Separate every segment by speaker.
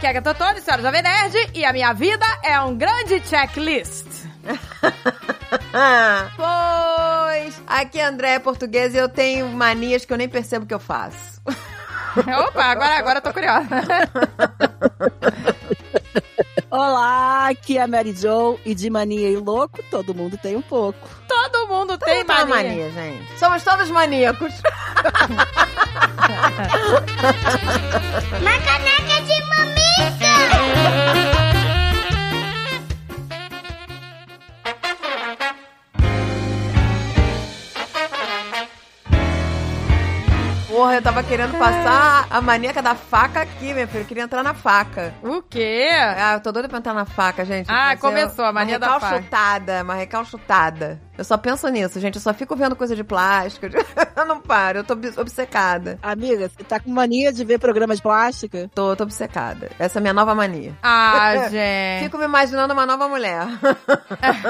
Speaker 1: Rebeca Totoni, é senhora Jovem Nerd, e a minha vida é um grande checklist. Ah.
Speaker 2: pois, aqui André é português e eu tenho manias que eu nem percebo que eu faço.
Speaker 1: Opa, agora, agora eu tô curiosa.
Speaker 3: Olá, aqui é a Mary Jo e de mania e louco, todo mundo tem um pouco.
Speaker 1: Todo mundo
Speaker 2: Todo
Speaker 1: tem
Speaker 2: mundo uma
Speaker 1: mania.
Speaker 2: mania, gente. Somos todos maníacos.
Speaker 4: Uma caneca de mamica!
Speaker 2: Porra, eu tava querendo passar a maníaca da faca aqui, minha filha. Eu queria entrar na faca.
Speaker 1: O quê?
Speaker 2: Ah, eu tô doida pra entrar na faca, gente.
Speaker 1: Ah,
Speaker 2: Mas eu-
Speaker 1: começou a mania da faca.
Speaker 2: Uma recalchutada, uma recalchutada. Eu só penso nisso, gente. Eu só fico vendo coisa de plástico. Eu não paro, eu tô obs- obcecada.
Speaker 3: Amiga, você tá com mania de ver programa de plástica?
Speaker 2: Tô, tô obcecada. Essa é a minha nova mania.
Speaker 1: Ah, gente.
Speaker 2: Fico me imaginando uma nova mulher.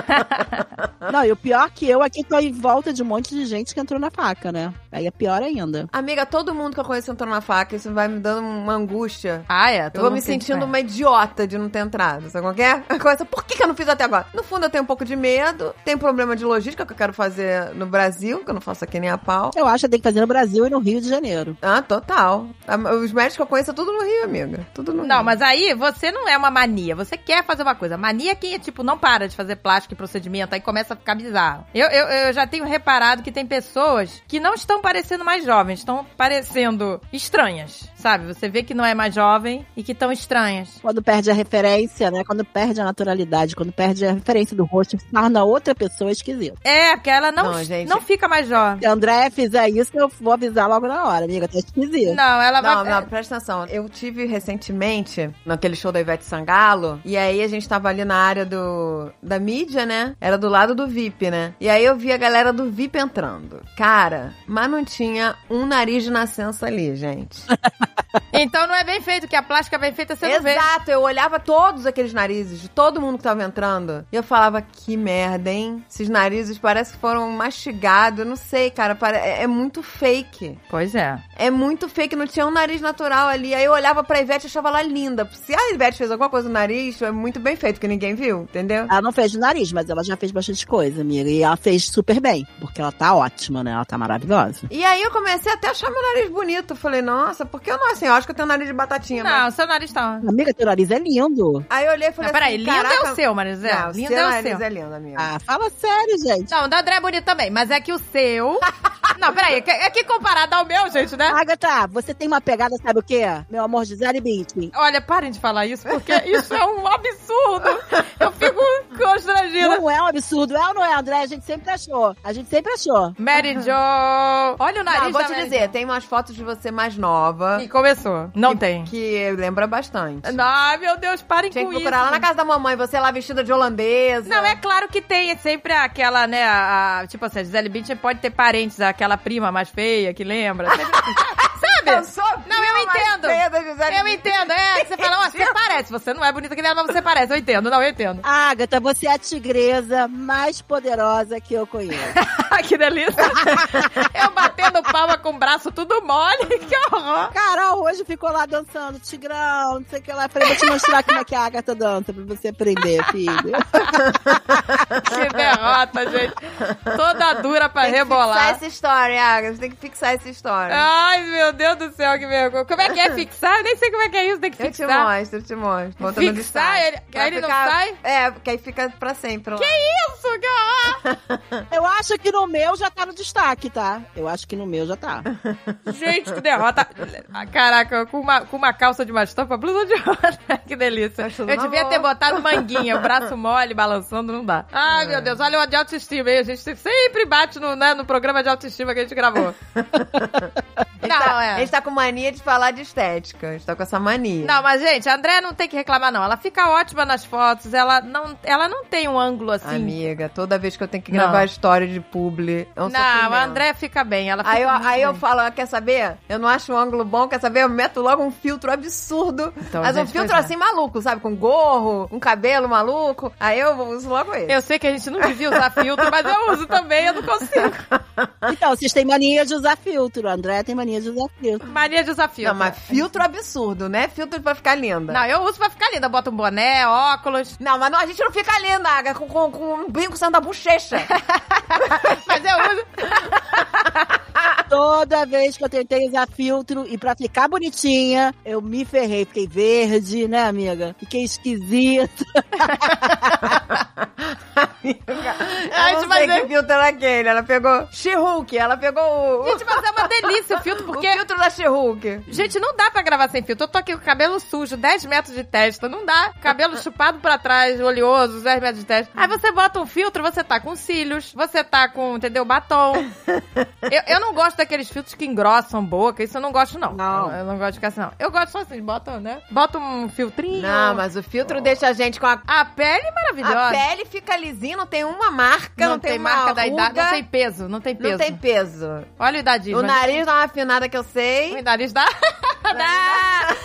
Speaker 3: Não, e o pior que eu aqui tô em volta de um monte de gente que entrou na faca, né? Aí é pior ainda.
Speaker 2: Amiga, todo mundo que eu conheço entrou na faca. Isso vai me dando uma angústia.
Speaker 1: Ah, é. todo
Speaker 2: Eu vou
Speaker 1: mundo
Speaker 2: me
Speaker 1: tem diferente.
Speaker 2: sentindo uma idiota de não ter entrado, sabe qual que é? A Coisa, por que, que eu não fiz até agora? No fundo, eu tenho um pouco de medo, tem problema de logística que eu quero fazer no Brasil, que eu não faço aqui nem a pau.
Speaker 3: Eu acho que tem que fazer no Brasil e no Rio de Janeiro.
Speaker 2: Ah, total. A- Os médicos que eu conheço, é tudo no Rio, amiga. Tudo no
Speaker 1: Não,
Speaker 2: Rio.
Speaker 1: mas aí você não é uma mania. Você quer fazer uma coisa. Mania é quem, tipo, não para de fazer plástico e procedimento, aí começa a ficar bizarro. Eu, eu, eu já tenho reparado que tem pessoas que não estão parecendo mais jovens, estão parecendo estranhas, sabe? Você vê que não é mais jovem e que estão estranhas.
Speaker 3: Quando perde a referência, né? Quando perde a naturalidade, quando perde a referência do rosto, torna outra pessoa esquisita.
Speaker 1: É, porque ela não,
Speaker 2: Não, gente.
Speaker 1: não fica mais jovem.
Speaker 3: Se a André fizer isso, eu vou avisar logo na hora, amiga. Tá esquisito.
Speaker 1: Não, ela
Speaker 2: Não,
Speaker 1: vai.
Speaker 2: não, presta atenção. Eu tive recentemente naquele show da Ivete Sangalo, e aí a gente tava ali na área do da mídia, né? Era do lado do VIP, né? E aí eu vi a galera do VIP entrando. Cara, mas não tinha um nariz de nascença ali, gente.
Speaker 1: Então não é bem feito, que a plástica bem feita você não vê.
Speaker 2: Exato, eu olhava todos aqueles narizes de todo mundo que tava entrando. E eu falava, que merda, hein? Esses narizes parece que foram mastigados. Eu não sei, cara. pare- É é muito fake.
Speaker 1: Pois é.
Speaker 2: É muito fake, não tinha um nariz natural ali. Aí eu olhava pra Ivete e achava ela linda. Se a Ivete fez alguma coisa no nariz, é muito bem feito, que ninguém viu, entendeu?
Speaker 3: Ela não fez o nariz, mas ela já fez bastante coisa, amiga. E ela fez super bem, porque ela tá ótima, né? Ela tá maravilhosa.
Speaker 2: E aí eu comecei até a achar meu nariz bonito. Falei, nossa, por que eu não assim? Eu acho que eu tenho nariz de batatinha, mas...
Speaker 1: Não, seu nariz tá.
Speaker 3: Amiga, teu nariz é lindo.
Speaker 2: Aí eu olhei e falei
Speaker 1: Não, peraí,
Speaker 2: assim,
Speaker 1: lindo é o
Speaker 2: caraca...
Speaker 1: seu, Marizé.
Speaker 2: Não,
Speaker 1: Lindo
Speaker 2: seu
Speaker 1: é o
Speaker 2: nariz
Speaker 1: seu.
Speaker 2: é lindo, amiga.
Speaker 3: Ah, fala sério, gente.
Speaker 1: Não, o da André é bonito também, mas é que o seu. Não, peraí, é que- é que comparado ao meu, gente, né?
Speaker 3: Agatha, você tem uma pegada, sabe o quê? Meu amor, Gisele Bündchen.
Speaker 1: Olha, parem de falar isso, porque isso é um absurdo. Eu fico constrangida.
Speaker 3: Não é um absurdo, é ou não é, André? A gente sempre achou. A gente sempre achou.
Speaker 1: Mary Jo. Olha o nariz é
Speaker 2: Não, vou
Speaker 1: da
Speaker 2: te
Speaker 1: Mary
Speaker 2: dizer, tem umas fotos de você mais nova
Speaker 1: Jo. E começou. Não tem.
Speaker 2: que lembra bastante.
Speaker 1: Ai, meu Deus, parem
Speaker 2: Tinha
Speaker 1: com
Speaker 2: que
Speaker 1: isso.
Speaker 2: procurar lá na casa da mamãe, você lá vestida de holandesa.
Speaker 1: Não, é claro que tem é sempre aquela, né, a, a- tipo assim, a Gisele Bündchen pode ter parentes, aquela prima mais feia que lembra. Sabe?
Speaker 2: Eu sou a
Speaker 1: Não, eu
Speaker 2: prima mais
Speaker 1: entendo.
Speaker 2: feia da Gisele
Speaker 1: Eu
Speaker 2: Bündchen.
Speaker 1: entendo, é, que você fala, ó, você parece, você não é bonita que nem ela, mas você parece, eu entendo, não, eu entendo.
Speaker 3: Agatha, você é a tigresa mais poderosa que eu conheço.
Speaker 1: que delícia. eu batendo palma com o braço tudo mole, que horror.
Speaker 3: Carol hoje ficou lá dançando, tigrão, não sei o que lá. Falei, vou te mostrar como é que a Agatha dança, pra você aprender, filho.
Speaker 1: Que derrota, gente. Toda dura pra
Speaker 2: Tem que fixar
Speaker 1: rebolar. Ah,
Speaker 2: essa história, Agatha. Você tem que fixar essa história.
Speaker 1: Ai, meu Deus do céu, que vergonha. Como é que é fixar? Eu nem sei como é que é isso, tem que
Speaker 2: Eu te
Speaker 1: fixar.
Speaker 2: mostro, eu te mostro. Bota no
Speaker 1: Fixar
Speaker 2: destaque.
Speaker 1: ele,
Speaker 2: Vai
Speaker 1: aí ele não
Speaker 2: ficar-
Speaker 1: sai?
Speaker 2: É, porque aí fica pra sempre. Que
Speaker 1: Isso, que horror.
Speaker 3: Eu acho que no meu já tá no destaque, tá? Eu acho que no meu já tá.
Speaker 1: Gente, que derrota. Ah, Caraca, com uma, com uma calça de mastampa, blusa de rosa. Que delícia.
Speaker 2: Acho
Speaker 1: Eu
Speaker 2: na
Speaker 1: devia
Speaker 2: boa.
Speaker 1: ter botado manguinha, o braço mole, balançando, não dá. É. Ai, meu Deus, olha o de autoestima aí. A gente sempre bate no, né, no programa de autoestima que a gente gravou. não,
Speaker 2: tá, A
Speaker 1: é.
Speaker 2: gente tá com mania de falar de estética. A gente tá com essa mania.
Speaker 1: Não, mas gente, a Andrea não tem que reclamar, não. Ela fica ótima nas fotos, ela não, ela não tem um ângulo assim.
Speaker 2: Amiga, toda vez que eu tenho que
Speaker 1: Não.
Speaker 2: gravar história de publi, é um
Speaker 1: não,
Speaker 2: sofrimento.
Speaker 1: a tá Andrea fica bem, ela fica
Speaker 2: Aí eu,
Speaker 1: muito
Speaker 2: aí eu
Speaker 1: bem.
Speaker 2: falo, "Ah, quer saber? Eu não acho um ângulo bom, quer saber? Eu meto logo um filtro absurdo.
Speaker 1: Então,
Speaker 2: mas um
Speaker 1: gente,
Speaker 2: filtro
Speaker 1: pois é.
Speaker 2: assim maluco, sabe? Com gorro, um cabelo maluco. Aí eu uso logo ele.
Speaker 1: Eu sei que a gente não devia usar filtro, mas eu uso também, eu não consigo.
Speaker 3: Então, vocês têm mania de usar filtro. A Andréia tem mania de usar filtro.
Speaker 1: Mania de usar filtro.
Speaker 2: Não, mas filtro absurdo, né? Filtro pra ficar linda.
Speaker 1: Não, eu uso pra ficar linda. Boto um boné, óculos.
Speaker 2: Não, mas não, a gente não fica linda, Agatha, com, com, com um brinco saindo da bochecha.
Speaker 1: Mas eu uso.
Speaker 3: Toda vez que eu tentei usar filtro e pra ficar bonitinha, eu me ferrei. Fiquei verde, né, amiga? Fiquei esquisita.
Speaker 2: Ai,
Speaker 1: Ai,
Speaker 2: eu não
Speaker 1: mas
Speaker 2: sei
Speaker 1: é-
Speaker 2: que filtro era aquele. Ela pegou She-Hulk, ela pegou o,
Speaker 1: Gente, mas é uma delícia o filtro,
Speaker 2: o
Speaker 1: porque.
Speaker 2: filtro da She-Hulk.
Speaker 1: Gente, não dá pra gravar sem filtro. Eu tô aqui com o cabelo sujo, 10 metros de testa, não dá. Cabelo chupado pra trás, oleoso, 10 metros de testa. Aí você bota um filtro, você tá com cílios, você tá com, entendeu, batom. Eu, eu não gosto daqueles filtros que engrossam boca, isso eu não gosto, não.
Speaker 2: Não.
Speaker 1: Eu, eu não gosto de ficar assim, não. Eu gosto só assim, bota, né? Bota um filtrinho.
Speaker 2: Não, mas o filtro deixa a gente com a...
Speaker 1: A pele é maravilhosa.
Speaker 2: A pele fica lisinha, não tem uma marca,
Speaker 1: não,
Speaker 2: não,
Speaker 1: tem,
Speaker 2: uma
Speaker 1: marca da
Speaker 2: ruga,
Speaker 1: idade, não tem peso, não tem peso.
Speaker 2: Não tem peso.
Speaker 1: Olha o idadismo.
Speaker 2: O nariz dá uma afinada que eu
Speaker 1: O
Speaker 2: sei.
Speaker 1: nariz dá.
Speaker 2: é.
Speaker 1: dá!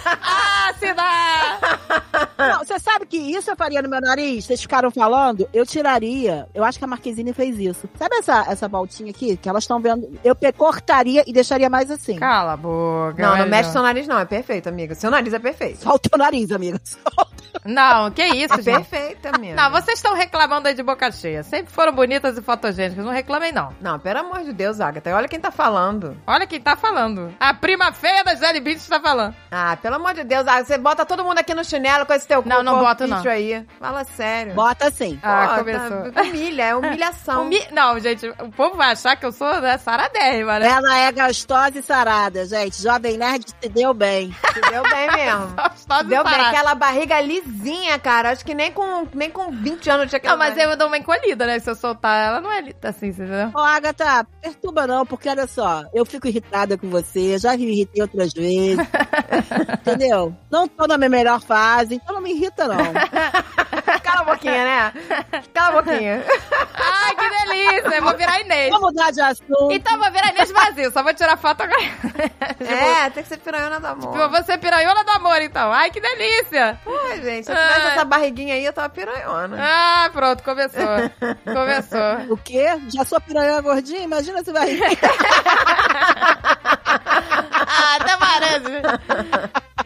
Speaker 1: Ah, se dá!
Speaker 3: Não, você sabe que isso eu faria no meu nariz? Vocês ficaram falando? Eu tiraria. Eu acho que a Marquezine fez isso. Sabe essa, essa voltinha aqui? Que elas estão vendo. Eu pe- cortaria e deixaria mais assim.
Speaker 1: Cala a boca.
Speaker 2: Não, não
Speaker 1: olha.
Speaker 2: mexe seu nariz não, é perfeito, amiga. Seu nariz é perfeito.
Speaker 3: Só o teu nariz, amiga. Só o teu-
Speaker 1: Não, que
Speaker 2: É
Speaker 1: isso, gente.
Speaker 2: perfeito, amiga.
Speaker 1: Não, vocês estão reclamando aí de boca cheia. Sempre foram bonitas e fotogênicas. Não reclamem, não.
Speaker 2: Não, pelo amor de Deus, Agatha, olha quem tá falando.
Speaker 1: Olha quem tá falando. A prima feia da Gisele Beach tá falando.
Speaker 2: Ah, pelo amor de Deus, Agatha, você bota todo mundo aqui no chinelo com esse teu
Speaker 1: Não, não
Speaker 2: corpo
Speaker 1: boto, não.
Speaker 2: picture aí. Fala sério.
Speaker 3: Bota assim.
Speaker 1: Ah,
Speaker 2: Pô,
Speaker 1: começou.
Speaker 2: tá- humilha, é humilhação.
Speaker 1: Humi- Não, gente, o povo vai achar que eu sou né, saradérrima, né?
Speaker 3: Ela é gastosa e sarada, gente. Jovem Nerd se deu bem.
Speaker 2: Se Deu bem mesmo.
Speaker 1: Gostosa
Speaker 2: Deu bem,
Speaker 1: sarada.
Speaker 2: aquela barriga lisinha, cara. Acho que nem com, nem com 20 anos tinha aquela
Speaker 1: Não, mas
Speaker 2: barriga.
Speaker 1: eu dou uma encolhida, né? Se eu soltar ela, não é li- assim, você entendeu?
Speaker 3: Ô, Agatha, perturba não, porque olha só, eu fico irritada com você, já me irritei outras vezes. entendeu? Não tô na minha melhor fase, então não me irrita, não.
Speaker 2: Cala a boquinha, né? Cala a boquinha.
Speaker 1: Ai, que delícia! Eu vou virar Inês.
Speaker 3: Vamos mudar de assunto.
Speaker 1: Então eu vou virar Inês vazio, só vou tirar foto agora.
Speaker 2: é, tem que ser piranhona do amor.
Speaker 1: Tipo, você é piranhona do amor, então. Ai, que delícia!
Speaker 2: Ai, gente, se eu tivesse
Speaker 1: Ai.
Speaker 2: essa barriguinha aí, eu tava piranhona.
Speaker 1: Ah, pronto, começou. Começou.
Speaker 3: O quê? Já sou piranha gordinha? Imagina se vai.
Speaker 1: Ah, até parece.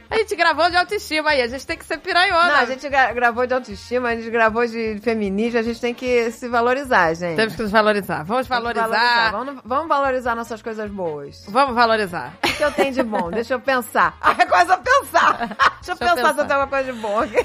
Speaker 1: A gente gravou de autoestima aí, a gente tem que ser piranhona.
Speaker 2: Não, a gente gra- gravou de autoestima, a gente gravou de feminismo, a gente tem que se valorizar, gente.
Speaker 1: Temos que nos valorizar. Vamos
Speaker 2: Tem que
Speaker 1: valorizar.
Speaker 2: Vamos, vamos valorizar nossas coisas boas.
Speaker 1: Vamos valorizar.
Speaker 2: O que eu tenho de bom? Deixa eu pensar. Ah, é coisa a pensar. Deixa
Speaker 1: Deixa
Speaker 2: eu
Speaker 1: eu
Speaker 2: pensar, se
Speaker 1: pensar.
Speaker 2: eu tenho alguma coisa de boa. aqui.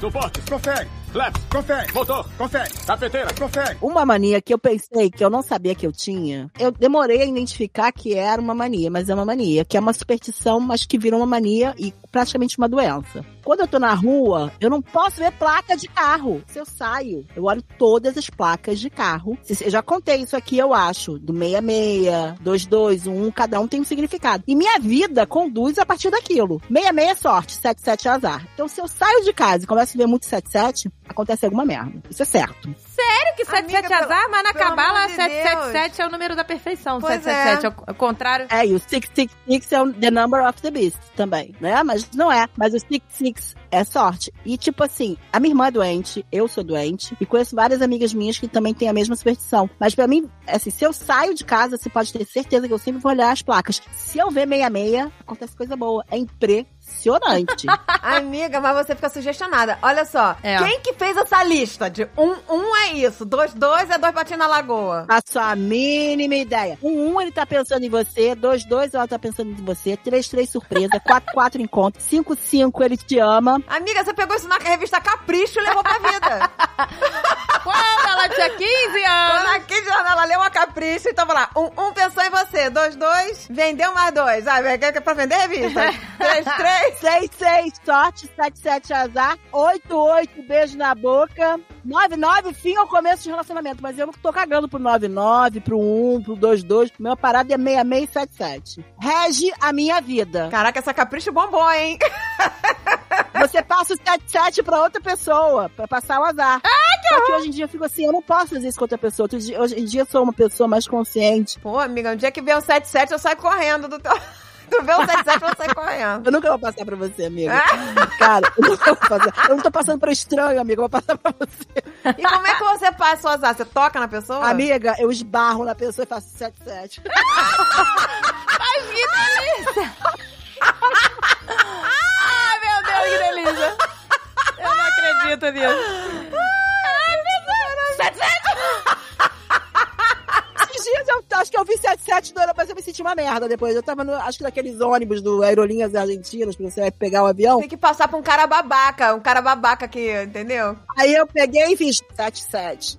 Speaker 5: Suporte, consegue. Lápis, consegue. Motor, consegue. Tapeteira, consegue.
Speaker 3: Uma mania que eu pensei que eu não sabia que eu tinha, eu demorei a identificar que era uma mania, mas é uma mania, que é uma superstição, mas que virou uma mania e praticamente uma doença. Quando eu tô na rua, eu não posso ver placa de carro. Se eu saio, eu olho todas as placas de carro. Se- Eu já contei isso aqui, eu acho, do 66, 22, 1, cada um tem um significado. E minha vida conduz a partir daquilo. 66 é sorte, 77 é azar. Então se eu saio de casa e começo a ver muito 77, acontece alguma merda. Isso é certo.
Speaker 1: Sério que 77 é
Speaker 2: pelo-
Speaker 1: azar, mas na
Speaker 2: pelo
Speaker 1: Cabala
Speaker 2: amor de
Speaker 1: 777 é o número da perfeição.
Speaker 2: Pois
Speaker 1: 777 é. o- é o contrário.
Speaker 3: É, e o 666 é o The Number of the Beast também, né? Mas não é. Mas o 66 é sorte. E, tipo assim, a minha irmã é doente, eu sou doente, e conheço várias amigas minhas que também têm a mesma superstição. Mas pra mim, assim, se eu saio de casa, você pode ter certeza que eu sempre vou olhar as placas. Se eu ver 66, acontece coisa boa. É impressionante.
Speaker 2: Amiga, mas você fica sugestionada. Olha só,
Speaker 1: É.
Speaker 2: quem que fez essa lista de um, um é isso, dois, dois é dois patinhos na lagoa?
Speaker 3: a sua mínima ideia. Um, um, ele tá pensando em você. Dois, dois, ela tá pensando em você. Três, três, surpresa. Quatro, quatro, encontro. Cinco, cinco, ele te ama.
Speaker 2: Amiga, você pegou isso na revista Capricho e levou pra vida.
Speaker 1: Quando ela tinha 15
Speaker 2: Quando
Speaker 1: anos.
Speaker 2: aqui jornal ela leu uma capricho e tava lá. Um, um pensou em você, dois, dois, vendeu mais dois. Ah, é que- que é pra vender revista? três, três.
Speaker 3: 6, 6, sorte, 7, 7, azar. 8, 8, beijo na boca. 9, 9, fim ao começo de relacionamento. Mas eu não tô cagando pro 9, 9, pro 1, pro 2, 2. Meu parada é 66, 7, 7. Rege a minha vida.
Speaker 2: Caraca, essa capricho bombou, hein?
Speaker 3: Você passa o 7, 7 pra outra pessoa, pra passar o azar. Só que hoje em dia eu fico assim, eu não posso fazer isso com outra pessoa. Outro dia- Hoje em dia eu sou uma pessoa mais consciente.
Speaker 2: Pô, amiga, um dia que vier o 77, eu saio correndo do teu... Tu vê o 77, eu saio correndo.
Speaker 3: Eu nunca vou passar pra você, amiga. Cara, eu nunca vou passar. Eu não tô passando pra estranho, amiga. Eu vou passar pra você.
Speaker 2: E como é que você fácil usar? Você toca na pessoa?
Speaker 3: Amiga, eu esbarro na pessoa e faço 77.
Speaker 1: Mas que delícia! ah, meu Deus, que delícia! Eu não acredito nisso.
Speaker 3: Esses dias eu acho que eu vi 77 do aeroporto, mas eu me senti uma merda depois. Eu tava, no, acho que naqueles ônibus do Aerolinhas Argentinas, que você vai pegar o avião.
Speaker 2: Tem que passar pra um cara babaca, um cara babaca que, entendeu?
Speaker 3: Aí eu peguei e fiz 77.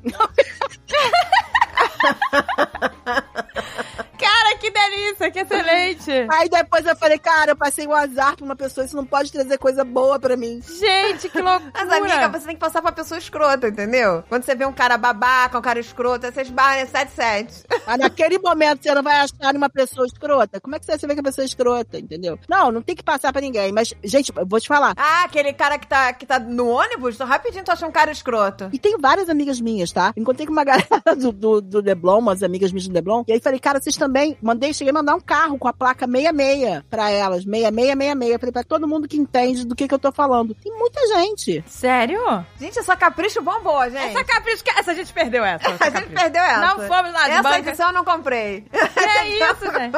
Speaker 1: Cara, que delícia, que excelente!
Speaker 3: Aí depois eu falei, cara, eu passei um azar pra uma pessoa, isso não pode trazer coisa boa pra mim.
Speaker 1: Gente, que loucura!
Speaker 2: Mas,
Speaker 1: é.
Speaker 2: amiga, você tem que passar pra pessoa escrota, entendeu? Quando você vê um cara babaca, um cara escroto, aí vocês barram é 77.
Speaker 3: Mas naquele momento você não vai achar uma pessoa escrota. Como é que você vai saber que a pessoa é escrota, entendeu? Não, não tem que passar pra ninguém. Mas, gente, eu vou te falar.
Speaker 2: Ah, aquele cara que tá, que tá no ônibus, tu rapidinho tu acha um cara escroto.
Speaker 3: E tem várias amigas minhas, tá? Encontrei com uma galera do, do, do Leblon, umas amigas minhas do Leblon. E aí falei, cara, vocês também. Mandei, cheguei a mandar um carro com a placa 66 pra elas. 6666. Falei pra todo mundo que entende do que, que eu tô falando. Tem muita gente.
Speaker 1: Sério?
Speaker 2: Gente, é só capricho bombou, gente.
Speaker 1: Essa capricho que. Essa a gente perdeu essa. essa
Speaker 2: A gente
Speaker 1: É capricho.
Speaker 2: perdeu essa.
Speaker 1: Não fomos lá de
Speaker 2: Essa
Speaker 1: banca.
Speaker 2: edição eu não comprei.
Speaker 1: Que é isso, gente?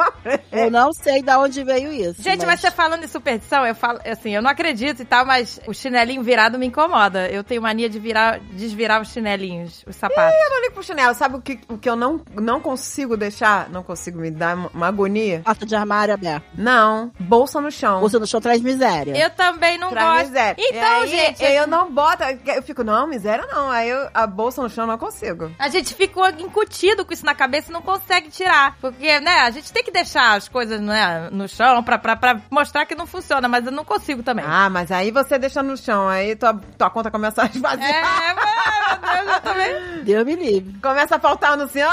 Speaker 3: Eu não sei de onde veio isso.
Speaker 1: É. Gente, mas você falando em superstição, eu falo, assim, eu não acredito e tal, mas o chinelinho virado me incomoda. Eu tenho mania de virar, desvirar os chinelinhos, os sapatos.
Speaker 2: Eu não ligo pro chinelo. Sabe o que, o que eu não, não consigo deixar? Não consigo me dar uma agonia?
Speaker 3: Porta de armário aberta.
Speaker 2: Não. Bolsa no chão.
Speaker 3: Você no chão traz miséria.
Speaker 1: Eu também não
Speaker 2: É. Pra
Speaker 1: gosto.
Speaker 2: miséria.
Speaker 1: Então,
Speaker 2: E aí,
Speaker 1: gente,
Speaker 2: Eu não boto. Eu fico, não, miséria não. Aí eu, a bolsa no chão eu não consigo.
Speaker 1: a gente ficou incutido com isso na cabeça e não consegue tirar. Porque, né, a gente tem que deixar as coisas né, no chão pra, pra, pra mostrar que não funciona, mas eu não consigo também.
Speaker 2: Ah, mas aí você deixa no chão. Aí tua, tua conta começa a esvaziar.
Speaker 1: É, mas, meu Deus, eu também.
Speaker 3: Deus me livre.
Speaker 1: É.
Speaker 2: Começa a faltar anunciante.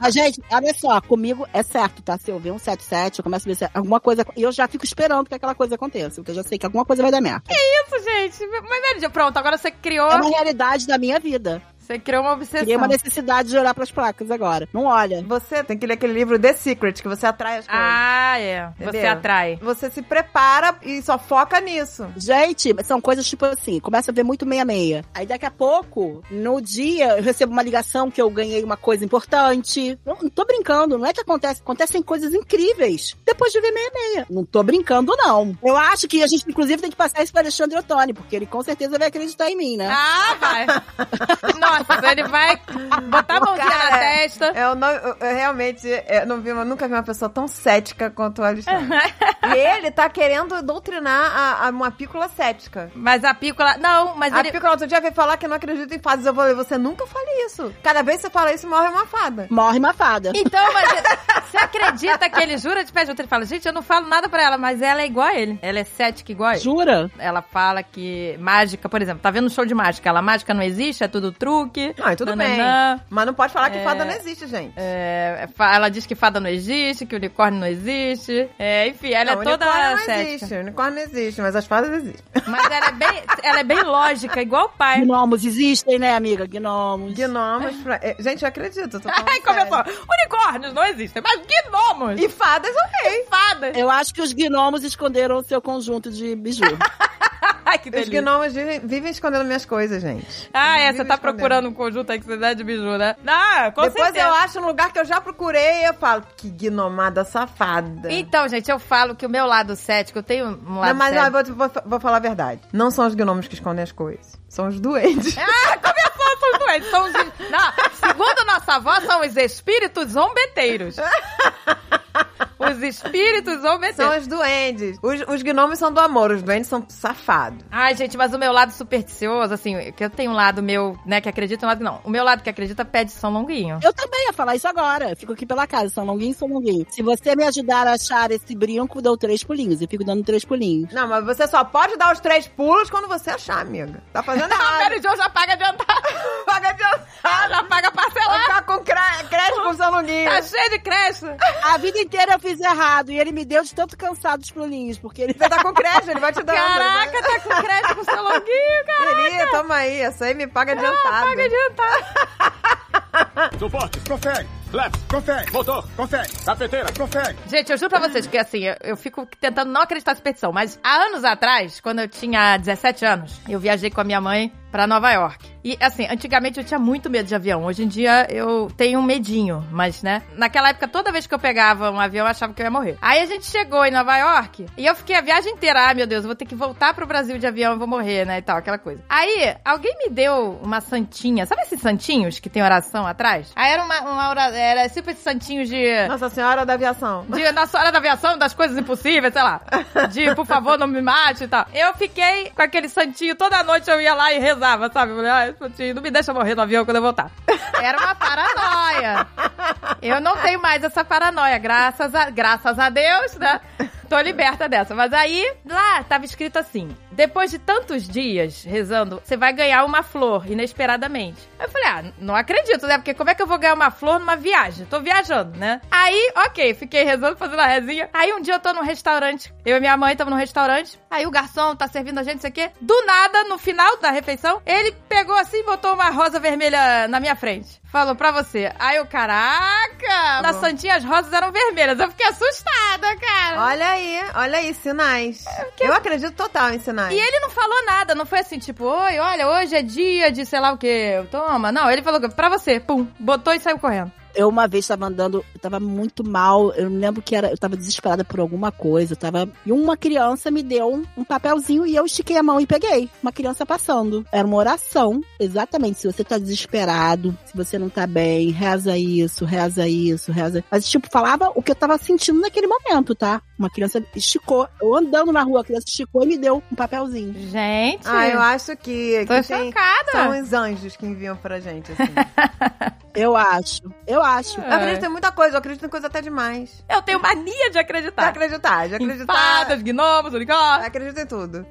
Speaker 3: Mas, gente, olha só, comigo é certo, tá? Se eu ver um 77, eu começo a ver se é alguma coisa. E eu já fico esperando que aquela coisa aconteça, porque eu já sei que alguma coisa vai dar merda.
Speaker 1: Isso, gente. Mas, velho, pronto, agora você criou.
Speaker 3: É uma realidade da minha vida.
Speaker 1: Você criou uma obsessão.
Speaker 3: Criei uma necessidade de olhar pras placas agora. Não olha.
Speaker 2: Você tem que ler aquele livro The Secret, que você atrai as coisas.
Speaker 1: Ah, é. Você
Speaker 2: Entendeu?
Speaker 1: atrai.
Speaker 2: Você se prepara e só foca nisso.
Speaker 3: Gente, mas são coisas tipo assim, começa a ver muito meia-meia. Aí daqui a pouco, no dia, eu recebo uma ligação que eu ganhei uma coisa importante. Não, não tô brincando, não é que acontece. Acontecem coisas incríveis depois de ver meia-meia. Não tô brincando, não. Eu acho que a gente, inclusive, tem que passar isso para Alexandre Ottoni, porque ele com certeza vai acreditar em mim,
Speaker 2: É.
Speaker 3: né?
Speaker 1: Ah, vai. Nossa, então ele vai botar a mãozinha
Speaker 2: Cara, é.
Speaker 1: na testa.
Speaker 2: Eu, não, eu- eu realmente é, não vi, uma- nunca vi uma pessoa tão cética quanto o Alexandre. e ele tá querendo doutrinar a, a uma pícola cética.
Speaker 1: Mas a pícola. Não, mas
Speaker 2: a
Speaker 1: ele.
Speaker 2: pícola outro dia veio falar que não acredita em fadas. Eu falei, você nunca fale isso. Cada vez que você fala isso, morre uma fada.
Speaker 3: Morre uma fada.
Speaker 1: Então, mas você acredita que ele jura de pé junto? Ele fala, gente, eu não falo nada pra ela, mas ela é igual a ele. Ela é cética igual a ele.
Speaker 3: Jura?
Speaker 1: Ela fala que mágica, por exemplo, tá vendo um show de mágica? Ela mágica não existe, é tudo truque.
Speaker 2: Ah, e tudo
Speaker 1: nananã.
Speaker 2: bem. Mas não pode falar que
Speaker 1: É.
Speaker 2: fada não existe, gente.
Speaker 1: É, fa- ela diz que fada não existe, que unicórnio não existe. É, enfim, ela
Speaker 2: Não,
Speaker 1: é toda
Speaker 2: unicórnio não
Speaker 1: cética.
Speaker 2: existe. Unicórnio não existe, mas as fadas existem.
Speaker 1: Mas ela é bem, ela é bem lógica, igual o pai.
Speaker 3: Gnomos existem, né, amiga? Gnomos.
Speaker 2: Gnomos. Pra... é, Gente, eu acredito. eu Tô falando
Speaker 1: Aí
Speaker 2: sério.
Speaker 1: começou. Unicórnios não existem, mas gnomos!
Speaker 2: é. E é fadas, ok.
Speaker 1: fadas!
Speaker 3: Eu acho que os gnomos esconderam o seu conjunto de biju.
Speaker 1: Ai, que
Speaker 2: Os
Speaker 1: delícia.
Speaker 2: gnomos vivem, vivem escondendo minhas coisas, gente.
Speaker 1: Ah, é,
Speaker 2: Eles
Speaker 1: você
Speaker 2: vivem
Speaker 1: tá
Speaker 2: escondendo.
Speaker 1: procurando um conjunto aí que você dá de biju, né? Ah, com
Speaker 2: Depois
Speaker 1: certeza.
Speaker 2: eu acho um lugar que eu já procurei e eu falo, que gnomada safada.
Speaker 1: Então, gente, eu falo que o meu lado cético, eu tenho um lado
Speaker 2: Não, mas ó,
Speaker 1: cético.
Speaker 2: eu vou, vou- vou falar a verdade. Não são os gnomos que escondem as coisas. São os doentes.
Speaker 1: É, Ah, Não, são os doentes, são os... Não, segundo nossa avó, são os espíritos zombeteiros. Os espíritos
Speaker 2: São
Speaker 1: zombeteiros.
Speaker 2: os duendes. Os, os gnomos são do amor, os duendes são safados.
Speaker 1: Ai, gente, mas o meu lado supersticioso, assim, que eu tenho um lado meu, né, que acredita, um lado que não. O meu lado que acredita pede São Longuinho.
Speaker 3: Eu também ia falar isso agora. Fico aqui pela casa, São Longuinho, São Longuinho. Se você me ajudar a achar esse brinco, dou três pulinhos. Eu fico dando três pulinhos.
Speaker 2: Não, mas você só pode dar os três pulos quando você achar, amiga. Tá fazendo
Speaker 1: Ah,
Speaker 2: errado.
Speaker 1: Mary Jo já paga adiantado.
Speaker 2: Paga de
Speaker 1: Ah, já paga parcelado.
Speaker 2: Tá com cre- crédito com São Longuinho.
Speaker 1: Tá cheio de creche.
Speaker 3: A vida inteira eu fiz errado e ele me deu de tanto cansado os pulinhos, porque ele.
Speaker 2: Você tá com crédito, ele vai te dar.
Speaker 1: Caraca, tá com creche com seu longuinho, cara.
Speaker 2: Queria, toma aí, essa aí me paga adiantado.
Speaker 1: Paga adiantado.
Speaker 5: Suporte, confere. Flaps, confere. Motor, confere. Cafeteira, confere.
Speaker 1: Gente, eu juro pra vocês que, assim, eu, eu fico tentando não acreditar nessa petição, mas há anos atrás, quando eu tinha 17 anos, eu viajei com a minha mãe pra Nova York. E E assim, antigamente eu tinha muito medo de avião. Hoje em dia eu tenho um medinho, mas né? Naquela época, toda vez que eu pegava um avião, eu achava que eu ia morrer. Aí a gente chegou em Nova York e eu fiquei a viagem inteira. Ah, meu Deus, eu vou ter que voltar pro Brasil de avião, eu vou morrer, né? E tal, aquela coisa. Aí alguém me deu uma santinha. Sabe esses santinhos que tem oração atrás? Aí era uma, uma ora- era tipo esses santinhos de.
Speaker 2: Nossa Senhora da Aviação.
Speaker 1: De Nossa Hora da Aviação, das coisas impossíveis, sei lá. De por favor, não me mate e tal. Eu fiquei com aquele santinho, toda noite eu ia lá e rezava, sabe? Eu Falei, ah, esse santinho, não me deixa morrer no avião quando eu voltar. Era uma paranoia. Eu não tenho mais essa paranoia, graças a, graças a Deus, né? Tô liberta dessa. Mas aí, lá, tava escrito assim: depois de tantos dias rezando, você vai ganhar uma flor, inesperadamente. Aí eu falei, ah, não acredito, né? Porque como é que eu vou ganhar uma flor numa viagem? Tô viajando, né? Aí, ok, fiquei rezando, fazendo a rezinha. Aí um dia eu tô num restaurante, eu e minha mãe estamos num restaurante. Aí o garçom tá servindo a gente, não sei o quê. Do nada, no final da refeição, ele pegou assim e botou uma rosa vermelha na minha frente. Falou pra você. Aí eu, caraca! Na Santinha as rosas eram vermelhas. Eu fiquei assustada, cara.
Speaker 2: Olha aí, olha aí, sinais. Eu acredito total em sinais.
Speaker 1: E ele não falou nada, não foi assim, tipo, oi, olha, hoje é dia de sei lá o quê, toma. Não, ele falou pra você, pum, botou e saiu correndo.
Speaker 3: Eu uma vez tava andando, eu tava muito mal, eu me lembro que era, eu tava desesperada por alguma coisa, eu tava, e uma criança me deu um, um papelzinho e eu estiquei a mão e peguei. Uma criança passando. Era uma oração, exatamente, se você tá desesperado, se você não tá bem, reza isso, reza isso, reza. Mas tipo, falava o que eu tava sentindo naquele momento, tá? Uma criança esticou, eu andando na rua, a criança esticou e me deu um papelzinho.
Speaker 1: Gente,
Speaker 2: Ah, eu acho que,
Speaker 1: tô
Speaker 2: que tem,
Speaker 1: chocada.
Speaker 2: são os anjos que enviam pra gente, assim.
Speaker 3: Eu acho. Eu acho.
Speaker 2: Eu acredito em muita coisa, eu acredito em coisa até demais.
Speaker 1: Eu tenho mania de acreditar.
Speaker 2: Tá. De acreditar, de
Speaker 1: Em
Speaker 2: acreditar.
Speaker 1: fadas, gnomos, unicórnios.
Speaker 2: Acredito em tudo.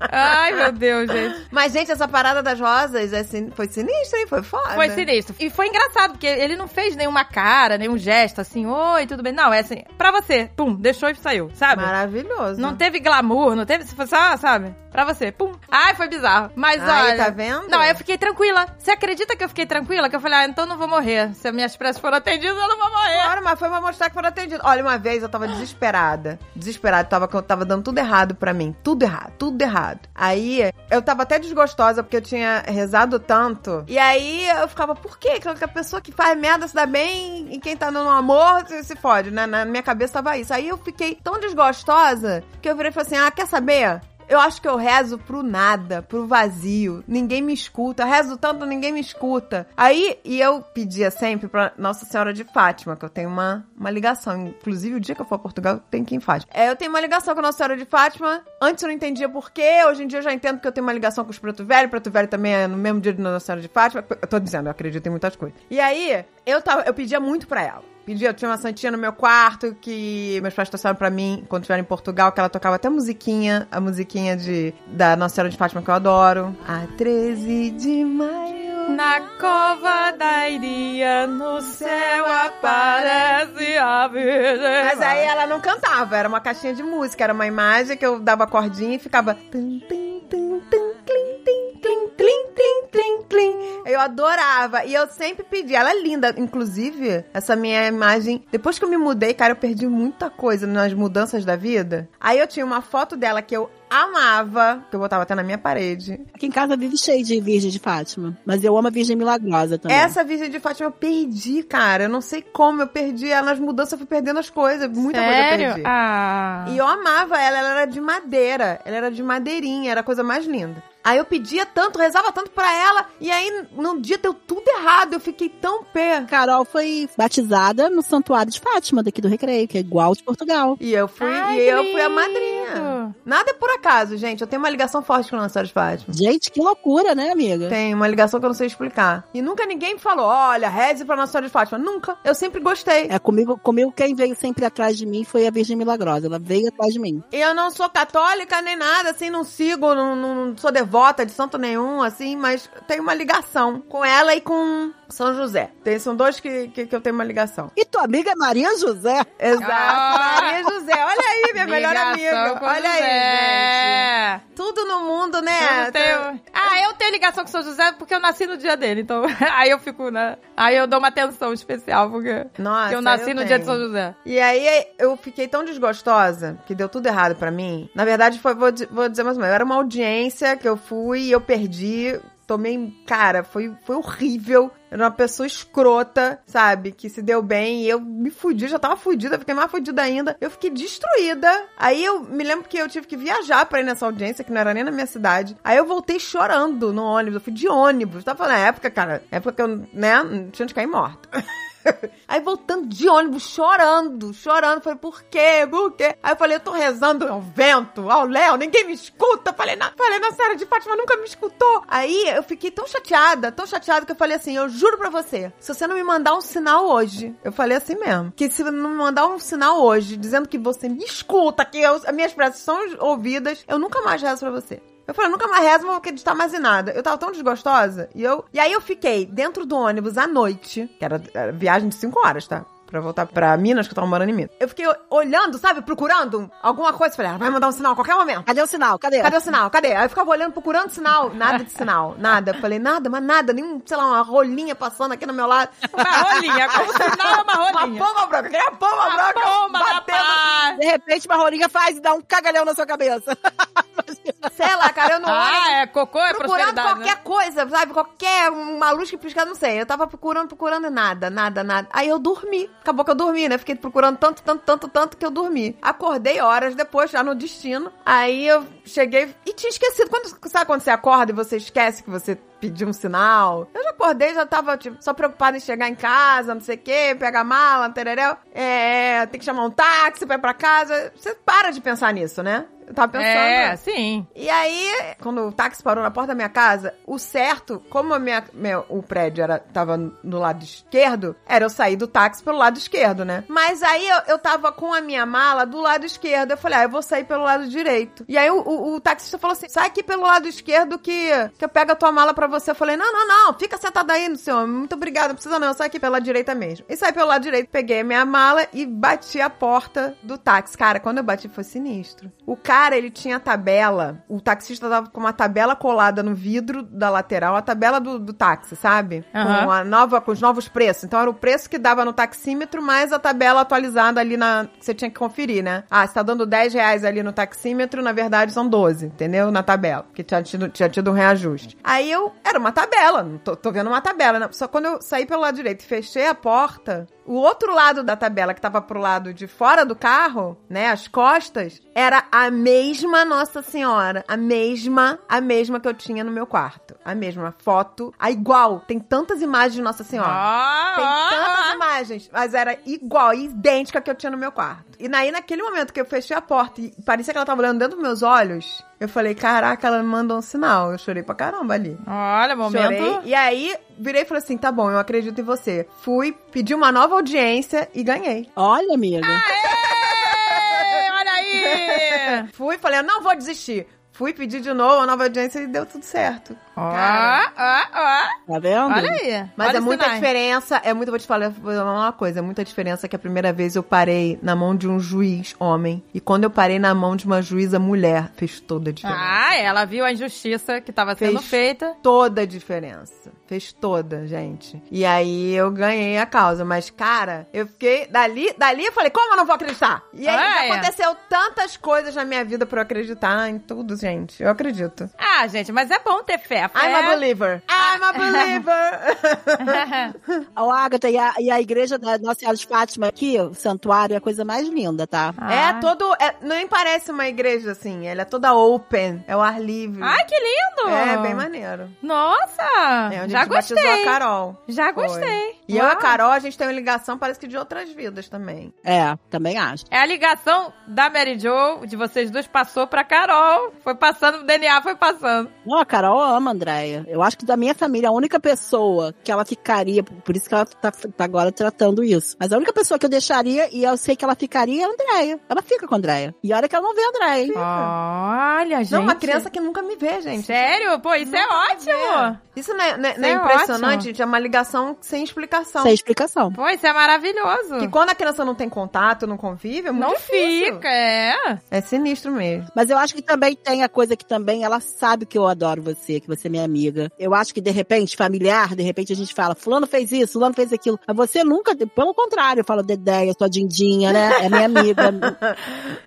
Speaker 1: Ai, meu Deus, gente.
Speaker 2: Mas, gente, essa parada das rosas é sin- foi sinistra, hein? Foi foda.
Speaker 1: Foi sinistro. E foi engraçado, porque ele não fez nenhuma cara, nenhum gesto, assim, oi, tudo bem. Não, é assim, pra você, pum, deixou e saiu, sabe?
Speaker 2: Maravilhoso.
Speaker 1: Não teve glamour, não teve. Se fosse, ah, sabe? Pra você. Pum. Ai, foi bizarro. Mas
Speaker 2: Aí,
Speaker 1: olha.
Speaker 2: tá vendo?
Speaker 1: Não, eu fiquei tranquila. Você acredita que eu fiquei tranquila? Que eu falei, ah, então não vou morrer. Se as minhas preces foram atendidas, eu não vou morrer.
Speaker 2: Claro, mas foi pra mostrar que foram atendidos. Olha, uma vez eu tava desesperada. Desesperada, tava, tava dando tudo errado pra mim. Tudo errado, tudo errado. Aí eu tava até desgostosa porque eu tinha rezado tanto. E aí eu ficava, por quê? Que a pessoa que faz merda se dá bem e quem tá no amor se, se fode, né? Na minha cabeça tava isso. Aí eu fiquei tão desgostosa que eu virei e falei assim: ah, quer saber? Eu acho que eu rezo pro nada, pro vazio. Ninguém me escuta. Rezo tanto, ninguém me escuta. Aí, e eu pedia sempre pra Nossa Senhora de Fátima, que eu tenho uma, uma ligação. Inclusive, o dia que eu for a Portugal, tem que ir em Fátima. É, eu tenho uma ligação com Nossa Senhora de Fátima. Antes eu não entendia por quê. Hoje em dia eu já entendo que eu tenho uma ligação com os Preto Velho. Preto Velho também é no mesmo dia de Nossa Senhora de Fátima. Eu tô dizendo, eu acredito em muitas coisas. E aí, eu, tava, eu pedia muito pra ela. Pedi, eu tinha uma santinha no meu quarto que meus pais trouxeram pra mim quando estiveram em Portugal, que ela tocava até musiquinha, a musiquinha de da Nossa Senhora de Fátima que eu adoro. A 13 de maio.
Speaker 1: Na cova da iria, no céu aparece a virgem.
Speaker 2: Mas aí ela não cantava, era uma caixinha de música, era uma imagem que eu dava cordinha e ficava. tum, tum, tum, tum, clim, tim, clim, clim, clim, clim, clim. Eu adorava. E eu sempre pedi. Ela é linda. Inclusive, essa minha imagem. Depois que eu me mudei, cara, eu perdi muita coisa nas mudanças da vida. Aí eu tinha uma foto dela que eu amava, que eu botava até na minha parede.
Speaker 3: Aqui em casa vive cheio de Virgem de Fátima. Mas eu amo a Virgem Milagrosa também.
Speaker 2: Essa Virgem de Fátima eu perdi, cara. Eu não sei como. Eu perdi ela nas mudanças, eu fui perdendo as coisas. Muita coisa eu
Speaker 1: Sério?
Speaker 2: perdi.
Speaker 1: Ah.
Speaker 2: E eu amava ela, ela era de madeira, ela era de madeirinha, era a coisa mais linda. Aí eu pedia tanto, rezava tanto pra ela, e aí num dia deu tudo errado, eu fiquei tão pé.
Speaker 3: Carol foi batizada no Santuário de Fátima, daqui do Recreio, que é igual ao de Portugal.
Speaker 2: E eu fui,
Speaker 1: Ai,
Speaker 2: e
Speaker 1: que
Speaker 2: eu fui a
Speaker 1: lindo.
Speaker 2: madrinha. Nada é por acaso, gente. Eu tenho uma ligação forte com a Nossa Senhora de Fátima.
Speaker 3: Gente, que loucura, né, amiga?
Speaker 2: Tem uma ligação que eu não sei explicar. E nunca ninguém me falou, olha, reze pra Nossa Senhora de Fátima. Nunca. Eu sempre gostei.
Speaker 3: É, comigo, comigo quem veio sempre atrás de mim foi a Virgem Milagrosa. Ela veio atrás de mim.
Speaker 2: Eu não sou católica nem nada, assim, não sigo, não, não- não sou devota de santo nenhum, assim, mas tenho uma ligação com ela e com São José. Tem- são dois que, que, que eu tenho uma ligação.
Speaker 3: E tua amiga é Maria José?
Speaker 2: Exato.
Speaker 1: Ah!
Speaker 2: Maria José, olha aí, minha melhor
Speaker 1: Ligação
Speaker 2: amiga.
Speaker 1: com
Speaker 2: Olha aí,
Speaker 1: José.
Speaker 2: gente. Tudo no mundo,
Speaker 1: Tudo
Speaker 2: né?
Speaker 1: teu. Ah, Ah, eu tenho ligação com São José porque eu nasci no dia dele, então. Aí eu fico, né? Aí eu dou uma atenção especial, porque
Speaker 2: Nossa,
Speaker 1: eu nasci
Speaker 2: Ah, eu
Speaker 1: no dia
Speaker 2: tenho.
Speaker 1: de São José.
Speaker 2: E aí eu fiquei tão desgostosa que deu tudo errado pra mim. Na verdade, foi, vou, di- vou dizer mais uma vez, era uma audiência que eu fui e eu perdi. Tomei. Cara, foi, foi horrível. Era uma pessoa escrota, sabe? Que se deu bem e eu me fudi, já tava fudida, fiquei mais fudida ainda. Eu fiquei destruída. Aí eu me lembro que eu tive que viajar pra ir nessa audiência, que não era nem na minha cidade. Aí eu voltei chorando no ônibus. Eu fui de ônibus. Tava na época, cara. Época que eu, né? Não tinha de cair morta. Aí voltando de ônibus, chorando, chorando. Falei, por quê? Por quê? Aí eu falei, eu tô rezando ao vento, ao léu, ninguém me escuta. Falei, na, falei, na Sara de Fátima nunca me escutou. Aí eu fiquei tão chateada, tão chateada que eu falei assim: eu juro pra você, se você não me mandar um sinal hoje, eu falei assim mesmo, que se não me mandar um sinal hoje dizendo que você me escuta, que eu- as minhas preces são ouvidas, eu nunca mais rezo pra você. Eu falei, nunca mais rezo, não vou acreditar mais em nada. Eu tava tão desgostosa. E, eu... e aí eu fiquei dentro do ônibus à noite, que era, era viagem de 5 horas, tá? Pra voltar pra Minas, que eu tava morando em Minas. Eu fiquei olhando, sabe? Procurando alguma coisa. Falei, ah, vai mandar um sinal a qualquer momento.
Speaker 3: Cadê o sinal? Cadê?
Speaker 2: Cadê o sinal? Cadê? Aí eu ficava olhando, procurando sinal. Nada de sinal. Nada. Eu Falei, nada, mas nada. Nem, sei lá, uma rolinha passando aqui no meu lado.
Speaker 1: Uma rolinha, como sinal, uma rolinha.
Speaker 2: Uma pomba branca. Aquela pomba
Speaker 1: Uma
Speaker 2: branca.
Speaker 1: pomba,
Speaker 2: batendo
Speaker 1: rapaz!
Speaker 3: De repente, uma rolinha faz e dá um cagalhão na sua cabeça.
Speaker 2: Sei lá, cara, eu não olho
Speaker 1: Ah, é cocô, é
Speaker 2: procurando
Speaker 1: prosperidade,
Speaker 2: qualquer
Speaker 1: né?
Speaker 2: coisa, sabe? Qualquer uma luz que piscar, não sei. Eu tava procurando, procurando e nada, nada, nada. Aí eu dormi. Acabou que eu dormi, né? Fiquei procurando tanto, tanto, tanto, tanto que eu dormi. Acordei horas depois, já no destino. Aí eu cheguei e tinha esquecido. Quando, sabe quando você acorda e você esquece que você pediu um sinal? Eu já acordei, já tava, tipo, só preocupada em chegar em casa, não sei o quê, pegar a mala, tereréu. É, tem que chamar um táxi pra ir pra casa. Você para de pensar nisso, né? Eu tava pensando.
Speaker 1: É,
Speaker 2: né?
Speaker 1: sim.
Speaker 2: E aí, quando o táxi parou na porta da minha casa, o certo, como a minha, meu- o prédio era, tava no lado esquerdo, era eu sair do táxi pelo lado esquerdo, né? Mas aí eu, eu tava com a minha mala do lado esquerdo. Eu falei, ah, eu vou sair pelo lado direito. E aí o, o- o taxista falou assim: sai aqui pelo lado esquerdo que, que eu pego a tua mala pra você. Eu falei, não, não, não, fica sentado aí, senhor. Muito obrigada, não precisa não, sai aqui pela direita mesmo. E saí pelo lado direito, peguei a minha mala e bati a porta do táxi. Cara, quando eu bati foi sinistro. O cara, ele tinha tabela. O taxista tava com uma tabela colada no vidro da lateral, a tabela do, do táxi, sabe?
Speaker 1: Aham.
Speaker 2: Com, a nova, com os novos preços. Então era o preço que dava no taxímetro, mais a tabela atualizada ali na. que você tinha que conferir, né? Ah, você tá dando 10 reais ali no taxímetro, na verdade são 12, entendeu? Na tabela. Porque tinha tido, tinha tido um reajuste. Aí eu. Era uma tabela, não tô, tô vendo uma tabela, né? Só quando eu saí pelo lado direito e fechei a porta, o outro lado da tabela, que tava pro lado de fora do carro, né? As costas, era a mesma Nossa Senhora. A mesma, a mesma que eu tinha no meu quarto. A mesma foto, a igual. Tem tantas imagens de Nossa Senhora.
Speaker 1: Ah,
Speaker 2: Tem tantas
Speaker 1: ah,
Speaker 2: imagens, mas era igual, idêntica que eu tinha no meu quarto. E aí, naquele momento que eu fechei a porta e parecia que ela tava olhando dentro dos meus olhos, eu falei: caraca, ela me mandou um sinal. Eu chorei pra caramba ali.
Speaker 1: ah. Olha,
Speaker 2: Chorei.
Speaker 1: momento.
Speaker 2: E aí, virei e falei assim: tá bom, eu acredito em você. Fui, pedi uma nova audiência e ganhei.
Speaker 3: Olha, amiga.
Speaker 1: Ah, Ei, olha aí!
Speaker 2: Fui, falei: eu não vou desistir. Fui pedir de novo a nova audiência e deu tudo certo.
Speaker 1: Ó,
Speaker 2: Cara.
Speaker 1: ó, ó.
Speaker 3: Tá vendo?
Speaker 1: é? Olha aí.
Speaker 2: Mas
Speaker 1: olha
Speaker 2: é
Speaker 1: os
Speaker 2: muita
Speaker 1: sinais.
Speaker 2: diferença, é muito, vou te falar, vou falar uma coisa, é muita diferença que a primeira vez eu parei na mão de um juiz homem e quando eu parei na mão de uma juíza mulher, fez toda a diferença.
Speaker 1: Ah, ela viu a injustiça que tava sendo
Speaker 2: né? Fez
Speaker 1: feita.
Speaker 2: Toda a diferença. Fez toda, gente. E aí eu ganhei a causa. Mas, cara, eu fiquei. Dali, dali eu falei, como eu não vou acreditar? E aí
Speaker 1: Ah,
Speaker 2: já
Speaker 1: é.
Speaker 2: aconteceu tantas coisas na minha vida pra eu acreditar em tudo, gente. Eu acredito.
Speaker 1: Ah, gente, mas é bom ter fé. A fé
Speaker 2: I'm a believer. I'm a believer.
Speaker 3: Ó, Agatha, e a, e a igreja da Nossa Senhora de Fátima aqui, o santuário, é a coisa mais linda, tá?
Speaker 1: Ah.
Speaker 2: É todo. É, nem parece uma igreja assim. Ela é toda open. É o ar livre.
Speaker 1: Ai, que lindo!
Speaker 2: é, bem maneiro.
Speaker 1: Nossa!
Speaker 2: É onde
Speaker 1: já
Speaker 2: a gente batizou a
Speaker 1: gostei.
Speaker 2: Carol.
Speaker 1: Já
Speaker 2: Foi.
Speaker 1: gostei.
Speaker 2: E eu e a
Speaker 1: Uau.
Speaker 2: Carol, a gente tem uma ligação, parece que de outras vidas também.
Speaker 3: É, também acho.
Speaker 1: É a ligação da Mary Jo, de vocês dois, passou pra Carol. Foi passando, o DNA foi passando.
Speaker 3: Não, a Carol ama a Andréia. Eu acho que da minha família, a única pessoa que ela ficaria, por isso que ela tá, tá agora tratando isso. Mas a única pessoa que eu deixaria, e eu sei que ela ficaria, é a Andréia. Ela fica com a Andréia. E olha que ela não vê a Andréia, hein?
Speaker 1: Ah. Olha, gente.
Speaker 2: Não, uma criança que nunca me vê, gente.
Speaker 1: Sério? Pô, isso é
Speaker 2: Nunca me
Speaker 1: ótimo!
Speaker 2: vê. Isso não é, não é- não é
Speaker 1: Isso é
Speaker 2: impressionante,
Speaker 1: ótimo.
Speaker 2: gente? É uma ligação sem explicação.
Speaker 3: Sem explicação.
Speaker 1: Pô, isso é maravilhoso.
Speaker 2: Que quando a criança não tem contato, não convive, é muito
Speaker 1: não
Speaker 2: difícil.
Speaker 1: fica, é.
Speaker 2: É sinistro mesmo.
Speaker 3: Mas eu acho que também tem a coisa que também ela sabe que eu adoro você, que você é minha amiga. Eu acho que de repente, familiar, de repente a gente fala, fulano fez isso, fulano fez aquilo. Mas você nunca, pelo contrário, eu falo, Dedéia, sua dindinha, né? É minha amiga.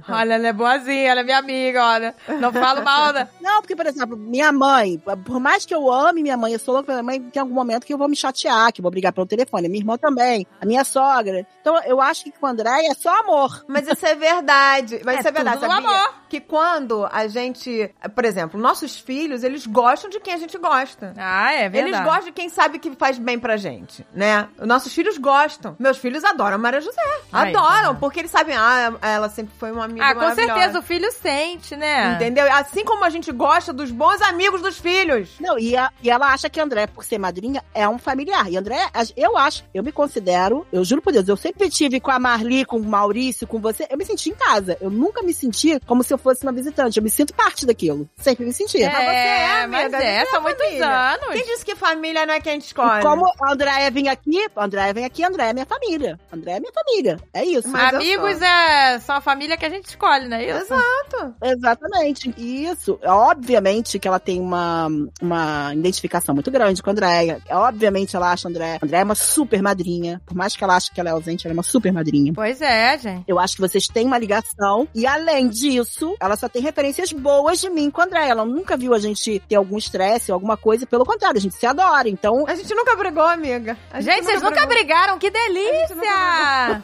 Speaker 1: Olha, ela é boazinha, ela é minha amiga, olha. Não falo mal, né?
Speaker 3: Não, porque, por exemplo, minha mãe, por mais que eu ame minha mãe, eu sou louca pela minha mãe, tem algum momento que eu vou me chatear, que eu vou brigar pelo telefone. Minha irmã também, a minha sogra. Então eu acho que com a Andréia é só amor.
Speaker 2: Mas isso é verdade. Mas
Speaker 1: É
Speaker 2: isso é verdade,
Speaker 1: tudo
Speaker 2: sabia?
Speaker 1: no amor.
Speaker 2: Que quando a gente... Por exemplo, nossos filhos, eles gostam de quem a gente gosta.
Speaker 1: Ah, é verdade.
Speaker 2: Eles gostam de quem sabe que faz bem pra gente, né? Os Nossos filhos gostam. Meus filhos adoram a Maria José.
Speaker 1: Aí,
Speaker 2: adoram,
Speaker 1: tá.
Speaker 2: porque eles sabem, ah, ela sempre foi uma amiga
Speaker 1: Ah, com
Speaker 2: maravilhosa.
Speaker 1: certeza, o filho sente, né?
Speaker 2: Entendeu? Assim como a gente gosta dos bons amigos dos filhos.
Speaker 3: Não, e, a- e ela acha que a André, por ser madrinha, é um familiar. E André, a- eu acho, eu me considero, eu juro por Deus, eu sempre tive com a Marli, com o Maurício, com você, eu me senti em casa. Eu nunca me senti como se eu fosse uma visitante. Eu me sinto parte daquilo. Sempre me senti.
Speaker 2: mas você é, amiga,
Speaker 1: mas é,
Speaker 2: você é
Speaker 1: são muitos
Speaker 2: família.
Speaker 1: anos.
Speaker 2: Quem disse que família não é quem a gente
Speaker 3: E
Speaker 2: escolhe?
Speaker 3: como a Andréia vem aqui, a Andréia vem aqui, a Andréia é minha família. A Andréia é minha família. É isso.
Speaker 2: Mas eu
Speaker 1: Amigos é só a família que a gente escolhe, não é isso?
Speaker 2: Exato.
Speaker 3: Exatamente. Isso. Obviamente que ela tem uma, uma identificação muito grande com a Andréia. Obviamente ela acha a Andréia. A Andréia é uma super madrinha. Por mais que ela ache que ela é ausente, ela é uma super madrinha.
Speaker 1: Pois é, gente.
Speaker 3: Eu acho que vocês têm uma ligação. E além disso, ela só tem referências boas de mim com a Andréia. Ela nunca viu a gente ter algum estresse ou alguma coisa. Pelo contrário, a gente se adora. Então,
Speaker 2: A gente nunca brigou, amiga. A
Speaker 1: gente, vocês nunca
Speaker 2: brigou.
Speaker 1: brigaram, que delícia!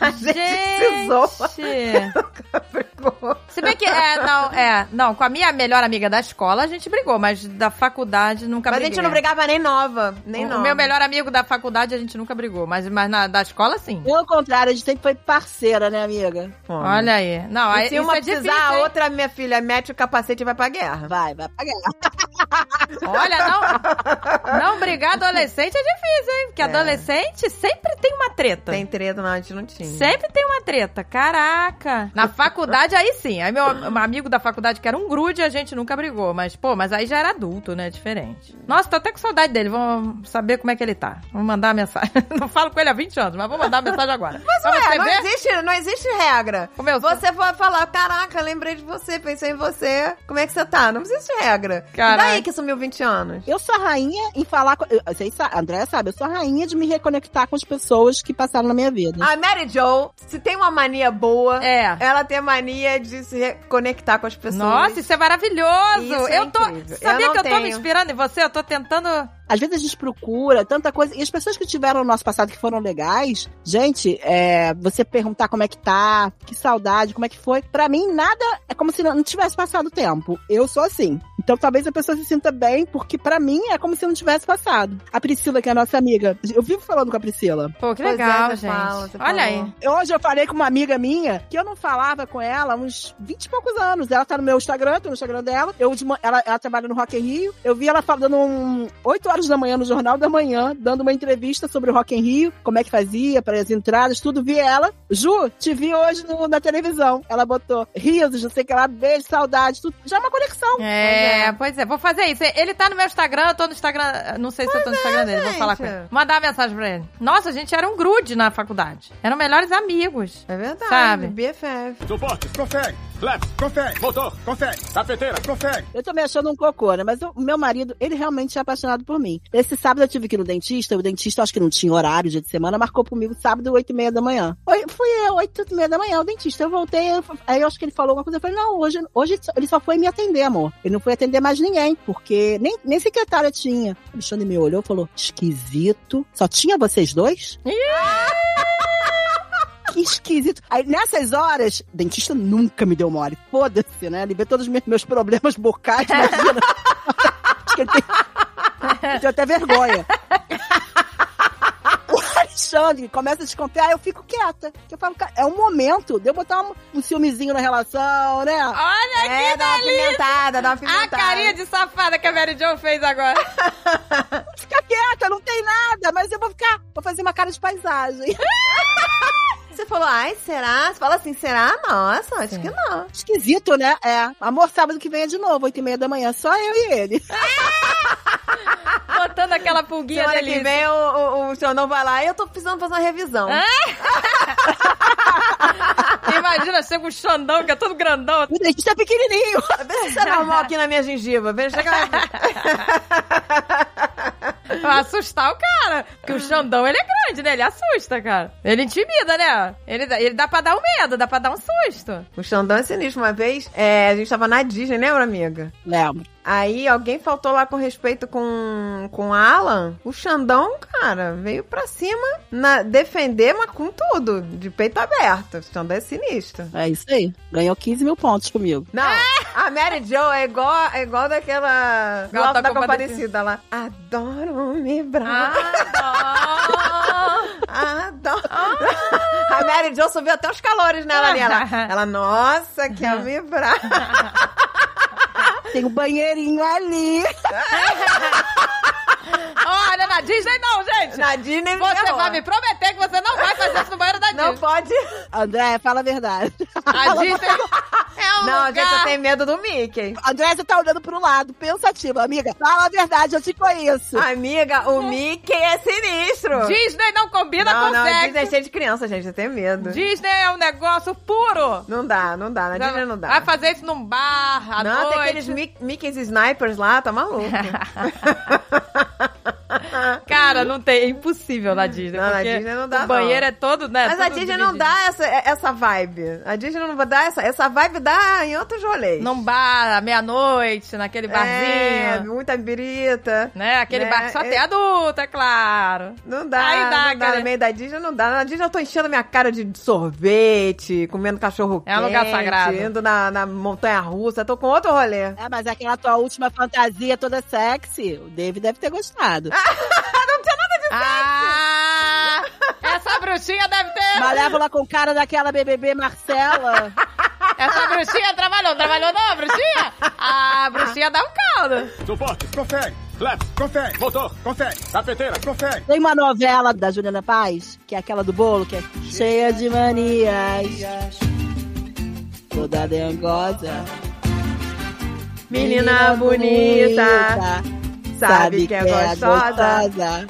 Speaker 2: A gente se zoa.
Speaker 1: Gente.
Speaker 2: Nunca brigou.
Speaker 1: Se bem que, é, não, é, não, com a minha melhor amiga da escola a gente brigou, mas da faculdade nunca
Speaker 2: Mas a
Speaker 1: briguei.
Speaker 2: gente não brigava nem nova. Nem
Speaker 1: O-
Speaker 2: nova.
Speaker 1: O meu melhor amigo da faculdade a gente nunca brigou, mas, mas na, da escola sim.
Speaker 3: pelo contrário, a gente sempre foi parceira, né, amiga?
Speaker 1: Olha aí. Não, aí
Speaker 2: E se uma
Speaker 1: isso é difícil,
Speaker 2: precisar, a
Speaker 1: hein?
Speaker 2: outra, minha filha, mete o capacete e vai pra guerra.
Speaker 3: Vai, vai pagar.
Speaker 1: Olha, não, não brigar adolescente é difícil, hein? Porque
Speaker 2: É.
Speaker 1: adolescente sempre tem uma treta.
Speaker 2: Tem treta, não, a gente não tinha.
Speaker 1: Sempre tem uma treta, caraca. Na faculdade, aí sim. Aí meu am- amigo da faculdade, que era um grude, a gente nunca brigou. Mas, pô, mas aí já era adulto, né? Diferente. Nossa, tô até com saudade dele. Vamos saber como é que ele tá. Vamos mandar uma mensagem. Não falo com ele há 20 anos, mas vou mandar uma mensagem agora. Mas, pra
Speaker 2: Ué,
Speaker 1: você
Speaker 2: não
Speaker 1: ver
Speaker 2: existe, não existe regra.
Speaker 1: como eu sou.
Speaker 2: Você vai falar, caraca, lembrei de você, pensei em você. Como é que você tá? Não existe regra.
Speaker 1: Caraca.
Speaker 2: E daí que sumiu 20 anos?
Speaker 3: Eu sou a rainha em falar com. eu- Vocês sa- a Andréia sabe, eu sou a rainha de me reconectar com as pessoas que passaram na minha vida.
Speaker 2: A Mary Jo, se tem uma mania boa,
Speaker 1: É.
Speaker 2: ela tem a mania de se reconectar com as pessoas.
Speaker 1: Nossa, isso é maravilhoso!
Speaker 2: Isso é
Speaker 1: eu tô.
Speaker 2: incrível.
Speaker 1: Sabia
Speaker 2: Eu não
Speaker 1: que eu tô me
Speaker 2: tenho.
Speaker 1: inspirando em você? Eu tô tentando.
Speaker 3: Às vezes a gente procura tanta coisa. E as pessoas que tiveram no nosso passado que foram legais, gente, é, você perguntar como é que tá, que saudade, como é que foi. Pra mim, nada é como se não tivesse passado o tempo. Eu sou assim. Então talvez a pessoa se sinta bem, porque pra mim é como se não tivesse passado. A Priscila, que é a nossa amiga, eu vivo falando com a Priscila.
Speaker 1: Pô, que
Speaker 2: Pois é,
Speaker 1: legal,
Speaker 2: você
Speaker 1: gente.
Speaker 2: fala, você
Speaker 1: Olha
Speaker 2: falou.
Speaker 1: aí.
Speaker 3: Hoje eu falei com uma amiga minha que eu não falava com ela há uns 20 e poucos anos. Ela tá no meu Instagram, tô no Instagram dela. Eu, de ma- ela, ela trabalha no Rock in Rio. Eu vi ela fa- dando um 8 horas da manhã no Jornal da Manhã, dando uma entrevista sobre o Rock in Rio, como é que fazia, para as entradas, tudo. Vi ela. Ju, te vi hoje no- na televisão. Ela botou risos, não sei o que lá, beijo, saudade, tudo. Já é uma conexão.
Speaker 1: É,
Speaker 2: Pois é.
Speaker 1: pois é, vou fazer isso. Ele tá no meu Instagram, eu tô no Instagram. Não sei se eu tô no Instagram dele, vou
Speaker 2: é, gente.
Speaker 1: falar com ele. Mandar uma mensagem pra ele. Nossa, a gente era um grude na faculdade. Eram melhores amigos.
Speaker 2: É verdade.
Speaker 1: Sabe?
Speaker 2: BFF.
Speaker 5: Suportes, confere. Flaps, confere. Motor, confere. Cafeteira, confere.
Speaker 3: Eu tô me achando um cocô, né? Mas o meu marido, ele realmente é apaixonado por mim. Esse sábado eu tive que ir no dentista, o dentista acho que não tinha horário, dia de semana, marcou comigo sábado, oito e meia da manhã. Oi, fui eu, oito e meia da manhã, o dentista. Eu voltei, eu- aí eu acho que ele falou alguma coisa, eu falei, não, hoje, hoje só- ele só foi me atender, amor. Ele não foi atender mais ninguém, porque nem, nem secretária tinha. O Alexandre me olhou e falou, esquisito, só tinha vocês dois? Que esquisito. Aí, nessas horas, dentista nunca me deu mole. Foda-se, né? Ele vê todos os me- meus problemas bocais, imagina. Acho que ele tem... Eu tenho até vergonha. O Alexandre começa a desconfiar, eu fico quieta. Porque eu falo, cara, é um momento de eu botar um, um ciúmezinho na relação, né?
Speaker 1: Olha
Speaker 2: É, dá uma pimentada, dá uma
Speaker 1: a
Speaker 2: pimentada.
Speaker 1: carinha de safada que a Mary Jo fez agora.
Speaker 3: Fica quieta, não tem nada, mas eu vou ficar, vou fazer uma cara de paisagem.
Speaker 2: Você falou, ai, será? Você fala assim, será? Nossa, acho
Speaker 1: Sim.
Speaker 2: que não.
Speaker 3: Esquisito, né? É. Amor, sábado que vem é de novo, oito e meia da manhã, só eu e ele.
Speaker 1: Botando solta aquela pulguinha
Speaker 2: Semana que
Speaker 1: delícia.
Speaker 2: vem o, o, o senhor não vai lá. Eu tô precisando fazer uma revisão.
Speaker 1: Imagina, chega o Xandão, que é todo grandão.
Speaker 3: O dentista é pequenininho.
Speaker 2: Vê se isso é normal aqui na minha gengiva. Vê se
Speaker 1: Vai assustar o cara. Porque o Xandão, ele é grande, né? Ele assusta, cara. Ele intimida, né? Ele, dá- ele dá pra dar um medo, dá pra dar um susto.
Speaker 2: O Xandão é sinistro. Uma vez, é, a gente tava na Disney, lembra, amiga?
Speaker 3: Lembro.
Speaker 2: Aí alguém faltou lá com respeito com com o Alan. O Xandão, cara, veio pra cima na- defender, mas com tudo, de peito aberto. O Xandão é sinistro.
Speaker 3: É isso aí. Ganhou 15 mil pontos comigo.
Speaker 2: Não,
Speaker 1: Ah!
Speaker 2: a Mary Jo é igual, é igual daquela
Speaker 1: Igual
Speaker 2: Glauco
Speaker 1: tá
Speaker 2: da
Speaker 1: Compadecida.
Speaker 2: Compadecida lá. Adoro me bra.
Speaker 1: Ah, não.
Speaker 2: Adoro. A Mary Jo subiu até os calores nela ali. Ela,
Speaker 1: Ah!
Speaker 2: ela nossa, que é me bra.
Speaker 3: Tem um banheirinho ali.
Speaker 1: Olha, na Disney não, gente.
Speaker 2: Na Disney
Speaker 1: Você
Speaker 2: ferrou.
Speaker 1: vai me prometer que você não vai fazer isso no banheiro da Disney.
Speaker 2: Não pode.
Speaker 3: André, fala a verdade.
Speaker 1: A Disney é um
Speaker 2: Não, a gente
Speaker 1: lugar...
Speaker 2: só tem medo do Mickey.
Speaker 3: André, você tá olhando pro lado, pensativa. Amiga, fala a verdade, eu te conheço.
Speaker 2: Amiga, o Mickey é sinistro.
Speaker 1: Disney não combina
Speaker 2: não,
Speaker 1: com
Speaker 2: não,
Speaker 1: sexo.
Speaker 2: Disney é cheio de criança, gente. Eu tenho medo.
Speaker 1: Disney é um negócio puro.
Speaker 2: Não dá, não dá. Na Disney não dá.
Speaker 1: Vai fazer isso num bar, à
Speaker 2: não,
Speaker 1: noite.
Speaker 2: tem aqueles Mi- Mickey's Snipers lá, tá maluco.
Speaker 1: Cara, não tem. É impossível na Disney.
Speaker 2: Não, na
Speaker 1: porque
Speaker 2: Disney não dá,
Speaker 1: O banheiro
Speaker 2: não.
Speaker 1: é todo, né?
Speaker 2: Mas a
Speaker 1: todo
Speaker 2: Disney não
Speaker 1: dividido.
Speaker 2: dá essa, é, essa vibe. A Disney não vai dar essa. Essa vibe dá em outros rolês.
Speaker 1: Num bar, à meia-noite, naquele
Speaker 2: É,
Speaker 1: barzinho.
Speaker 2: muita birita.
Speaker 1: Né? Aquele
Speaker 2: Né,
Speaker 1: bar que só
Speaker 2: é-
Speaker 1: tem adulto, é claro.
Speaker 2: Não dá,
Speaker 1: Aí dá,
Speaker 2: não dá.
Speaker 1: cara.
Speaker 2: No meio da Disney não dá. Na Disney eu tô enchendo minha cara de sorvete, comendo cachorro
Speaker 1: É um lugar
Speaker 2: quente,
Speaker 1: sagrado.
Speaker 2: Indo na, na montanha russa, tô com outro rolê.
Speaker 3: É, mas aquela tua última fantasia toda sexy, o David deve ter gostado.
Speaker 2: É
Speaker 1: Ah! Essa bruxinha deve ter.
Speaker 3: Malévola com cara daquela BBB Marcela.
Speaker 1: Essa bruxinha trabalhou. Trabalhou não, bruxinha? A bruxinha dá um caldo.
Speaker 5: Suportes, confere. Lápis, confere. Motor, confere. Cafeteira, confere.
Speaker 3: Tem uma novela da Juliana Paz, que é aquela do bolo, que é cheia de manias. Toda dengosa.
Speaker 2: Menina bonita, sabe que é gostosa.
Speaker 3: gostosa.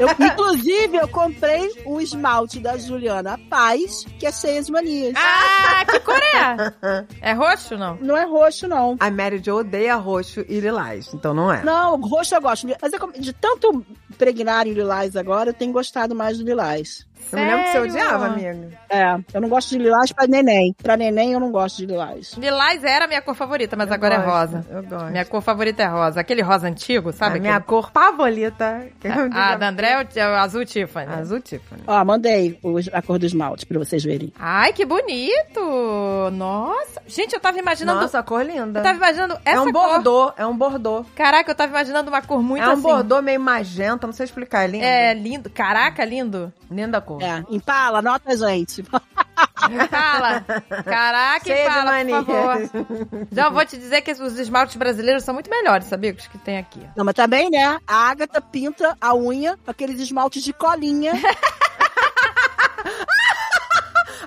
Speaker 3: Eu, inclusive, eu comprei um esmalte da Juliana Paz, que é cheia de manias.
Speaker 1: Ah, que cor é? É roxo, não?
Speaker 3: Não é roxo, não.
Speaker 2: A Mary Jo odeia roxo e lilás, então não é.
Speaker 3: Não, roxo eu gosto. Mas eu com- de tanto pregnar em lilás agora, eu tenho gostado mais do lilás.
Speaker 2: eu me lembro que você
Speaker 1: sério?
Speaker 2: odiava, amiga.
Speaker 3: É, eu não gosto de lilás pra neném. Pra neném eu não gosto de lilás.
Speaker 1: Lilás era a minha cor favorita, mas
Speaker 2: Eu
Speaker 1: agora é
Speaker 2: gosto,
Speaker 1: rosa.
Speaker 2: Eu gosto.
Speaker 1: Minha cor favorita é rosa. Aquele rosa antigo, sabe?
Speaker 2: a minha cor favorita. que eu
Speaker 1: Aquele...
Speaker 2: digo-
Speaker 1: Ah, da André é o- é o azul Tiffany.
Speaker 2: Azul Tiffany.
Speaker 3: Ó, mandei o es- a cor do esmalte pra vocês verem.
Speaker 1: Ai, que bonito! Nossa! Gente, eu tava imaginando.
Speaker 2: Nossa, cor linda.
Speaker 1: Eu tava imaginando essa
Speaker 2: é
Speaker 1: cor.
Speaker 2: um bordô, é um bordô.
Speaker 1: Caraca, eu tava imaginando uma cor muito
Speaker 2: é um
Speaker 1: assim.
Speaker 2: bordô meio magenta, não sei explicar, é lindo.
Speaker 1: É, lindo. Caraca, lindo.
Speaker 2: Linda cor.
Speaker 3: É, empala, anota a gente.
Speaker 1: Fala. Caraca,
Speaker 2: Cheia de
Speaker 1: fala,
Speaker 2: mania.
Speaker 1: por favor. Já vou te dizer que os esmaltes brasileiros são muito melhores, sabia? Que os que tem aqui.
Speaker 3: Não, mas também, né? A Agatha pinta a unha com aqueles esmaltes de colinha.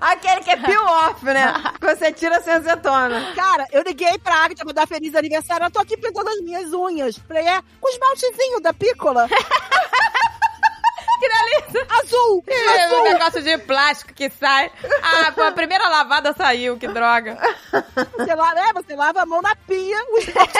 Speaker 2: Aquele que é peel-off, né? que você tira a cinzetona.
Speaker 3: Cara, eu liguei pra Agatha pra dar feliz aniversário. Eu tô aqui pintando as minhas unhas. Falei, é, com esmaltezinho da pícola.
Speaker 2: Ah,
Speaker 1: Que delícia!
Speaker 3: Azul!
Speaker 1: É, um
Speaker 3: azul!
Speaker 1: negócio de plástico que sai. Ah, pô, a primeira lavada saiu, que droga.
Speaker 3: Você lava, é, você lava a mão na pia. o esmalte-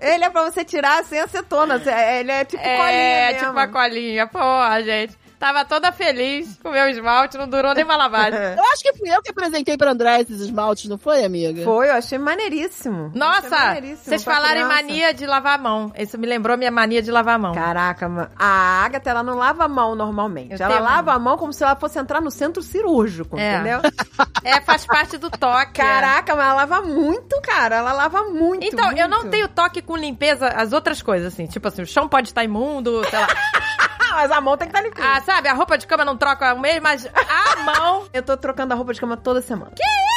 Speaker 2: Ele é pra você tirar sem acetona. você- Ele é tipo colinha
Speaker 1: É,
Speaker 2: mesmo.
Speaker 1: tipo uma colinha. Porra, gente. Tava toda feliz com o meu esmalte, não durou nem uma lavagem.
Speaker 3: Eu acho que fui eu que apresentei pra André esses esmaltes, não foi, amiga?
Speaker 2: Foi, eu achei maneiríssimo. Achei
Speaker 1: Nossa,
Speaker 2: é maneiríssimo um
Speaker 1: vocês
Speaker 2: pra
Speaker 1: falaram em
Speaker 2: criança.
Speaker 1: mania de lavar a mão. Isso me lembrou minha mania de lavar a mão.
Speaker 2: Caraca, ma- a Agatha, ela não lava a mão normalmente.
Speaker 1: Eu
Speaker 2: ela
Speaker 1: tenho
Speaker 2: lava a mão como se ela fosse entrar no centro cirúrgico,
Speaker 1: É.
Speaker 2: entendeu?
Speaker 1: É, faz parte do toque.
Speaker 2: Caraca, mas ela lava muito, cara. Ela lava muito.
Speaker 1: Então, eu não
Speaker 2: muito.
Speaker 1: tenho toque com limpeza, as outras coisas, assim. Tipo assim, o chão pode estar imundo, sei lá.
Speaker 2: Ah, mas a mão tem que estar limpinha.
Speaker 1: Ah, sabe, a roupa de cama não troca um mês, mas a mão.
Speaker 2: Eu tô trocando a roupa de cama toda semana.
Speaker 1: Que isso?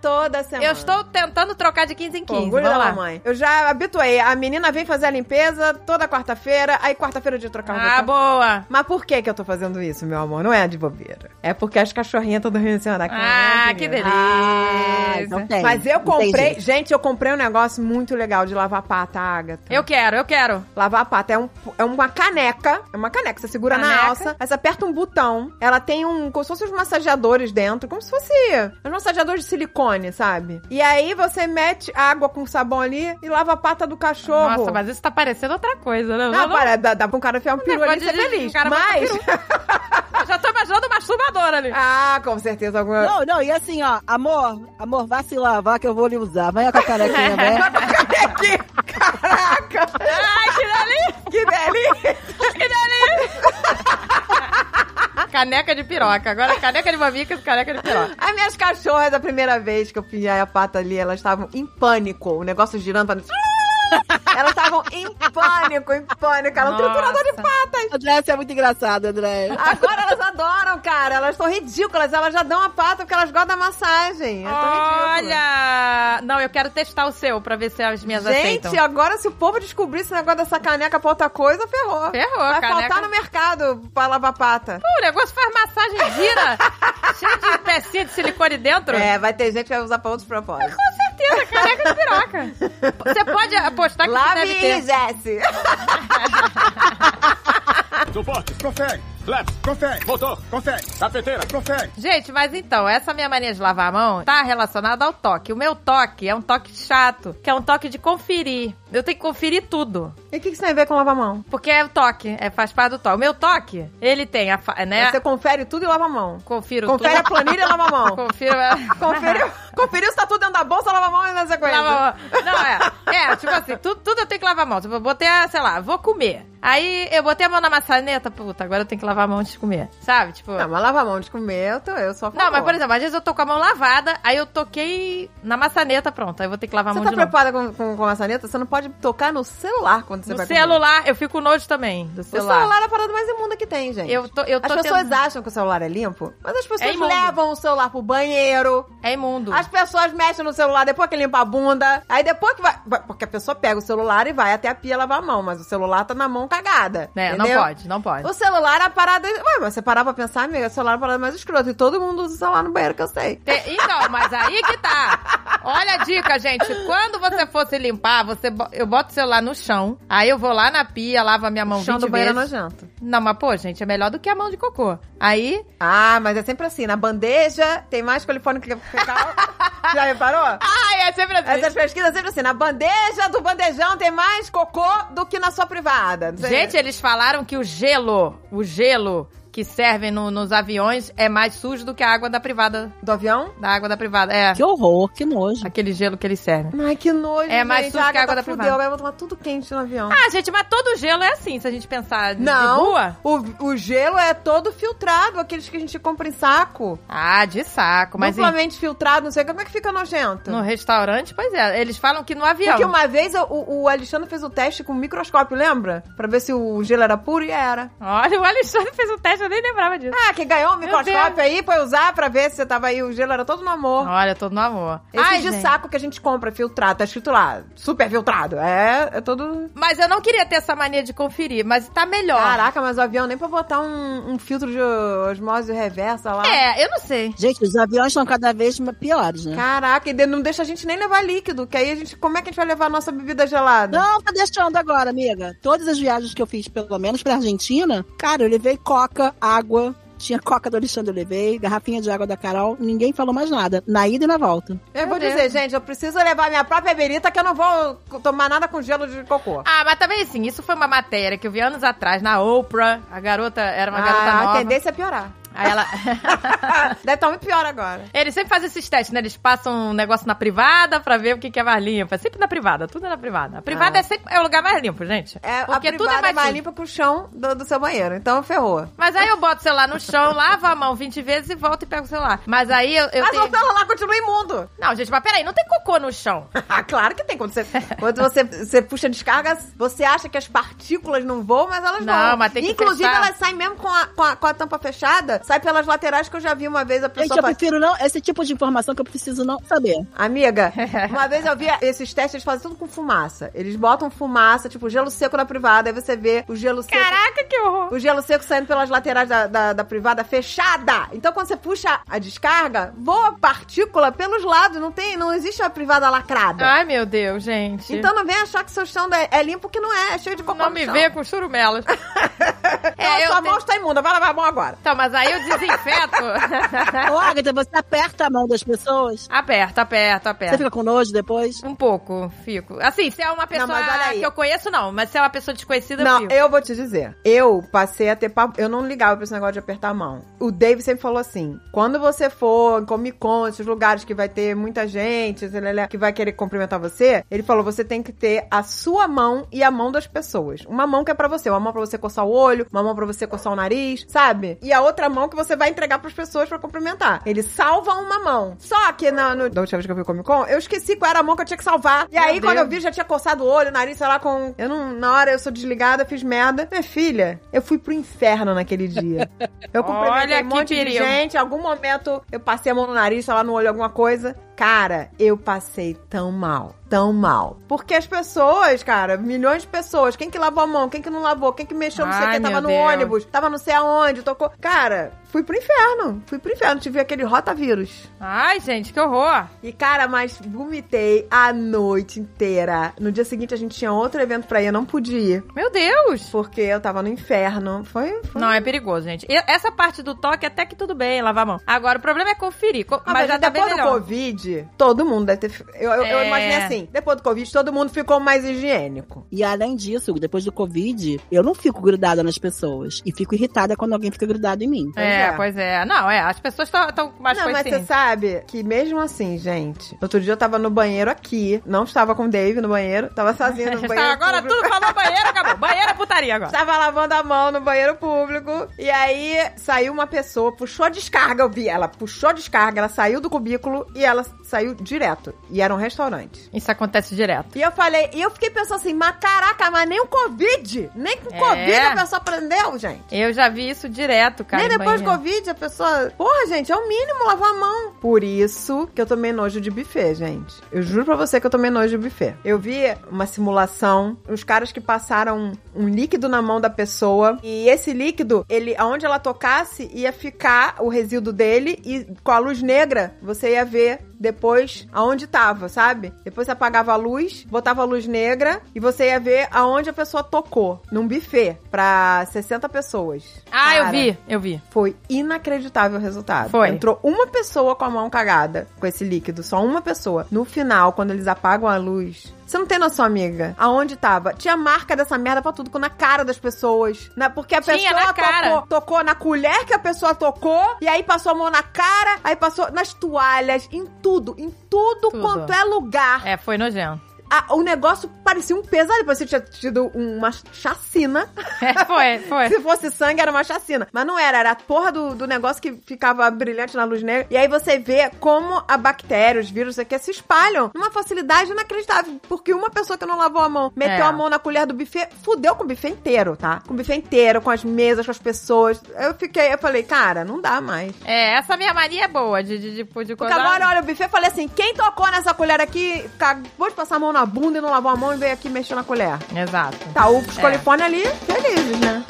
Speaker 2: Toda semana.
Speaker 1: Eu estou tentando trocar de 15 em 15.
Speaker 2: Orgulho da
Speaker 1: Vamos lá.
Speaker 2: mamãe. Eu já habituei. A menina vem fazer a limpeza toda quarta-feira, aí quarta-feira eu de trocar roupa.
Speaker 1: Ah, boa.
Speaker 2: Mas por que que eu tô fazendo isso, meu amor? Não é de bobeira. É porque as cachorrinhas estão dormindo em cima da cama.
Speaker 1: Ah,
Speaker 2: né,
Speaker 1: que
Speaker 2: querida?
Speaker 1: delícia.
Speaker 3: Ah, não tem.
Speaker 2: Mas eu
Speaker 3: não tem
Speaker 2: comprei...
Speaker 3: jeito.
Speaker 2: Gente, eu comprei um negócio muito legal de lavar pata, Agatha.
Speaker 1: Eu quero, eu quero.
Speaker 2: Lavar a pata é, um, é uma caneca. É uma caneca. Você segura na
Speaker 1: Caneca.
Speaker 2: alça, aí você aperta um botão. Ela tem um. Como se fossem uns massageadores dentro. Como se fosse uns massageadores de silicone, sabe? E aí você mete água com sabão ali e lava a pata do cachorro.
Speaker 1: Nossa, mas isso tá parecendo outra coisa, né?
Speaker 2: Não,
Speaker 1: Eu
Speaker 2: para, dá, dá pra um cara enfiar um peru ali e
Speaker 1: negócio
Speaker 2: ser
Speaker 1: de- de-
Speaker 2: feliz.
Speaker 1: o cara botar
Speaker 2: Mas.
Speaker 1: Eu já tô imaginando uma masturbadora ali.
Speaker 2: ah, com certeza alguma.
Speaker 3: Não, não, e assim, ó, amor, amor, vá se lavar que eu vou lhe usar. Vai com a carequinha, né?
Speaker 2: Que, caraca!
Speaker 1: Ai, que delícia!
Speaker 2: Que delícia!
Speaker 1: Que delícia! caneca de piroca. Agora caneca de mamicas, caneca de piroca.
Speaker 2: As minhas cachorras, a primeira vez que eu pinhei a pata ali, elas estavam em pânico. O negócio girando, fazendo... Elas estavam em pânico, em pânico. Elas um
Speaker 1: Nossa.
Speaker 2: triturador de patas.
Speaker 3: André, você é muito engraçado, André.
Speaker 2: Agora elas adoram, cara. Elas estão ridículas. Elas já dão a pata porque elas gostam da massagem. É tão ridículo.
Speaker 1: Olha! Não, eu quero testar o seu pra ver se as minhas
Speaker 2: Gente,
Speaker 1: aceitam.
Speaker 2: agora se o povo descobrir esse negócio dessa caneca pra outra coisa, ferrou.
Speaker 1: Ferrou,
Speaker 2: Vai
Speaker 1: caneca.
Speaker 2: faltar no mercado pra lavar pata.
Speaker 1: Pô, o negócio faz massagem gira, cheio de pecinha de silicone dentro.
Speaker 2: É, vai ter gente que vai usar pra outros propósitos.
Speaker 1: Com certeza, caneca de piroca. Você pode apostar que você deve
Speaker 2: Lave,
Speaker 1: ter.
Speaker 2: Jesse.
Speaker 5: Suporte, confere. Lápis, confere. Motor, confere. Cafeteira, confere.
Speaker 1: Gente, mas então, essa minha mania de lavar a mão tá relacionada ao toque. O meu toque é um toque chato, que é um toque de conferir. Eu tenho que conferir tudo.
Speaker 2: E o que, que isso tem a ver com lavar a mão?
Speaker 1: Porque é o toque, é, faz parte do toque. O meu toque, ele tem a. fa- Né?
Speaker 2: Você confere tudo e lava a mão.
Speaker 1: Confiro
Speaker 2: é Confere a
Speaker 1: tudo.
Speaker 2: planilha e lava a mão.
Speaker 1: Confiro. é.
Speaker 2: Conferiu, conferiu se tá tudo dentro da bolsa, lava a mão e na sequência.
Speaker 1: Lava a mão. Não, é. É, tipo assim, tudo, tudo eu tenho que lavar a mão. Tipo, eu botei, a, sei lá, vou comer. Aí eu botei a mão na maçaneta, puta, agora eu tenho que lavar a mão antes de comer. Sabe? Tipo.
Speaker 2: Não, mas tá lava a mão de comer, eu, tô, eu só
Speaker 1: Não, mas por exemplo, às vezes eu tô com a mão lavada, aí eu toquei na maçaneta, pronto, aí eu vou ter que lavar a
Speaker 2: Você
Speaker 1: mão
Speaker 2: tá
Speaker 1: de novo.
Speaker 2: preocupada com, com, com a maçaneta? Você não pode tocar no celular quando você
Speaker 1: No
Speaker 2: vai comer.
Speaker 1: celular, eu fico com nojo também, do
Speaker 2: O
Speaker 1: celular.
Speaker 2: celular é a parada mais imunda que tem, gente.
Speaker 1: Eu tô, eu
Speaker 2: As
Speaker 1: tô
Speaker 2: pessoas
Speaker 1: tendo-
Speaker 2: acham que o celular é limpo, mas as pessoas
Speaker 1: É imundo.
Speaker 2: levam o celular pro banheiro,
Speaker 1: É imundo.
Speaker 2: as pessoas mexem no celular depois que limpa a bunda, aí depois que vai... vai- Porque a pessoa pega o celular e vai até a pia lavar a mão, mas o celular tá na mão cagada,
Speaker 1: É, não
Speaker 2: entendeu?
Speaker 1: pode, não pode.
Speaker 2: O celular é a parada. Ué, mas você parar pra pensar, amiga, o celular é a parada mais escrota. E todo mundo usa o celular no banheiro, que eu sei.
Speaker 1: Te- Então, mas aí que tá. Olha a dica, gente. Quando você for se limpar, você bo- eu boto o celular no chão, aí eu vou lá na pia, lavo a minha mão
Speaker 2: O chão
Speaker 1: 20
Speaker 2: do banheiro é
Speaker 1: vezes.
Speaker 2: nojento.
Speaker 1: Não, mas pô, gente, é melhor do que a mão de cocô. Aí,
Speaker 2: Ah, mas é sempre assim. Na bandeja tem mais colifone que fecal. Já reparou?
Speaker 1: ai, é sempre assim.
Speaker 2: Essas pesquisas sempre assim. Na bandeja do bandejão tem mais cocô do que na sua privada. Não sei.
Speaker 1: assim. Gente, eles falaram que o gelo, o gelo que servem no- nos aviões é mais sujo do que a água da privada.
Speaker 2: Do avião?
Speaker 1: Da água da privada, é.
Speaker 3: Que horror, que nojo.
Speaker 1: Aquele gelo que eles servem.
Speaker 2: Ai, que nojo.
Speaker 1: É mais
Speaker 2: gente. tá
Speaker 1: sujo que a água da
Speaker 2: fudeu,
Speaker 1: privada.
Speaker 2: Agora eu vou tomar tudo quente no avião.
Speaker 1: Ah, gente, mas todo gelo é assim, se a gente pensar de- de
Speaker 2: Não,
Speaker 1: rua.
Speaker 2: o, o gelo é todo filtrado, aqueles que a gente compra em saco.
Speaker 1: Ah, de saco, mas em-
Speaker 2: duplamente filtrado, não sei como é que fica nojento.
Speaker 1: no restaurante, pois é. Eles falam que no avião.
Speaker 2: Porque uma vez eu- o, o Alexandre fez o teste com um microscópio, lembra? Pra ver se o gelo era puro e era.
Speaker 1: Olha, o Alexandre fez um teste, eu nem lembrava disso.
Speaker 2: Ah, que ganhou um
Speaker 1: Deus.
Speaker 2: microscópio aí pra usar pra ver se tava aí, o gelo era todo no amor.
Speaker 1: Olha, todo no amor.
Speaker 2: Esse
Speaker 1: Ai,
Speaker 2: de
Speaker 1: gente.
Speaker 2: saco que a gente compra filtrado, tá escrito lá, super filtrado. É, é todo.
Speaker 1: Mas eu não queria ter essa mania de conferir, mas tá melhor.
Speaker 2: Caraca, mas o avião nem pra botar um, um filtro de osmose reversa lá.
Speaker 1: É, eu não sei.
Speaker 3: Gente, os aviões estão cada vez ma- piores, né?
Speaker 2: Caraca, e de- não deixa a gente nem levar líquido, que aí a gente. Como é que a gente vai levar a nossa bebida gelada?
Speaker 3: Não, tá deixando agora, amiga. Todas as viagens que eu fiz, pelo menos pra Argentina, cara, eu levei coca, água. Tinha coca do Alexandre, eu levei, garrafinha de água da Carol. Ninguém falou mais nada, na ida e na volta.
Speaker 2: eu vou
Speaker 1: Meu
Speaker 2: dizer, gente, eu preciso levar minha própria berita que eu não vou tomar nada com gelo de cocô.
Speaker 1: Ah, mas também assim, isso foi uma matéria que eu vi anos atrás na Oprah. A garota era uma garota
Speaker 2: Ah,
Speaker 1: nova.
Speaker 2: A tendência é piorar.
Speaker 1: Aí ela.
Speaker 2: Deve estar muito pior agora.
Speaker 1: Eles sempre fazem esses testes, né? Eles passam um negócio na privada pra ver o que, que é mais limpo. É sempre na privada, tudo é na privada. A privada
Speaker 2: Ah.
Speaker 1: é sempre é o lugar mais limpo, gente.
Speaker 2: É,
Speaker 1: Porque
Speaker 2: a privada
Speaker 1: tudo é mais, limpo.
Speaker 2: limpa que o chão do, do seu banheiro. Então ferrou.
Speaker 1: Mas aí eu boto o celular no chão, lavo a mão 20 vezes e volto e pego o celular. Mas aí eu, eu
Speaker 2: Mas
Speaker 1: tenho.
Speaker 2: o celular continua imundo.
Speaker 1: Não, gente, mas peraí, não tem cocô no chão.
Speaker 2: Ah, claro que tem. Quando você, quando você, você puxa a descarga, você acha que as partículas não voam, mas elas
Speaker 1: Não,
Speaker 2: vão.
Speaker 1: mas tem que
Speaker 2: Inclusive,
Speaker 1: fechar.
Speaker 2: elas saem mesmo com a, com, a, com a tampa fechada. Sai pelas laterais que eu já vi uma vez a
Speaker 3: Gente,
Speaker 2: pessoa.
Speaker 3: eu
Speaker 2: faz-
Speaker 3: prefiro não. Esse tipo de informação que eu preciso não saber.
Speaker 2: Amiga, uma vez eu vi esses testes, eles fazem tudo com fumaça. Eles botam fumaça, tipo gelo seco na privada, aí você vê o gelo seco.
Speaker 1: Caraca, que horror.
Speaker 2: O gelo seco saindo pelas laterais da, da, da privada fechada. Então, quando você puxa a descarga, voa partícula pelos lados. Não tem, não existe uma privada lacrada.
Speaker 1: Ai, meu Deus, gente.
Speaker 2: então, não vem achar que seu chão é, é limpo, que não é. É cheio de cocô
Speaker 1: não
Speaker 2: no
Speaker 1: me
Speaker 2: chão.
Speaker 1: venha com churumelas.
Speaker 2: Então,
Speaker 1: é, eu
Speaker 2: sua
Speaker 1: tenho-
Speaker 2: mão está imunda. Vai lavar a mão agora.
Speaker 1: Então, mas aí eu desinfeto.
Speaker 3: Ô, Agatha, você aperta a mão das pessoas?
Speaker 1: aperta, aperta,
Speaker 3: Você
Speaker 1: aperta.
Speaker 3: fica com nojo depois?
Speaker 1: Um pouco, fico. Assim, se é uma pessoa
Speaker 2: mas olha aí.
Speaker 1: que eu conheço, não. Mas se é uma pessoa desconhecida, eu
Speaker 2: Não,
Speaker 1: fico.
Speaker 2: eu vou te dizer. Eu passei a ter papo. Eu não ligava pra esse negócio de apertar a mão. O Dave sempre falou assim: quando você for em Comic Con, esses lugares que vai ter muita gente, zelelé, que vai querer cumprimentar você, ele falou: você tem que ter a sua mão e a mão das pessoas. Uma mão que é pra você, uma mão pra você coçar o olho, uma mão pra você coçar o nariz, sabe? E a outra mão que você vai entregar pras pessoas pra cumprimentar. Ele salva uma mão. Só que na, no, da última vez que eu fui Comic Con, eu esqueci qual era a mão que eu tinha que salvar. E
Speaker 1: Meu
Speaker 2: aí, quando eu
Speaker 1: Deus.
Speaker 2: vi, já tinha coçado o olho, o nariz, sei lá, com. Eu não. Na hora eu sou desligada, fiz merda. Minha filha, eu fui pro inferno naquele dia. Eu cumprimentei
Speaker 1: Olha
Speaker 2: um
Speaker 1: que
Speaker 2: monte de
Speaker 1: perigo.
Speaker 2: gente. Em algum momento eu passei a mão no nariz, sei lá, no olho, alguma coisa. Cara, eu passei tão mal, tão mal. Porque as pessoas, cara, milhões de pessoas, quem que lavou a mão, quem que não lavou, quem que mexeu, não sei o
Speaker 1: Ai,
Speaker 2: que, tava
Speaker 1: meu
Speaker 2: no
Speaker 1: Deus.
Speaker 2: ônibus, tava não sei aonde, tocou. Cara, fui pro inferno, fui pro inferno, tive aquele rotavírus.
Speaker 1: Ai, gente, que horror.
Speaker 2: E, cara, mas vomitei a noite inteira. No dia seguinte, a gente tinha outro evento pra ir, eu não pude ir.
Speaker 1: Meu Deus.
Speaker 2: Porque eu tava no inferno. Foi. foi...
Speaker 1: Não, é perigoso, gente. E essa parte do toque até que tudo bem, lavar a mão. Agora, o problema é conferir. co-
Speaker 2: Ah,
Speaker 1: mas já tá bem
Speaker 2: depois do
Speaker 1: melhor.
Speaker 2: Covid, todo mundo deve ter. fi- Eu, eu, eu
Speaker 1: É.
Speaker 2: imaginei assim: depois do Covid, todo mundo ficou mais higiênico.
Speaker 3: E além disso, depois do Covid, eu não fico grudada nas pessoas. E fico irritada quando alguém fica grudado em mim.
Speaker 2: Pois
Speaker 1: é,
Speaker 2: é.
Speaker 1: pois é. Não, é, as pessoas estão mais assim.
Speaker 2: não, mas você
Speaker 1: coisinhas.
Speaker 2: sabe que mesmo assim, gente, outro dia eu tava no banheiro aqui, não estava com o Dave no banheiro, tava sozinha no banheiro.
Speaker 1: Tá, agora
Speaker 2: público.
Speaker 1: tudo falou banheiro, acabou. Banheiro é putaria agora.
Speaker 2: Tava lavando a mão no banheiro público. E aí saiu uma pessoa, puxou a descarga, eu vi. Ela puxou a descarga, ela saiu do cubículo e ela saiu direto. E era um restaurante.
Speaker 1: Isso acontece direto.
Speaker 2: E eu falei, e eu fiquei pensando assim, mas caraca, mas nem o Covid! Nem com o
Speaker 1: É.
Speaker 2: Covid a pessoa aprendeu, gente.
Speaker 1: Eu já vi isso direto, cara.
Speaker 2: nem
Speaker 1: em
Speaker 2: depois do
Speaker 1: banheiro.
Speaker 2: Covid a pessoa. Porra, gente, é o mínimo lavar a mão. Por isso que eu tomei nojo de buffet, gente. Eu juro pra você que eu tomei nojo de buffet. Eu vi uma simulação, os caras que passaram um líquido na mão da pessoa. E esse líquido, ele, aonde ela tocasse, ia ficar o resíduo dele. E com a luz negra, você ia ver depois aonde tava, sabe? Depois você apagava a luz, botava a luz negra e você ia ver aonde a pessoa tocou. Num buffet pra 60 pessoas.
Speaker 1: Ah, eu
Speaker 2: Cara,
Speaker 1: vi, eu vi.
Speaker 2: foi inacreditável o resultado.
Speaker 1: Foi.
Speaker 2: Entrou uma pessoa com a mão cagada com esse líquido, só uma pessoa. No final, quando eles apagam a luz. Você não tem noção, amiga, aonde tava? Tinha marca dessa merda pra tudo, na cara das pessoas. Na, porque a
Speaker 1: Tinha,
Speaker 2: pessoa
Speaker 1: na cara.
Speaker 2: Tocou, tocou na colher que a pessoa tocou, e aí passou a mão na cara, aí passou nas toalhas, em tudo, em tudo,
Speaker 1: Tudo.
Speaker 2: quanto é lugar.
Speaker 1: É, foi nojento.
Speaker 2: A- o negócio parecia um pesadelo, parecia que tinha tido uma chacina.
Speaker 1: É, foi, foi.
Speaker 2: Se fosse sangue, era uma chacina. Mas não era, era a porra do, do negócio que ficava brilhante na luz negra. E aí você vê como a bactéria, os vírus aqui se espalham numa facilidade inacreditável. Porque uma pessoa que não lavou a mão, meteu
Speaker 1: É.
Speaker 2: a mão na colher do buffet, fudeu com o buffet inteiro, tá? Com o buffet inteiro, com as mesas, com as pessoas. Eu fiquei, eu falei, cara, não dá mais.
Speaker 1: É, essa minha mania é boa de, de, de, de
Speaker 2: Porque agora, olha, o buffet eu falei assim: quem tocou nessa colher aqui, acabou de passar a mão na bunda e não lavou a mão e veio aqui mexer na colher.
Speaker 1: Exato.
Speaker 2: Tá, o coliforme ali, felizes, né?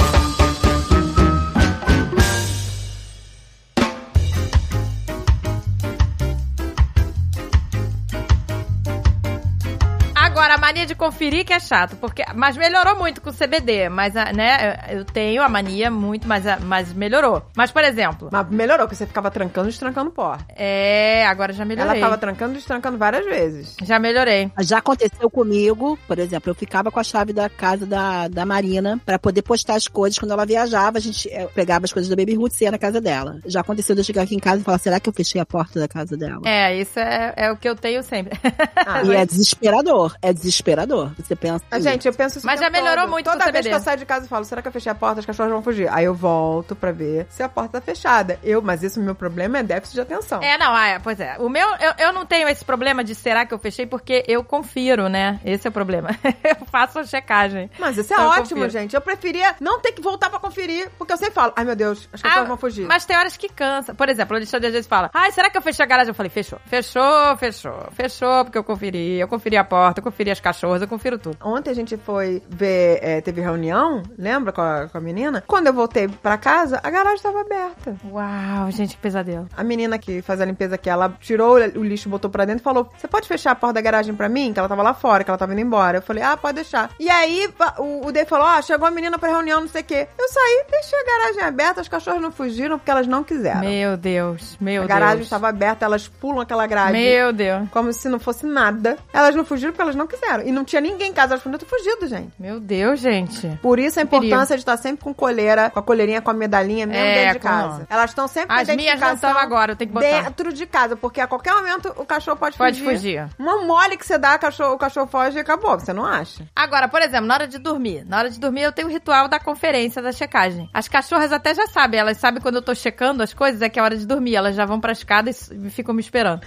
Speaker 1: Agora, a mania de conferir que é chato, porque. Mas melhorou muito com o CBD. Mas, ah, né, eu eu tenho a mania muito, mas, ah, mas melhorou. Mas, por exemplo,
Speaker 2: Mas melhorou, porque você ficava trancando e destrancando porta.
Speaker 1: é. Agora já
Speaker 2: Ela
Speaker 1: melhorei.
Speaker 2: tava trancando e destrancando várias vezes.
Speaker 1: Já melhorei.
Speaker 3: Já aconteceu comigo, por exemplo, eu ficava com a chave da casa da, da Marina pra poder postar as coisas. Quando ela viajava, a gente eh, pegava as coisas da Baby Ruth e ia na casa dela. Já aconteceu de eu chegar aqui em casa e falar, será que eu fechei a porta da casa dela?
Speaker 1: É, isso é, é o que eu tenho sempre.
Speaker 2: Ah,
Speaker 3: E é desesperador, é desesperador. Você pensa.
Speaker 2: Ah, gente, eu penso isso
Speaker 1: é Mas
Speaker 2: o tempo
Speaker 1: já melhorou
Speaker 2: todo.
Speaker 1: muito
Speaker 2: Toda
Speaker 1: com o
Speaker 2: vez que eu
Speaker 1: CBD.
Speaker 2: saio de casa, eu falo, será que eu fechei a porta? As cachorras vão fugir. Aí eu volto pra ver se a porta tá fechada. Eu, mas isso, meu problema é déficit de atenção.
Speaker 1: É, não, ah, é, pois é. O meu, eu, eu não tenho esse problema de será que eu fechei, porque eu confiro, né? Esse é o problema. eu faço a checagem.
Speaker 2: Mas isso é
Speaker 1: Então eu
Speaker 2: ótimo,
Speaker 1: confiro.
Speaker 2: gente. Eu preferia não ter que voltar pra conferir, porque eu sempre falo, ai meu Deus, as cachorras vão fugir.
Speaker 1: Ah, Mas tem horas que cansa. Por exemplo, o Alexandre às vezes fala: Ai, será que eu fechei a garagem? Eu falei: fechou, fechou, fechou, fechou, porque eu conferi. Eu conferi a porta, eu conferi as cachorras, eu confiro tudo.
Speaker 2: Ontem a gente foi ver, é, teve reunião, lembra, com a, com a menina? Quando eu voltei pra casa, a garagem tava aberta.
Speaker 1: Uau, gente, que pesadelo.
Speaker 2: A menina que faz a limpeza aqui, ela tirou o lixo, botou pra dentro e falou: Você pode fechar a porta da garagem pra mim? Que ela tava lá fora, que ela tava indo embora. Eu falei: Ah, pode deixar. E aí fa- o, o Dave falou: Ó, chegou a menina pra reunião, não sei o quê. Eu saí, deixei a garagem aberta, as cachorras não fugiram porque elas não quiseram.
Speaker 1: Meu Deus, meu
Speaker 2: a
Speaker 1: Deus.
Speaker 2: garagem estava aberta, elas pulam aquela grade.
Speaker 1: Meu Deus.
Speaker 2: Como se não fosse nada. Elas não fugiram porque elas não quiseram. E não tinha ninguém em casa, elas podiam ter fugido, gente.
Speaker 1: Meu Deus, gente.
Speaker 2: Por isso a
Speaker 1: Perigo.
Speaker 2: importância de estar sempre com coleira, com a colheirinha, com a medalhinha, mesmo
Speaker 1: É,
Speaker 2: dentro de
Speaker 1: com-
Speaker 2: casa. Elas estão sempre com
Speaker 1: As minhas não
Speaker 2: identificação
Speaker 1: estão agora, eu tenho que botar.
Speaker 2: dentro de casa, porque a qualquer momento o cachorro pode,
Speaker 1: Pode
Speaker 2: fugir.
Speaker 1: fugir.
Speaker 2: Uma mole que você dá, cachorro, o cachorro foge e acabou, você não acha?
Speaker 1: Agora, por exemplo, na hora de dormir. Na hora de dormir, eu tenho o ritual da conferência da checagem. As cachorras até já sabem, elas sabem quando eu tô checando as coisas, é que é hora de dormir. Elas já vão pra escada e s- e ficam me esperando.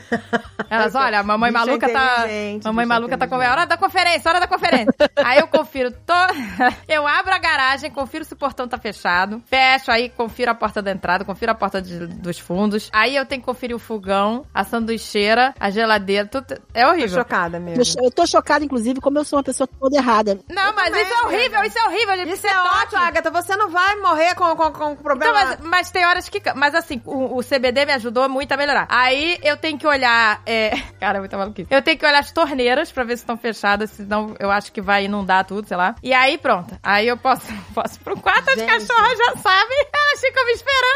Speaker 1: Elas, olha, a mamãe
Speaker 2: Bicho
Speaker 1: maluca tá.
Speaker 2: inteligente,
Speaker 1: Mamãe
Speaker 2: bicho
Speaker 1: maluca tá com. É
Speaker 2: inteligente.
Speaker 1: hora da conferência, hora da conferência. aí eu confiro. Tô... eu abro a garagem, confiro se o portão tá fechado. Fecho, aí confiro a porta da entrada, confiro a porta de- dos fundos. Aí eu tenho que conferir o fogão, a sanduicheira, a geladeira. Tudo... É
Speaker 2: Tô
Speaker 1: horrível.
Speaker 2: chocada mesmo.
Speaker 3: Eu cho- Eu tô chocada, inclusive, como eu sou uma pessoa toda errada.
Speaker 1: Não, mas
Speaker 2: também,
Speaker 1: isso é horrível,
Speaker 2: Agatha.
Speaker 1: isso é horrível, gente.
Speaker 2: Isso é ótimo, Agatha. Você não vai morrer com, com, com
Speaker 1: Então,
Speaker 2: problema.
Speaker 1: mas, mas tem horas que. ca- Mas assim, o, o CBD me ajudou muito a melhorar. Aí eu tenho que olhar. É... Cara, é muita maluquice. Eu tenho que olhar as torneiras pra ver se estão fechadas, senão eu acho que vai inundar tudo, sei lá. E aí, pronto. Aí eu posso, posso ir pro quarto, as
Speaker 2: Gente.
Speaker 1: cachorras já sabem. Elas ficam me esperando.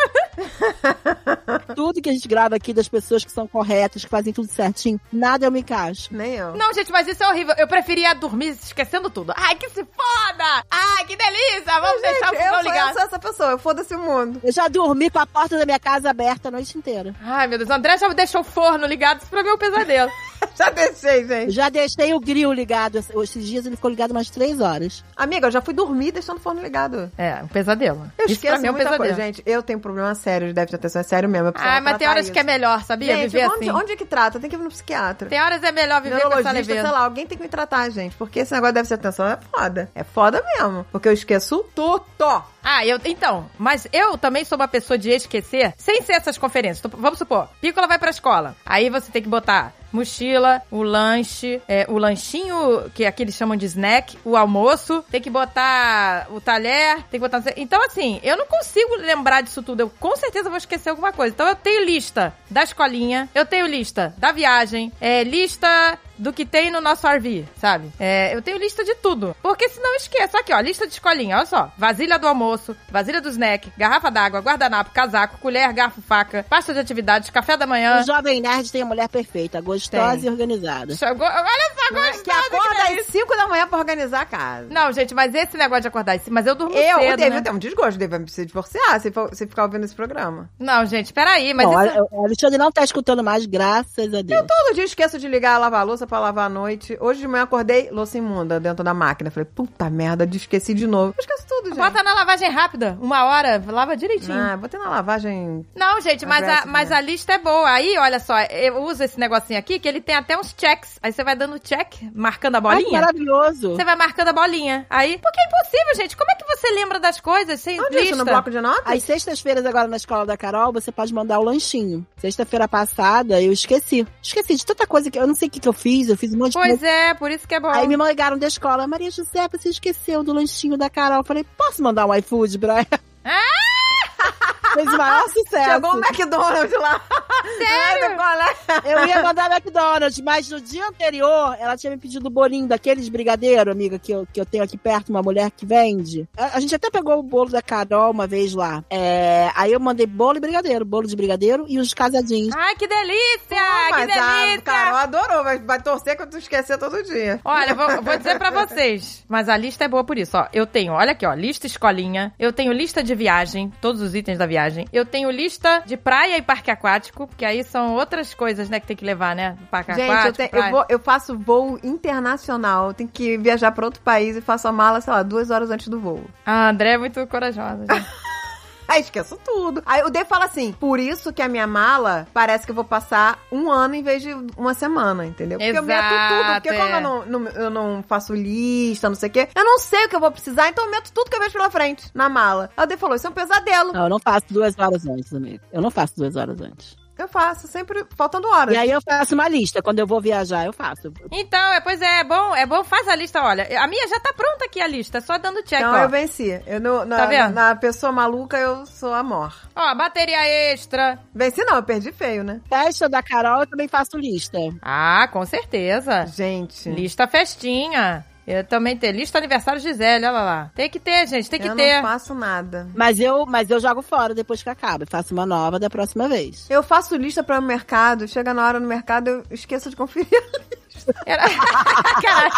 Speaker 3: Tudo que a gente grava aqui das pessoas que são corretas, que fazem tudo certinho, nada eu me encaixo.
Speaker 2: Nem eu.
Speaker 1: Não, gente, mas isso é horrível. Eu preferia dormir esquecendo tudo. Ai, que se foda! Ai, que delícia! Vamos
Speaker 2: Gente,
Speaker 1: deixar o
Speaker 2: eu,
Speaker 1: fogão
Speaker 2: sou, eu
Speaker 1: ligado.
Speaker 2: sou essa pessoa, eu foda-se o mundo.
Speaker 3: Eu já dormi com a porta da minha casa aberta a noite inteira.
Speaker 1: Ai, meu Deus. O André já deixou o forno ligado. Isso pra mim é um pesadelo.
Speaker 2: Já deixei, gente.
Speaker 3: Eu já deixei o grill ligado. Esses dias ele ficou ligado umas três horas.
Speaker 2: Amiga, eu já fui dormir deixando o forno ligado.
Speaker 1: É, um pesadelo.
Speaker 2: Eu
Speaker 1: Isso pra
Speaker 2: esqueço
Speaker 1: mim é um
Speaker 2: muita
Speaker 1: pesadelo.
Speaker 2: coisa, gente. Eu tenho um problema sério de déficit de atenção, é sério mesmo. eu precisava
Speaker 1: Ah, mas tem
Speaker 2: tratar
Speaker 1: horas que é
Speaker 2: isso.
Speaker 1: melhor, sabia?
Speaker 2: Gente,
Speaker 1: viver
Speaker 2: onde,
Speaker 1: assim.
Speaker 2: onde é que trata? Tem que ir no psiquiatra.
Speaker 1: Tem horas é melhor viver com essa
Speaker 2: Neurologista, sei
Speaker 1: leveza.
Speaker 2: lá, alguém tem que me tratar, gente. Porque esse negócio deve ser atenção, é foda. É foda mesmo. Porque eu esqueço tudo.
Speaker 1: Ah, eu. Então, mas eu também sou uma pessoa de esquecer, sem ser essas conferências. Tu- Vamos supor, Pícola vai pra escola. Aí você tem que botar mochila, o lanche, é, o lanchinho, que aqui eles chamam de snack, o almoço, tem que botar o talher, tem que botar. não sei- Então, assim, eu não consigo lembrar disso tudo. Eu com certeza vou esquecer alguma coisa. Então, eu tenho lista da escolinha, eu tenho lista da viagem, é, lista do que tem no nosso RV, sabe? É, eu tenho lista de tudo. Porque senão eu esqueço. Aqui, ó, lista de escolinha, olha só. Vasilha do almoço, vasilha do snack, garrafa d'água, guardanapo, casaco, colher, garfo, faca, pasta de atividades, café da manhã.
Speaker 3: O jovem nerd tem a mulher perfeita, gostosa
Speaker 2: Tem.
Speaker 3: e organizada.
Speaker 1: Chegou- Olha só, gostosa
Speaker 2: Que acorda
Speaker 1: é
Speaker 2: às 5 da manhã pra organizar a casa.
Speaker 1: Não, gente, mas esse negócio de acordar... esse- Mas eu durmo
Speaker 2: Eu, o
Speaker 1: cedo,
Speaker 2: David
Speaker 1: né?
Speaker 2: tem um desgosto, o David vai se divorciar se, for- se ficar ouvindo esse programa.
Speaker 1: Não, gente, peraí, mas Tá
Speaker 3: Bom,
Speaker 1: isso...
Speaker 3: a- O Alexandre não tá escutando mais, graças a Deus.
Speaker 2: Todo dia eu esqueço de ligar, lavar a louça pra lavar à noite. Hoje de manhã acordei, louça imunda dentro da máquina. Falei, puta merda, de- esqueci de novo. Eu esqueço tudo, gente.
Speaker 1: Bota na lavagem rápida, uma hora, lava direitinho.
Speaker 2: Ah, botei na lavagem.
Speaker 1: Não, gente, mas a,
Speaker 2: Agressive,
Speaker 1: mas
Speaker 2: né?
Speaker 1: a lista é boa. Aí, olha só, eu uso esse negocinho aqui que ele tem até uns checks. Aí você vai dando check, marcando a
Speaker 3: Ai, que
Speaker 1: bolinha.
Speaker 3: maravilhoso.
Speaker 1: você vai marcando a bolinha. Aí, porque é impossível, gente. Como é que você lembra das coisas sem
Speaker 2: Onde é
Speaker 1: lista?
Speaker 2: isso? No bloco de notas?
Speaker 3: Às sextas-feiras, agora na escola da Carol, você pode mandar o lanchinho. Sexta-feira passada, eu esqueci. Esqueci de tanta coisa que eu não sei o que, que eu fiz, eu fiz um monte de coisa.
Speaker 1: Pois é, por isso que é bom.
Speaker 3: Aí me ligaram da escola, Maria José, você esqueceu do lanchinho da Carol. Eu falei, posso mandar um iFood pra ela?
Speaker 1: Ah!
Speaker 3: Fez o maior sucesso.
Speaker 2: Chegou o McDonald's lá. Sério?
Speaker 3: Eu ia mandar McDonald's, mas no dia anterior ela tinha me pedido o bolinho daqueles brigadeiro, amiga, que eu, que eu tenho aqui perto, uma mulher que vende. A, a gente até pegou o bolo da Carol uma vez lá. É, aí eu mandei bolo e brigadeiro, bolo de brigadeiro e os casadinhos.
Speaker 1: Ai, que delícia! Ah, que
Speaker 2: Mas
Speaker 1: delícia!
Speaker 2: a Carol adorou, vai, vai torcer que eu tu esquecer todo dia.
Speaker 1: Olha, vou, vou dizer pra vocês, mas a lista é boa por isso, ó. Eu tenho, olha aqui, ó, lista escolinha, eu tenho lista de viagem, todos os itens da viagem, eu tenho lista de praia e parque aquático, porque aí são outras coisas, né, que tem que levar, né? Parque
Speaker 2: Gente, eu,
Speaker 1: aquático,
Speaker 2: tenho- eu,
Speaker 1: praia.
Speaker 2: vou- eu faço voo internacional. Eu tenho que viajar pra outro país e faço a mala, sei lá, duas horas antes do voo.
Speaker 1: Ah, André é muito corajosa. gente.
Speaker 2: Aí esqueço tudo. Aí o D fala assim: por isso que a minha mala parece que eu vou passar um ano em vez de uma semana, entendeu? Porque eu meto tudo. Porque
Speaker 1: Exato,
Speaker 2: quando
Speaker 1: é.
Speaker 2: eu não, não- eu não faço lista, não sei o quê, eu não sei o que eu vou precisar, então eu meto tudo que eu vejo pela frente na mala. Aí o D falou: isso é um pesadelo.
Speaker 3: Não, eu não faço duas horas antes, amigo. Eu não faço duas horas antes.
Speaker 2: Eu faço, sempre faltando horas.
Speaker 3: E aí eu faço uma lista. Quando eu vou viajar, eu faço.
Speaker 1: Então, é, pois é, é bom, é bom, faz a lista, olha. A minha já tá pronta aqui a lista, é só dando check,
Speaker 2: então
Speaker 1: ó.
Speaker 2: eu venci. Eu no- na,
Speaker 1: Tá vendo?
Speaker 2: na pessoa maluca, eu sou a mor.
Speaker 1: Ó, bateria extra.
Speaker 2: Venci não, eu perdi feio, né?
Speaker 3: Festa da Carol, eu também faço lista.
Speaker 1: Ah, com certeza.
Speaker 2: Gente.
Speaker 1: Lista festinha. Eu também tenho. Lista aniversário Gisele, olha lá. Tem que ter, gente, tem que
Speaker 2: eu
Speaker 1: ter.
Speaker 2: não faço nada.
Speaker 3: Mas eu, mas eu jogo fora depois que acaba. e Faço uma nova da próxima vez.
Speaker 2: Eu faço lista para o mercado, chega na hora no mercado, eu esqueço de conferir.
Speaker 1: Era- Caralho.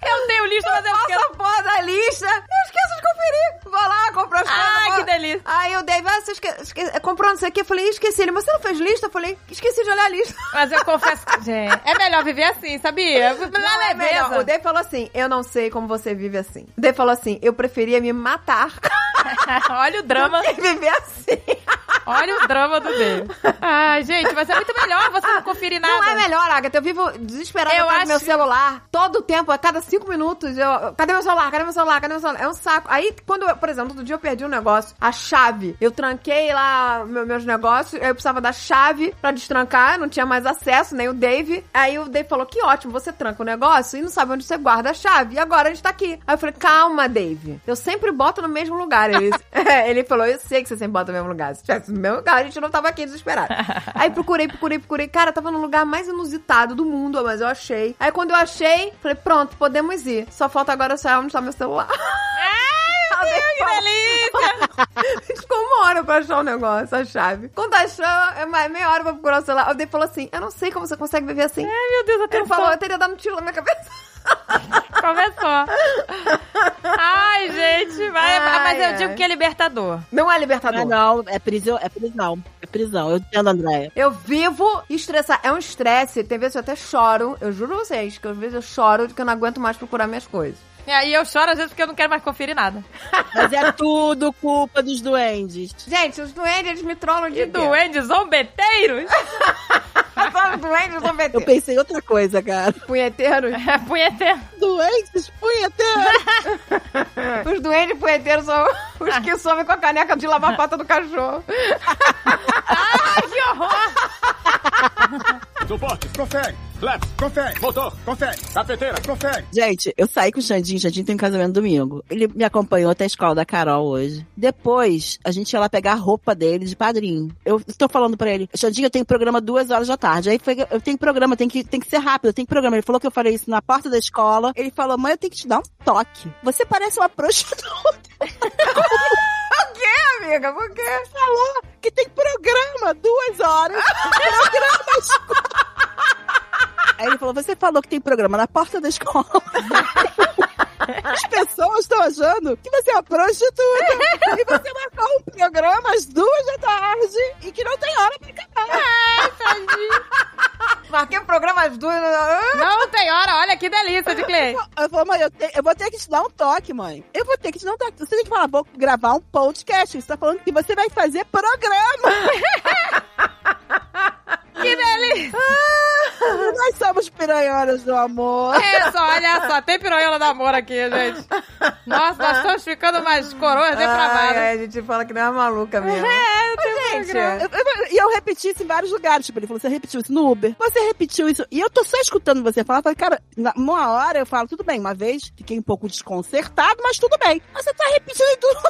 Speaker 1: Eu tenho lista, mas eu
Speaker 2: Faço
Speaker 1: esqueço.
Speaker 2: a porra da lista, eu esqueço de conferir. Vou lá, compro as coisas.
Speaker 1: Ai,
Speaker 2: vou-
Speaker 1: que delícia.
Speaker 2: Aí o Dave, ah, você esque... esque- comprou não sei o que, eu falei, esqueci. Ele, mas você não fez lista? Eu falei, esqueci de olhar a lista.
Speaker 1: Mas eu confesso que, gente, é melhor viver assim, sabia? Na
Speaker 2: Não, é melhor. O
Speaker 1: leveza.
Speaker 2: Dave falou assim, eu não sei como você vive assim. O Dave falou assim, eu preferia me matar
Speaker 1: Olha o drama,
Speaker 2: que viver assim.
Speaker 1: olha o drama do bem. Ai, gente, mas é muito melhor você não conferir nada.
Speaker 2: Não é melhor, Agatha. Eu vivo desesperada
Speaker 1: Eu
Speaker 2: atrás do meu
Speaker 1: acho-
Speaker 2: celular. Todo o tempo, a cada cinco minutos, eu... Cadê meu celular? Cadê meu celular? Cadê meu celular? É um saco. Aí, quando, eu, por exemplo, outro dia eu perdi um negócio, a chave. Eu tranquei lá meu- meus negócios, aí eu precisava da chave pra destrancar, não tinha mais acesso, nem o Dave. Aí o Dave falou, que ótimo, você tranca o negócio e não sabe onde você guarda a chave. E agora a gente tá aqui. Aí eu falei, calma, Dave. Eu sempre boto no mesmo lugar. Ele, é, ele falou, eu sei que você sempre bota no mesmo lugar. Se tivesse no mesmo lugar, a gente não tava aqui desesperado. Aí procurei, procurei, procurei. Cara, tava no lugar mais inusitado do mundo, mas eu achei. Aí quando eu achei, falei, pronto, podemos ir. Só falta agora eu saber onde tá meu celular. Ai,
Speaker 1: Que delícia.
Speaker 2: Ficou uma hora pra achar o negócio, a chave. Quando achou, é mais meia hora pra procurar o celular. O Dave falou assim: Eu não sei como você consegue viver assim.
Speaker 1: Ai, meu Deus, até
Speaker 2: Ele falou: Eu teria dado um tiro na minha cabeça.
Speaker 1: Começou. Ai, gente, vai.
Speaker 2: Ai,
Speaker 1: mas eu
Speaker 2: ai.
Speaker 1: digo que é libertador.
Speaker 2: Não é libertador.
Speaker 3: Ah, não, é prisão, é prisão, é prisão. Eu entendo, Andréia.
Speaker 2: Eu vivo estressar. É um estresse. Tem vezes que eu até choro. Eu juro pra vocês que às vezes eu choro de que eu não aguento mais procurar minhas coisas.
Speaker 1: E aí eu choro às vezes porque eu não quero mais conferir nada.
Speaker 3: Mas é tudo culpa dos duendes.
Speaker 2: Gente, os doentes, eles me trollam de
Speaker 1: E doentes zombeteiros?
Speaker 2: Os doentes são
Speaker 3: Eu
Speaker 2: PT.
Speaker 3: pensei em outra coisa, cara.
Speaker 2: Punheteiros.
Speaker 1: É punheteiro.
Speaker 3: Doentes, punheteiros.
Speaker 2: Os doentes punheteiros são os que somem com a caneca de lavar a pata do cachorro.
Speaker 1: Ai, que horror!
Speaker 5: Suportes, prossegue. Lápis, consegue. Motor, consegue. Cafeteira, consegue.
Speaker 3: Gente, eu saí com o Xandinho. Xandinho tem um casamento domingo. Ele me acompanhou até a escola da Carol hoje. Depois, a gente ia lá pegar a roupa dele de padrinho. Eu tô falando pra ele, Xandinho, eu tenho programa duas horas da tarde. Aí foi, que eu tenho programa, tem que, tem que ser rápido, eu tenho programa. Ele falou que eu falei isso na porta da escola. Ele falou, mãe, eu tenho que te dar um toque. Você parece uma prostituta.
Speaker 2: Amiga, por quê?
Speaker 3: Falou que tem programa duas horas. programa da escola. Aí ele falou, você falou que tem programa na porta da escola. As pessoas estão achando que você é uma prostituta. e você marcou um programa às duas da tarde e que não tem hora pra acabar.
Speaker 2: Marquei o programa às duas. Ah!
Speaker 1: Não tem hora, olha que delícia de cliente.
Speaker 3: Eu falei, mãe, eu, te- eu vou ter que te dar um toque, mãe. Eu vou ter que te dar um toque. Você tem que falar, vou gravar um podcast. Você tá falando que você vai fazer programa.
Speaker 1: Que delícia!
Speaker 3: Nós somos piranhoras do amor.
Speaker 1: É só, olha só, tem piranhola do amor aqui, gente. Nossa, nós estamos ficando mais coroas depravadas.
Speaker 2: Ai, a gente fala que não é maluca mesmo.
Speaker 1: É,
Speaker 2: Mas, gente,
Speaker 3: Eu- eu- eu- E eu repeti isso em vários lugares. Tipo, ele falou: você repetiu isso no Uber, você repetiu isso. E eu tô só escutando você falar. Eu falei, cara, na- uma hora eu falo, tudo bem, uma vez fiquei um pouco desconcertado, mas tudo bem. Mas você tá repetindo em tudo.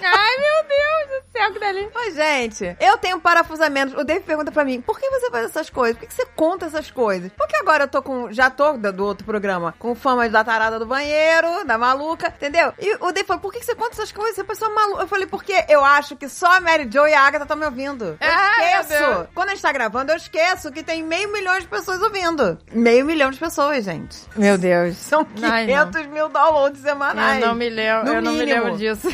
Speaker 3: é
Speaker 1: Ai, meu Deus do céu, que delícia.
Speaker 2: Mas, gente, eu tenho parafusamento. O Dave pergunta pra mim, por que você faz essas coisas? Por que que você conta essas coisas? Porque agora eu tô com... Já tô da- do outro programa, com fama da tarada do banheiro, da maluca, entendeu? E o Dave falou, por que que você conta essas coisas? Você é pessoa maluca. Eu falei, porque eu acho que só a Mary Jo e a Agatha estão me ouvindo. Eu
Speaker 1: Ai, Ah, meu Deus.
Speaker 2: esqueço. Quando a gente tá gravando, eu esqueço que tem meio milhão de pessoas ouvindo. Meio milhão de pessoas, gente.
Speaker 1: Meu Deus.
Speaker 2: São
Speaker 1: Ai, não.
Speaker 2: 500 mil downloads semanais.
Speaker 1: Eu não me lembro,
Speaker 2: No
Speaker 1: eu não me
Speaker 2: mínimo.
Speaker 1: lembro disso.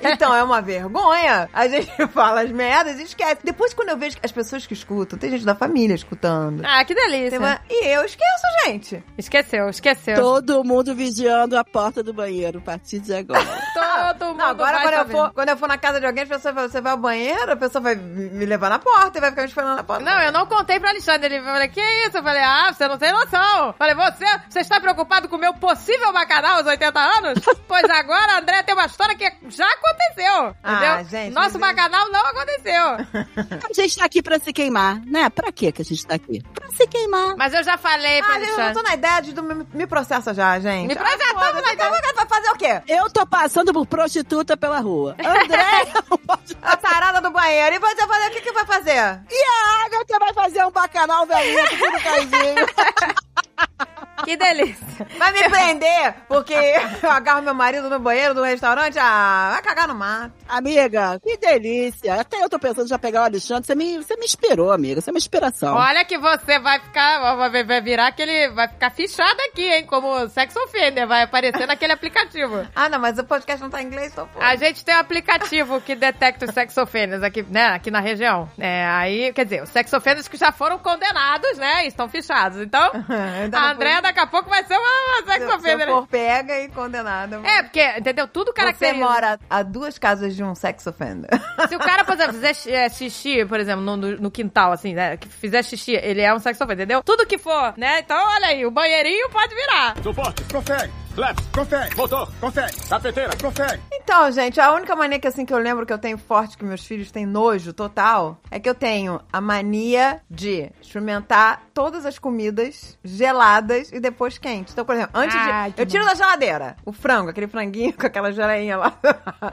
Speaker 2: Então, é uma vergonha a gente que fala as merdas e esquece. Depois, quando eu vejo as pessoas que escutam, tem gente da família escutando.
Speaker 1: Ah, que
Speaker 2: Tem
Speaker 1: delícia.
Speaker 2: uma- E eu esqueço, gente.
Speaker 1: Esqueceu, esqueceu.
Speaker 3: Todo mundo vigiando a porta do banheiro a partir de agora.
Speaker 1: Tá Todo mundo
Speaker 2: Ah, Não, agora
Speaker 1: vai
Speaker 2: quando eu,
Speaker 1: sabendo.
Speaker 2: for, quando eu for na casa de alguém, as pessoas vão, você vai ao banheiro, a pessoa vai me me levar na porta e vai ficar me esperando na porta.
Speaker 1: Não, eu não contei pro Alexandre. Ele falou, que isso? Eu falei, ah, você não tem noção. Falei, você, você está preocupado com o meu possível bacanal aos 80 anos? pois agora, André, tem uma história que já aconteceu.
Speaker 2: Ah,
Speaker 1: entendeu?
Speaker 2: gente,
Speaker 1: Nosso
Speaker 2: mas eu-
Speaker 1: bacanal não aconteceu.
Speaker 3: A gente tá aqui pra se queimar, né? Pra quê que a gente tá aqui? Pra se queimar.
Speaker 1: Mas eu já falei pro
Speaker 2: Ah, gente, eu
Speaker 1: Alexandre.
Speaker 2: tô na idade do... Me, me processa já, gente.
Speaker 1: Me processa,
Speaker 2: Ah, foda-se, então Vai fazer o quê?
Speaker 3: Eu tô passando por prostituta pela rua. André, não pode...
Speaker 2: A tarada do banheiro. E você fazer o que que vai fazer?
Speaker 3: E a Agatha vai fazer um bacanal velhinho com tudo caidinho.
Speaker 1: Que delícia.
Speaker 2: Vai me prender porque eu agarro meu marido no banheiro do restaurante? Ah, vai cagar no mato.
Speaker 3: Amiga, que delícia. Até eu tô pensando já pegar o Alexandre. Você me, você me inspirou, amiga. Você é uma inspiração.
Speaker 1: Olha que você vai ficar, vai vai virar aquele, vai ficar fichado aqui, hein, como sex offender, vai aparecer naquele aplicativo.
Speaker 2: Ah, não, mas o podcast não tá em inglês, tô foda.
Speaker 1: A gente tem um aplicativo que detecta os sex offenders aqui, né, aqui na região. É, aí, quer dizer, os sex offenders que já foram condenados, né, e estão fechados. Então,
Speaker 2: Ainda não
Speaker 1: a Andréa daqui a pouco vai ser uma, uma
Speaker 2: Se,
Speaker 1: sex
Speaker 2: eu- se eu
Speaker 1: offender.
Speaker 2: for pega e condenada.
Speaker 1: É, porque, entendeu? Tudo
Speaker 2: Você
Speaker 1: caracteriza.
Speaker 2: mora a duas casas de um sex offender.
Speaker 1: Se o cara, por exemplo, fizer xi- eh, xixi, por exemplo, no, no- no quintal, assim, né? Que fizer xixi, ele é um sex offender, entendeu? Tudo que for, né? Então, olha aí, o banheirinho pode virar.
Speaker 5: Suporte, confere. Flaps, confere. Motor, confere. Cafeteira, confere.
Speaker 2: Então, gente, a única mania que assim que eu lembro que eu tenho forte que meus filhos têm nojo total é que eu tenho a mania de experimentar todas as comidas geladas e depois quentes. Então, por exemplo, antes
Speaker 1: Ai,
Speaker 2: de
Speaker 1: que
Speaker 2: eu tiro da geladeira o frango, aquele franguinho com aquela geleinha lá.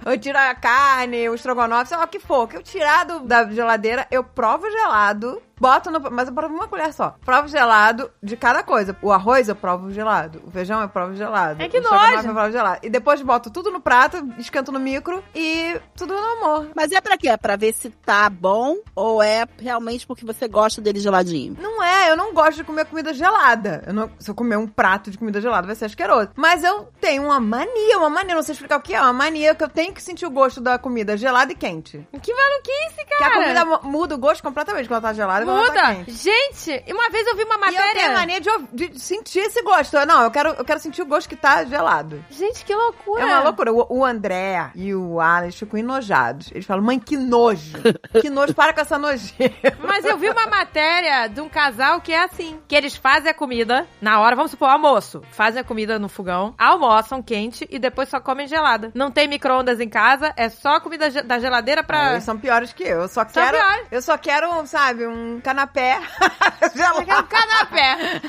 Speaker 2: eu tiro a carne, o estrogonofe, sei lá o que for, que eu tirar do- da geladeira, eu provo gelado. Boto no. Mas eu provo uma colher só. Provo gelado de cada coisa. O arroz eu provo gelado. O feijão eu provo gelado.
Speaker 1: É que
Speaker 2: o estrogonofe
Speaker 1: nojo.
Speaker 2: eu provo gelado. E depois boto tudo no prato, esquento no micro e tudo no amor.
Speaker 3: Mas é pra quê? É pra ver se tá bom ou é realmente porque você gosta dele geladinho?
Speaker 2: Não é, eu não gosto de comer comida gelada. Eu não- se eu comer um prato de comida gelada, vai ser asqueroso. Mas eu tenho uma mania, uma mania, não sei explicar o que é, uma mania que eu tenho que sentir o gosto da comida gelada e quente.
Speaker 1: Que maluquice,
Speaker 2: Que a
Speaker 1: cara!
Speaker 2: comida mu- muda o gosto completamente quando ela tá gelada e quando ela tá
Speaker 1: Muda!
Speaker 2: quente.
Speaker 1: Gente, e uma vez eu vi uma
Speaker 2: E eu
Speaker 1: matéria.
Speaker 2: tenho a mania de, ou- de sentir esse gosto. Eu- Não, eu quero, eu quero sentir o gosto que tá gelado.
Speaker 1: Gente, que loucura!
Speaker 2: É uma loucura. O, o André e o Alex ficam enojados. Eles falam, mãe, que nojo. Que nojo, para com essa nojeira.
Speaker 1: Mas eu vi uma matéria de um casal que é assim: que eles fazem a comida na hora, vamos supor, almoço. Fazem a comida no fogão, almoçam quente e depois só comem gelada. Não tem micro-ondas em casa, é só comida ge- da geladeira pra.
Speaker 2: Eles são piores que eu. Eu só
Speaker 1: São
Speaker 2: quero.
Speaker 1: piores.
Speaker 2: Eu só quero, sabe, um canapé
Speaker 1: É um
Speaker 2: gelado.
Speaker 1: canapé.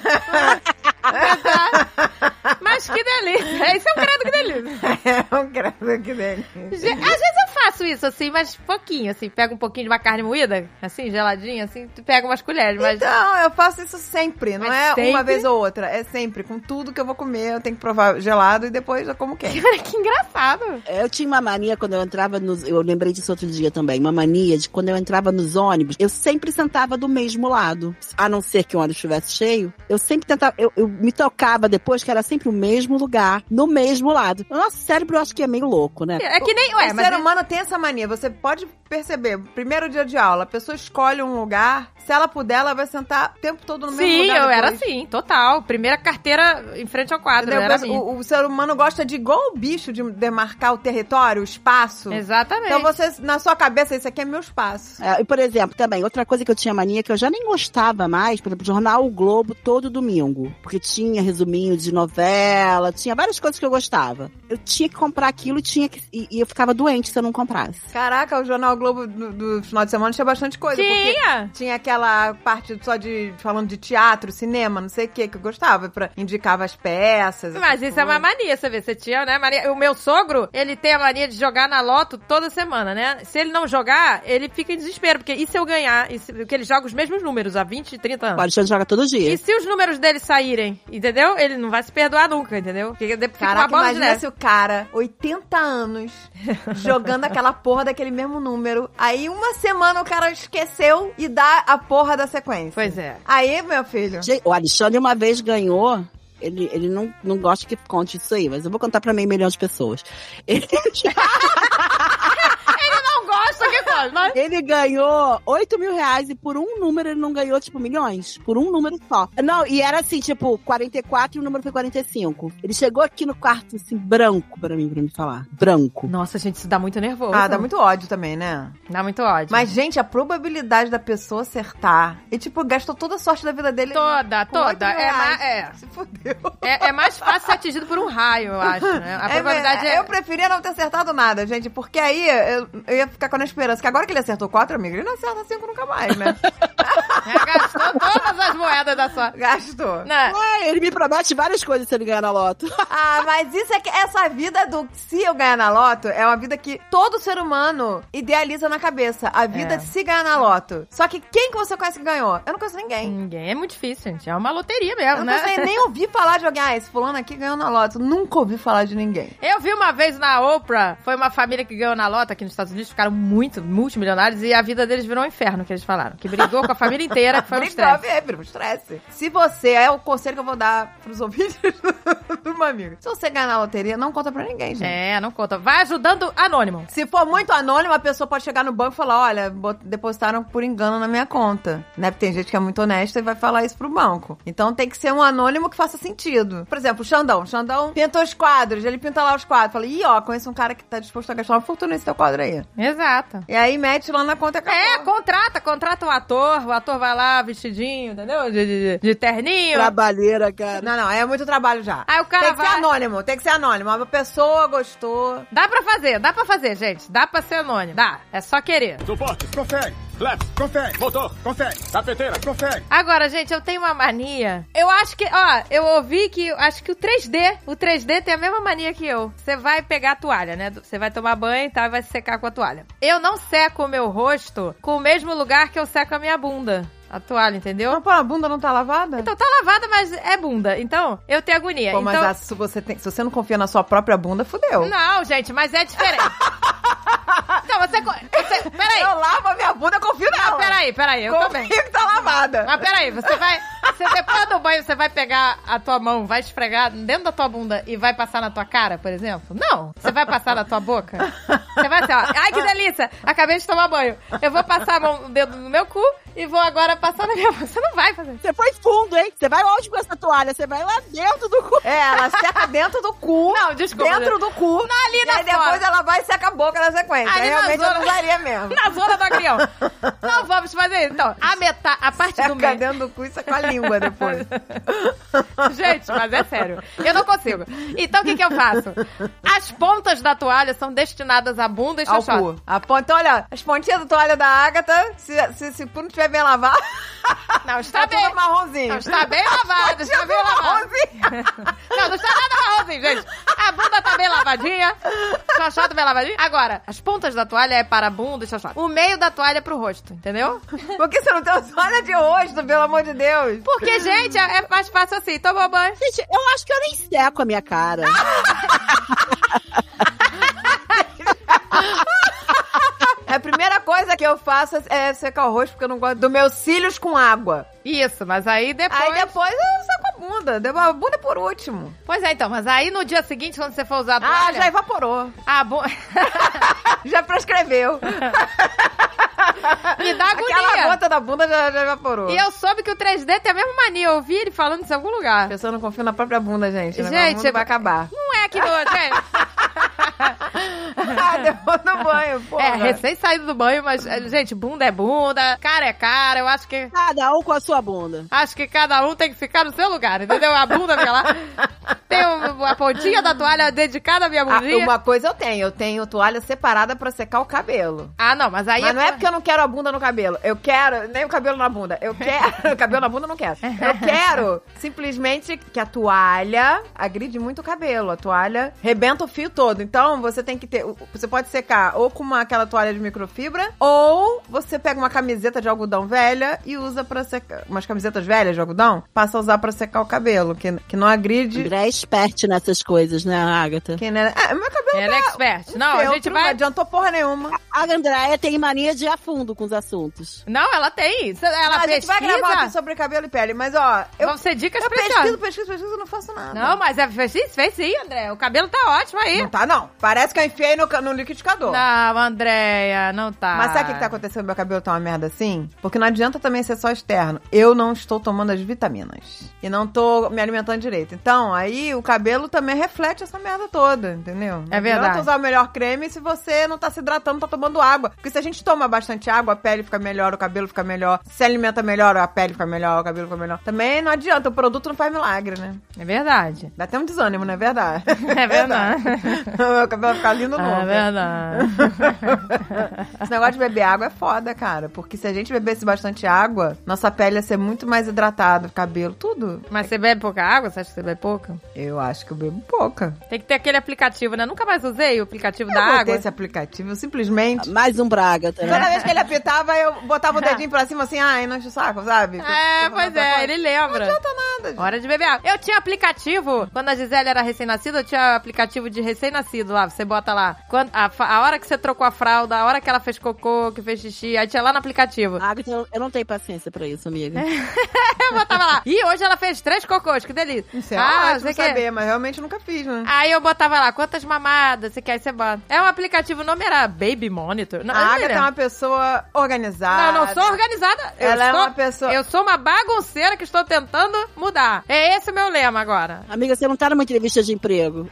Speaker 1: Mas que delícia. Isso é um credo que delícia.
Speaker 2: É um credo que dele.
Speaker 1: Ge- Às vezes eu faço isso, assim, mas pouquinho, assim. Pego um pouquinho de uma carne moída, assim, geladinha, assim, tu pega umas colheres, mas...
Speaker 2: Então, eu faço isso sempre, não
Speaker 1: Mas
Speaker 2: é uma
Speaker 1: sempre?
Speaker 2: vez ou outra. É sempre. Com tudo que eu vou comer, eu tenho que provar gelado e depois eu como quente.
Speaker 1: Cara, que engraçado.
Speaker 3: Eu tinha uma mania quando eu entrava nos. Eu lembrei disso outro dia também. Uma mania de quando eu entrava nos ônibus, eu sempre sentava do mesmo lado. A não ser que o ônibus estivesse cheio. Eu sempre tentava. Eu, eu me tocava depois que era sempre o mesmo lugar, no mesmo lado. O nosso cérebro eu acho que é meio louco, né?
Speaker 1: É que nem... Ué,
Speaker 2: o
Speaker 1: mas...
Speaker 2: ser humano tem essa mania. Você pode perceber, primeiro dia de aula, a pessoa escolhe um lugar, se ela puder, ela vai sentar o tempo todo no mesmo
Speaker 1: Sim,
Speaker 2: lugar.
Speaker 1: eu era
Speaker 2: depois.
Speaker 1: assim, total. Primeira carteira em frente ao quadro,
Speaker 2: Entendeu?
Speaker 1: era assim. a
Speaker 2: Mas
Speaker 1: minha.
Speaker 2: o, o ser humano gosta de, igual o bicho, de demarcar o território, o espaço.
Speaker 1: Exatamente.
Speaker 2: Então você, na sua cabeça, isso aqui é meu espaço.
Speaker 3: É, e, por exemplo, também, outra coisa que eu tinha mania que eu já nem gostava mais, por exemplo, jornal O Globo todo domingo. Porque tinha resuminho de novela, tinha várias coisas que eu gostava. Eu tinha que comprar aquilo e tinha que, e, e eu ficava doente se eu não comprasse.
Speaker 2: Caraca, o Jornal Globo do, do final de semana tinha bastante coisa. porque
Speaker 1: Tinha!
Speaker 2: Tinha aquela parte só de falando de teatro, cinema, não sei o que, que eu gostava. Pra, indicava as peças.
Speaker 1: Mas
Speaker 2: essas
Speaker 1: isso é uma
Speaker 2: coisas.
Speaker 1: mania, você vê, você tinha, né, Maria? O meu sogro, ele tem a mania de jogar na loto toda semana, né? Se ele não jogar, ele fica em desespero, porque e se eu ganhar? E se- porque ele joga os mesmos números há 20, 30
Speaker 3: O
Speaker 1: anos.
Speaker 3: Alexandre joga todo dia.
Speaker 1: E se os números dele saírem, entendeu? Ele não vai se perdoar nunca, entendeu? Porque depois fica uma
Speaker 2: Caraca,
Speaker 1: bola de
Speaker 2: imagina
Speaker 1: neve.
Speaker 2: se o cara, 80 anos, jogando aquela porra daquele mesmo número. Aí uma semana o cara esqueceu e dá a porra da sequência.
Speaker 1: Pois é.
Speaker 2: Aí, meu filho.
Speaker 3: Gente, O Alexandre uma vez ganhou. Ele, ele não, não gosta que conte isso aí, mas eu vou contar pra meio milhão de pessoas. Ele,
Speaker 1: Não gosto que nós, mas...
Speaker 3: Ele ganhou 8 mil reais e por um número ele não ganhou, tipo, milhões. Por um número só. Não, e era assim, tipo, 44 e o número foi 45. Ele chegou aqui no quarto, assim, branco pra mim, pra me falar. Branco.
Speaker 1: Nossa, gente, isso dá muito nervoso.
Speaker 2: Ah, dá muito ódio também, né?
Speaker 1: Dá muito ódio.
Speaker 2: Mas, gente, a probabilidade da pessoa acertar. E, tipo, gastou toda a sorte da vida dele.
Speaker 1: Toda,
Speaker 2: com oito
Speaker 1: toda.
Speaker 2: mil
Speaker 1: É,
Speaker 2: reais.
Speaker 1: ma- é.
Speaker 2: Se fodeu.
Speaker 1: É, é mais fácil ser atingido por um raio, eu acho, né? A probabilidade
Speaker 2: ver-
Speaker 1: é...
Speaker 2: Eu preferia não ter acertado nada, gente, porque aí eu, eu ia ficar com a esperança que agora que ele acertou quatro, amigo, ele não acerta cinco nunca mais, né?
Speaker 1: é... Gastou todas as moedas da sua...
Speaker 2: Gastou.
Speaker 1: Não,
Speaker 3: Ué, ele me promete várias coisas se ele ganhar na loto.
Speaker 2: Ah, mas isso é que essa vida do se eu ganhar na loto é uma vida que todo ser humano idealiza na cabeça. A vida
Speaker 1: É.
Speaker 2: de se ganhar na loto. Só que quem que você conhece que ganhou? Eu não conheço ninguém.
Speaker 1: ninguém... É muito difícil, gente. É uma loteria
Speaker 2: Eu
Speaker 1: mesmo,
Speaker 2: não
Speaker 1: né?
Speaker 2: sei nem ouvi falar de alguém. Ah, esse fulano aqui ganhou na loto. Nunca ouvi falar de ninguém.
Speaker 1: Eu vi uma vez na Oprah, foi uma família que ganhou na lota aqui nos Estados Unidos, ficaram muito multimilionários e a vida deles virou um inferno, que eles falaram. Que brigou com a família inteira, que foi um
Speaker 2: Brigou,
Speaker 1: estresse.
Speaker 2: é, virou um estresse. Se você, é o conselho que eu vou dar pros ouvintes do Mamilo. Se você ganhar na loteria, não conta pra ninguém, gente.
Speaker 1: É, não conta. Vai ajudando anônimo.
Speaker 2: Se for muito anônimo, a pessoa pode chegar no banco e falar: olha, bot- depositaram por engano na minha conta. Né? Porque tem gente que é muito honesta e vai falar isso pro banco. Então tem que ser um anônimo que faça sentido. Por exemplo, o Xandão. O Xandão pinta os quadros, ele pinta lá os quadros. Fala: ih, ó, conheço um cara que tá disposto a gastar uma fortuna nesse teu quadro aí.
Speaker 1: Exato.
Speaker 2: E aí mete lá na conta e acabou.
Speaker 1: É, contrata, contrata o ator, o ator vai lá vestidinho, entendeu? De, de- de terninho.
Speaker 3: Trabalheira, cara.
Speaker 2: Não, não, é muito trabalho já.
Speaker 1: Aí Ah, o cara
Speaker 2: tem que ser
Speaker 1: vai-
Speaker 2: anônimo, tem que ser anônimo. A pessoa gostou.
Speaker 1: Dá pra fazer, dá pra fazer, gente. Dá pra ser anônimo. Dá, é só querer.
Speaker 5: Suporte, confere. Lápis, confere. Motor, confere. Cafeteira, confere.
Speaker 1: Agora, gente, eu tenho uma mania. Eu acho que, ó, eu ouvi que acho que o 3D, o 3D tem a mesma mania que eu. Você vai pegar a toalha, né? Você vai tomar banho e tal, e vai se secar com a toalha. Eu não seco o meu rosto com o mesmo lugar que eu seco a minha bunda. A toalha, entendeu?
Speaker 2: Mas, pô, a bunda não tá lavada?
Speaker 1: Então tá lavada, mas é bunda. Então, eu tenho agonia.
Speaker 2: Pô, mas
Speaker 1: então,
Speaker 2: ah, se, você tem- se você não confia na sua própria bunda, fudeu.
Speaker 1: Não, gente, mas é diferente. então, você. co- você peraí.
Speaker 2: Eu lavo a minha bunda, eu confio nela.
Speaker 1: Peraí, peraí, eu
Speaker 2: confio
Speaker 1: também.
Speaker 2: que tá lavada.
Speaker 1: Mas peraí, você vai. Você depois do banho, você vai pegar a tua mão, vai esfregar dentro da tua bunda e vai passar na tua cara, por exemplo? Não. Você vai passar na tua boca? Você vai assim, ó. Ai, que delícia! Acabei de tomar banho. Eu vou passar a mão, o dedo no meu cu e vou agora passar na minha boca. Você não vai fazer isso.
Speaker 3: Você foi fundo, hein? Você vai longe com essa toalha, você vai lá dentro do cu.
Speaker 2: É, ela seca dentro do cu.
Speaker 1: Não, desculpa.
Speaker 2: Dentro do cu.
Speaker 1: Ali
Speaker 2: e
Speaker 1: na
Speaker 2: aí depois
Speaker 1: fora.
Speaker 2: ela vai e seca a boca na sequência.
Speaker 1: Ali
Speaker 2: Aí,
Speaker 1: na
Speaker 2: realmente eu
Speaker 1: zona.
Speaker 2: não usaria mesmo.
Speaker 1: Na zona do agrião. Não vamos fazer isso. Então, a metade, a parte do
Speaker 2: Seca
Speaker 1: meio.
Speaker 2: dentro do cu e seca a língua depois.
Speaker 1: Gente, mas é sério. Eu não consigo. Então o que, que eu faço? As pontas da toalha são destinadas à bunda e
Speaker 2: Ao
Speaker 1: xoxota.
Speaker 2: cu. A ponta, então, olha, as pontinhas da toalha da Agatha, se, se, se tu não tiver bem lavado,
Speaker 1: Não, está
Speaker 2: tá tudo
Speaker 1: bem.
Speaker 2: marronzinho. Tá
Speaker 1: Não, está bem lavado, está bem lavado. Não, não está nada marronzinho, gente. A bunda tá bem lavadinha. Xoxota bem lavadinha. Agora, as pontas da toalha é para a bunda e xoxota. O meio da toalha é pro rosto, entendeu?
Speaker 2: Por que você não tem os olhos de rosto, pelo amor de Deus?
Speaker 1: Porque, gente, é é mais fácil assim. Tomou banho.
Speaker 3: Gente, eu acho que eu nem seco a minha cara.
Speaker 2: A primeira coisa que eu faço é secar o rosto, porque eu não gosto dos meus cílios com água.
Speaker 1: Isso, mas aí depois...
Speaker 2: Aí depois eu saco a bunda. Devo a bunda por último.
Speaker 1: Pois é, então. Mas aí no dia seguinte, quando você for usar a
Speaker 2: Ah,
Speaker 1: toalha...
Speaker 2: já evaporou.
Speaker 1: A bunda...
Speaker 2: Já prescreveu.
Speaker 1: Me dá agonia.
Speaker 2: Aquela gota da bunda já, já evaporou.
Speaker 1: E eu soube que o 3D tem a mesma mania. Eu ouvi ele falando isso em algum
Speaker 2: A
Speaker 1: lugar.
Speaker 2: pessoa não confia na própria bunda, gente. né?
Speaker 1: Gente,
Speaker 2: o mundo vai
Speaker 1: eu-
Speaker 2: acabar.
Speaker 1: Não é que não, gente.
Speaker 2: ah, depois do banho, porra.
Speaker 1: É, recém saído do banho, mas, eh, gente, bunda é bunda, cara é cara. Eu acho que.
Speaker 3: Cada um com a sua bunda.
Speaker 1: Acho que cada um tem que ficar no seu lugar, entendeu? A bunda fica lá. Tem o- a pontinha da toalha dedicada à minha
Speaker 2: Ah,
Speaker 1: bundinha. Ah,
Speaker 2: uma coisa eu tenho, eu tenho toalha separada pra secar o cabelo.
Speaker 1: Ah, não, mas aí.
Speaker 2: Mas não é porque eu não quero a bunda no cabelo. Eu quero, nem o cabelo na bunda. Eu quero. cabelo na bunda eu não quero. Eu quero simplesmente que a toalha agride muito o cabelo. A toalha rebenta o fio todo. Então você tem que ter. Você pode secar ou com uma, aquela toalha de microfibra, ou você pega uma camiseta de algodão velha e usa pra secar. Umas camisetas velhas de algodão, passa a usar pra secar o cabelo, que, que não agride.
Speaker 3: André é expert nessas coisas, né, Agatha?
Speaker 2: Que, né? É, meu cabelo
Speaker 1: Ela é expert. Não, a
Speaker 2: Feltro,
Speaker 1: gente
Speaker 2: Não
Speaker 1: vai.
Speaker 2: adiantou porra nenhuma.
Speaker 3: A Andréia tem mania de ir a fundo com os assuntos.
Speaker 1: Não, ela tem. Cê- Ela
Speaker 2: Ah, a gente
Speaker 1: pesquisa.
Speaker 2: vai gravar aqui sobre cabelo e pele, mas ó, eu,
Speaker 1: Vão ser dicas
Speaker 2: eu
Speaker 1: preciosas.
Speaker 2: pesquiso, pesquiso, pesquiso, eu não faço nada.
Speaker 1: Não, mas é, fez, sim, fez sim, André. O cabelo tá ótimo aí.
Speaker 2: Não tá, não. Parece que eu enfiei no, ca- no liquidificador.
Speaker 1: Não, Andréia, não tá.
Speaker 2: Mas sabe o que, que tá acontecendo? Meu cabelo tá uma merda assim? Porque não adianta também ser só externo. Eu não estou tomando as vitaminas. E não tô me alimentando direito. Então, aí o cabelo também reflete essa merda toda, entendeu?
Speaker 1: É verdade.
Speaker 2: Não adianta usar o melhor creme se você não tá se hidratando, tá tomando água. Porque se a gente toma bastante água, a pele fica melhor, o cabelo fica melhor. Se alimenta melhor, a pele fica melhor, o cabelo fica melhor. Também não adianta, o produto não faz milagre, né?
Speaker 1: É verdade.
Speaker 2: Dá até um desânimo, não é verdade?
Speaker 1: É verdade.
Speaker 2: Meu cabelo vai ficar lindo
Speaker 1: É
Speaker 2: novo. né?
Speaker 1: verdade.
Speaker 2: Esse negócio de beber água é foda, cara. Porque se a gente bebesse bastante água, nossa pele ia ser muito mais hidratada, cabelo, tudo.
Speaker 1: Mas você bebe pouca água? Você acha que você bebe pouca?
Speaker 2: Eu acho que eu bebo pouca.
Speaker 1: Tem que ter aquele aplicativo, né? Nunca mais usei o aplicativo da
Speaker 2: eu botei
Speaker 1: água.
Speaker 2: esse aplicativo, eu simplesmente.
Speaker 3: Mais um Braga
Speaker 1: Ah,
Speaker 3: também.
Speaker 1: né?
Speaker 2: Toda vez que ele apitava, eu botava o dedinho pra cima assim, ai, não enche o saco, sabe?
Speaker 1: É,
Speaker 2: Tô falando
Speaker 1: pois
Speaker 2: outra
Speaker 1: é,
Speaker 2: coisa.
Speaker 1: ele lembra.
Speaker 2: Não adianta nada, gente.
Speaker 1: Hora de beber água. Eu tinha aplicativo. Quando a Gisele era recém-nascida, eu tinha aplicativo de recém-nascido lá. Você bota lá. Quando, a, fa- a hora que você trocou a fralda, a hora que ela fez cocô, que fez xixi, aí tinha lá no aplicativo.
Speaker 3: Água, eu- eu não tenho paciência pra isso, amiga.
Speaker 1: Eu botava lá. E hoje ela fez três cocôs, que delícia.
Speaker 2: Isso é ah, ótimo
Speaker 1: sei que-
Speaker 2: saber, mas realmente nunca fiz, né?
Speaker 1: Aí eu botava lá, quantas mamadas você quer, aí você bota. É um aplicativo, o nome era Baby Monitor. Não, eu
Speaker 2: a
Speaker 1: não
Speaker 2: Agatha é
Speaker 1: lembro.
Speaker 2: uma pessoa organizada.
Speaker 1: Ah, Não, não sou organizada. Eu
Speaker 2: Ela é
Speaker 1: sou-
Speaker 2: uma pessoa-
Speaker 1: Eu sou uma bagunceira que estou tentando mudar. É esse o meu lema agora.
Speaker 3: Amiga, você não tá numa entrevista de emprego.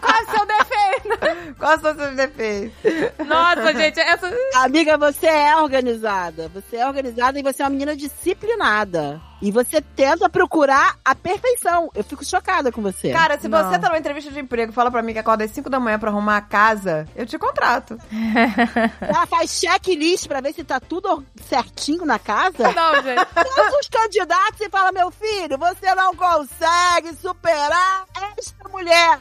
Speaker 1: Qual é o seu defeito?
Speaker 2: Quais são os seus defeitos?
Speaker 1: Nossa, gente, essa.
Speaker 3: Amiga, você é organizada. Você é organizada e você é uma menina disciplinada. E você tenta procurar a perfeição. Eu fico chocada com você.
Speaker 2: Cara, se
Speaker 1: Não.
Speaker 2: você tá numa entrevista de emprego e fala pra mim que acorda às 5 da manhã pra arrumar a casa, eu te contrato.
Speaker 3: Ela faz checklist pra ver se tá tudo certinho na casa.
Speaker 1: Não, gente.
Speaker 3: Todos os candidatos e fala, meu filho, você não consegue superar esta mulher.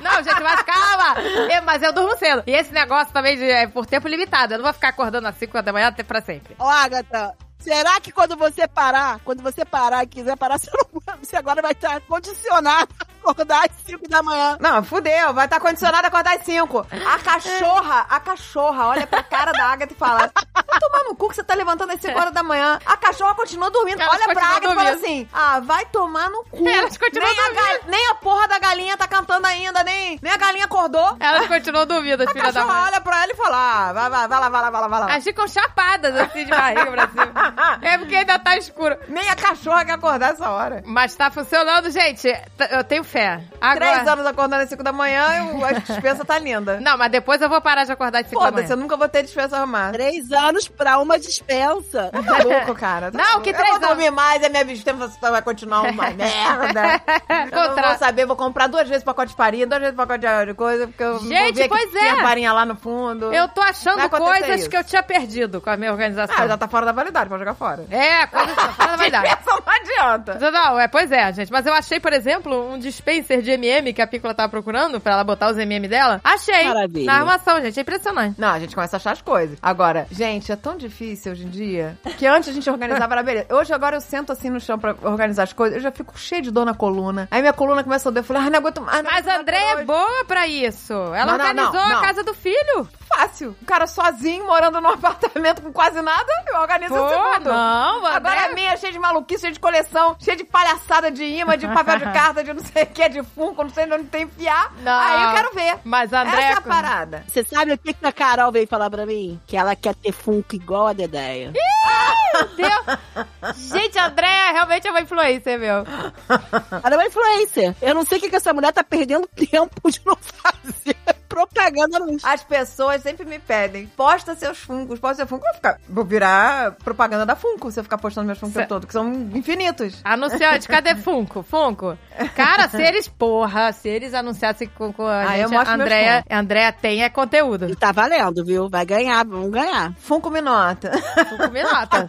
Speaker 1: Não, gente, mas calma! Eu- mas eu durmo cedo. E esse negócio também de, é por tempo limitado. Eu não vou ficar acordando às 5 da manhã até pra sempre.
Speaker 3: Ó, Agatha, será que quando você parar, quando você parar e quiser parar, você, não- você agora vai estar condicionado a acordar às 5 da manhã?
Speaker 2: Não, fudeu, vai estar tá condicionado a acordar às 5. A cachorra, a cachorra olha pra cara da Agatha e fala: Vai tomar no cu que você tá levantando às 5 horas da manhã. A cachorra continua dormindo.
Speaker 1: Elas
Speaker 2: olha pra
Speaker 1: continuam
Speaker 2: Agatha e fala
Speaker 1: dormindo.
Speaker 2: assim: Ah, vai tomar no cu.
Speaker 1: Elas continuam
Speaker 2: nem a,
Speaker 1: dormindo.
Speaker 2: ga- nem a porra da galinha tá cantando ainda, nem, nem a galinha acordou.
Speaker 1: Elas continuam dormindo, as
Speaker 2: A
Speaker 1: filhas É, da
Speaker 2: cachorra
Speaker 1: mãe.
Speaker 2: olha pra ela e fala: ah, vai, vai, vai lá, vai lá, vai lá, vai lá.
Speaker 1: Elas ficam chapadas assim de barriga pra cima. É porque ainda tá escuro.
Speaker 2: Nem a cachorra quer acordar essa hora.
Speaker 1: Mas tá funcionando, gente. T- Eu tenho fé. Agora...
Speaker 2: Três anos acordando às 5 da manhã, eu- a dispensa tá linda.
Speaker 1: Não, mas depois eu vou parar de acordar de 5 da
Speaker 2: Foda-se, eu
Speaker 1: manhã.
Speaker 2: nunca vou ter dispensa arrumada.
Speaker 3: Três anos pra uma dispensa.
Speaker 2: Tá louco, cara. Tá
Speaker 1: é Não,
Speaker 2: louco.
Speaker 1: que
Speaker 2: Eu
Speaker 1: três
Speaker 2: vou dormir mais, a minha dispensa vai continuar uma merda. Eu não
Speaker 1: Contra-
Speaker 2: vou saber, vou comprar duas vezes pacote de farinha, duas vezes pacote de- de coisa, porque eu não vou
Speaker 1: Gente,
Speaker 2: ver
Speaker 1: pois
Speaker 2: que tinha
Speaker 1: é.
Speaker 2: farinha lá no fundo.
Speaker 1: Eu tô achando
Speaker 2: Vai acontecer
Speaker 1: coisas
Speaker 2: isso.
Speaker 1: que eu tinha perdido com a minha organização.
Speaker 2: Ah, já tá fora da validade, pode jogar fora.
Speaker 1: É, coisas que eu falo, vai dar.
Speaker 2: Dispensa não adianta.
Speaker 1: Não, Não, é, pois é, gente. Mas eu achei, por exemplo, um dispenser de MM que a Piccola tava procurando pra ela botar os MM dela. Achei.
Speaker 3: Maravilha.
Speaker 1: Na armação, gente. É impressionante.
Speaker 2: Não, a gente começa a achar as coisas. Agora, gente, é tão difícil hoje em dia que antes a gente organizava na beleza. Hoje, agora eu sento assim no chão pra organizar as coisas, eu já fico cheia de dor na coluna. Aí minha coluna começa a doer, eu falei, ah, não aguento mais. não
Speaker 1: Mas
Speaker 2: aguento
Speaker 1: a
Speaker 2: mais
Speaker 1: André é
Speaker 2: hoje.
Speaker 1: boa pra isso. Ela
Speaker 2: Não, não,
Speaker 1: organizou
Speaker 2: não, não.
Speaker 1: a casa do filho.
Speaker 2: fácil. O cara sozinho, morando num apartamento com quase nada, eu organizo
Speaker 1: Pô,
Speaker 2: esse mundo.
Speaker 1: não, a
Speaker 2: Agora a
Speaker 1: André...
Speaker 2: minha, cheia de maluquice, cheia de coleção, cheia de palhaçada de imã, de papel de carta, de não sei o que, de funko, não sei onde tem que enfiar.
Speaker 1: Não.
Speaker 2: Aí eu quero ver.
Speaker 1: Mas a André...
Speaker 2: Essa é a parada.
Speaker 3: Você sabe o que, que a Carol veio falar pra mim? Que ela quer ter funko igual a Dedéia.
Speaker 1: Meu Deus. Gente, a André realmente é uma influencer, meu.
Speaker 3: Ela é uma influencer. Eu não sei o que, que essa mulher tá perdendo tempo de não fazer propaganda no
Speaker 2: As pessoas sempre me pedem, posta seus funcos, posta seu funko. Eu vou, ficar, vou virar propaganda da Funko se eu ficar postando meus funcos
Speaker 1: Cê-
Speaker 2: todo, que são infinitos.
Speaker 1: Anunciante, cadê Funko? Funko? Cara, se eles, porra, se eles anunciassem com, com a
Speaker 2: Ah, eu
Speaker 1: gente, a
Speaker 2: mostro meus
Speaker 1: Andréia, a Andréia tem é conteúdo.
Speaker 3: E tá valendo, viu? Vai ganhar, vamos ganhar.
Speaker 2: Funko me nota.
Speaker 1: Funko me nota.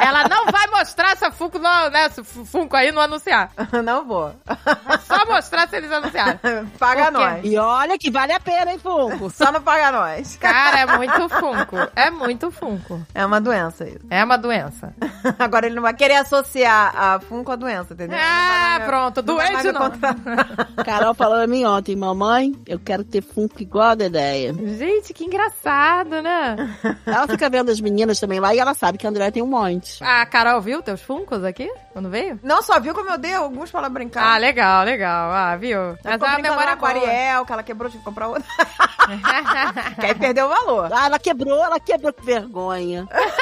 Speaker 1: Ela não vai mostrar essa Funko, no, né, esse fu- Funko aí não anunciar.
Speaker 2: Não vou.
Speaker 1: Só mostrar se eles anunciarem.
Speaker 2: Paga
Speaker 1: Por quê?
Speaker 2: nós.
Speaker 3: E olha que vale a pena, hein, Funko?
Speaker 2: Só não paga nós.
Speaker 1: Cara, é muito funko. É muito funko.
Speaker 2: É uma doença isso.
Speaker 1: É uma doença.
Speaker 2: Agora ele não vai querer associar a Funko à doença, entendeu?
Speaker 1: Ah, pronto.
Speaker 2: vai mais
Speaker 1: Doente
Speaker 2: me
Speaker 1: não.
Speaker 2: contratar.
Speaker 3: Carol falou a mim ontem, mamãe, eu quero ter Funko igual a Dedéia.
Speaker 1: Gente, que engraçado, né?
Speaker 3: Ela fica vendo as meninas também lá e ela sabe que a André tem um monte.
Speaker 1: A Carol viu teus funcos aqui? Quando veio?
Speaker 2: Não só viu como eu dei alguns pra ela brincar.
Speaker 1: Ah, legal, legal. Ah, viu? Mas é
Speaker 2: ficou
Speaker 1: uma
Speaker 2: brincando
Speaker 1: memória
Speaker 2: lá com a Ariel, que ela quebrou, tive que comprar outra. que aí perdeu o valor.
Speaker 3: Ah, ela quebrou, ela quebrou com vergonha.
Speaker 2: É.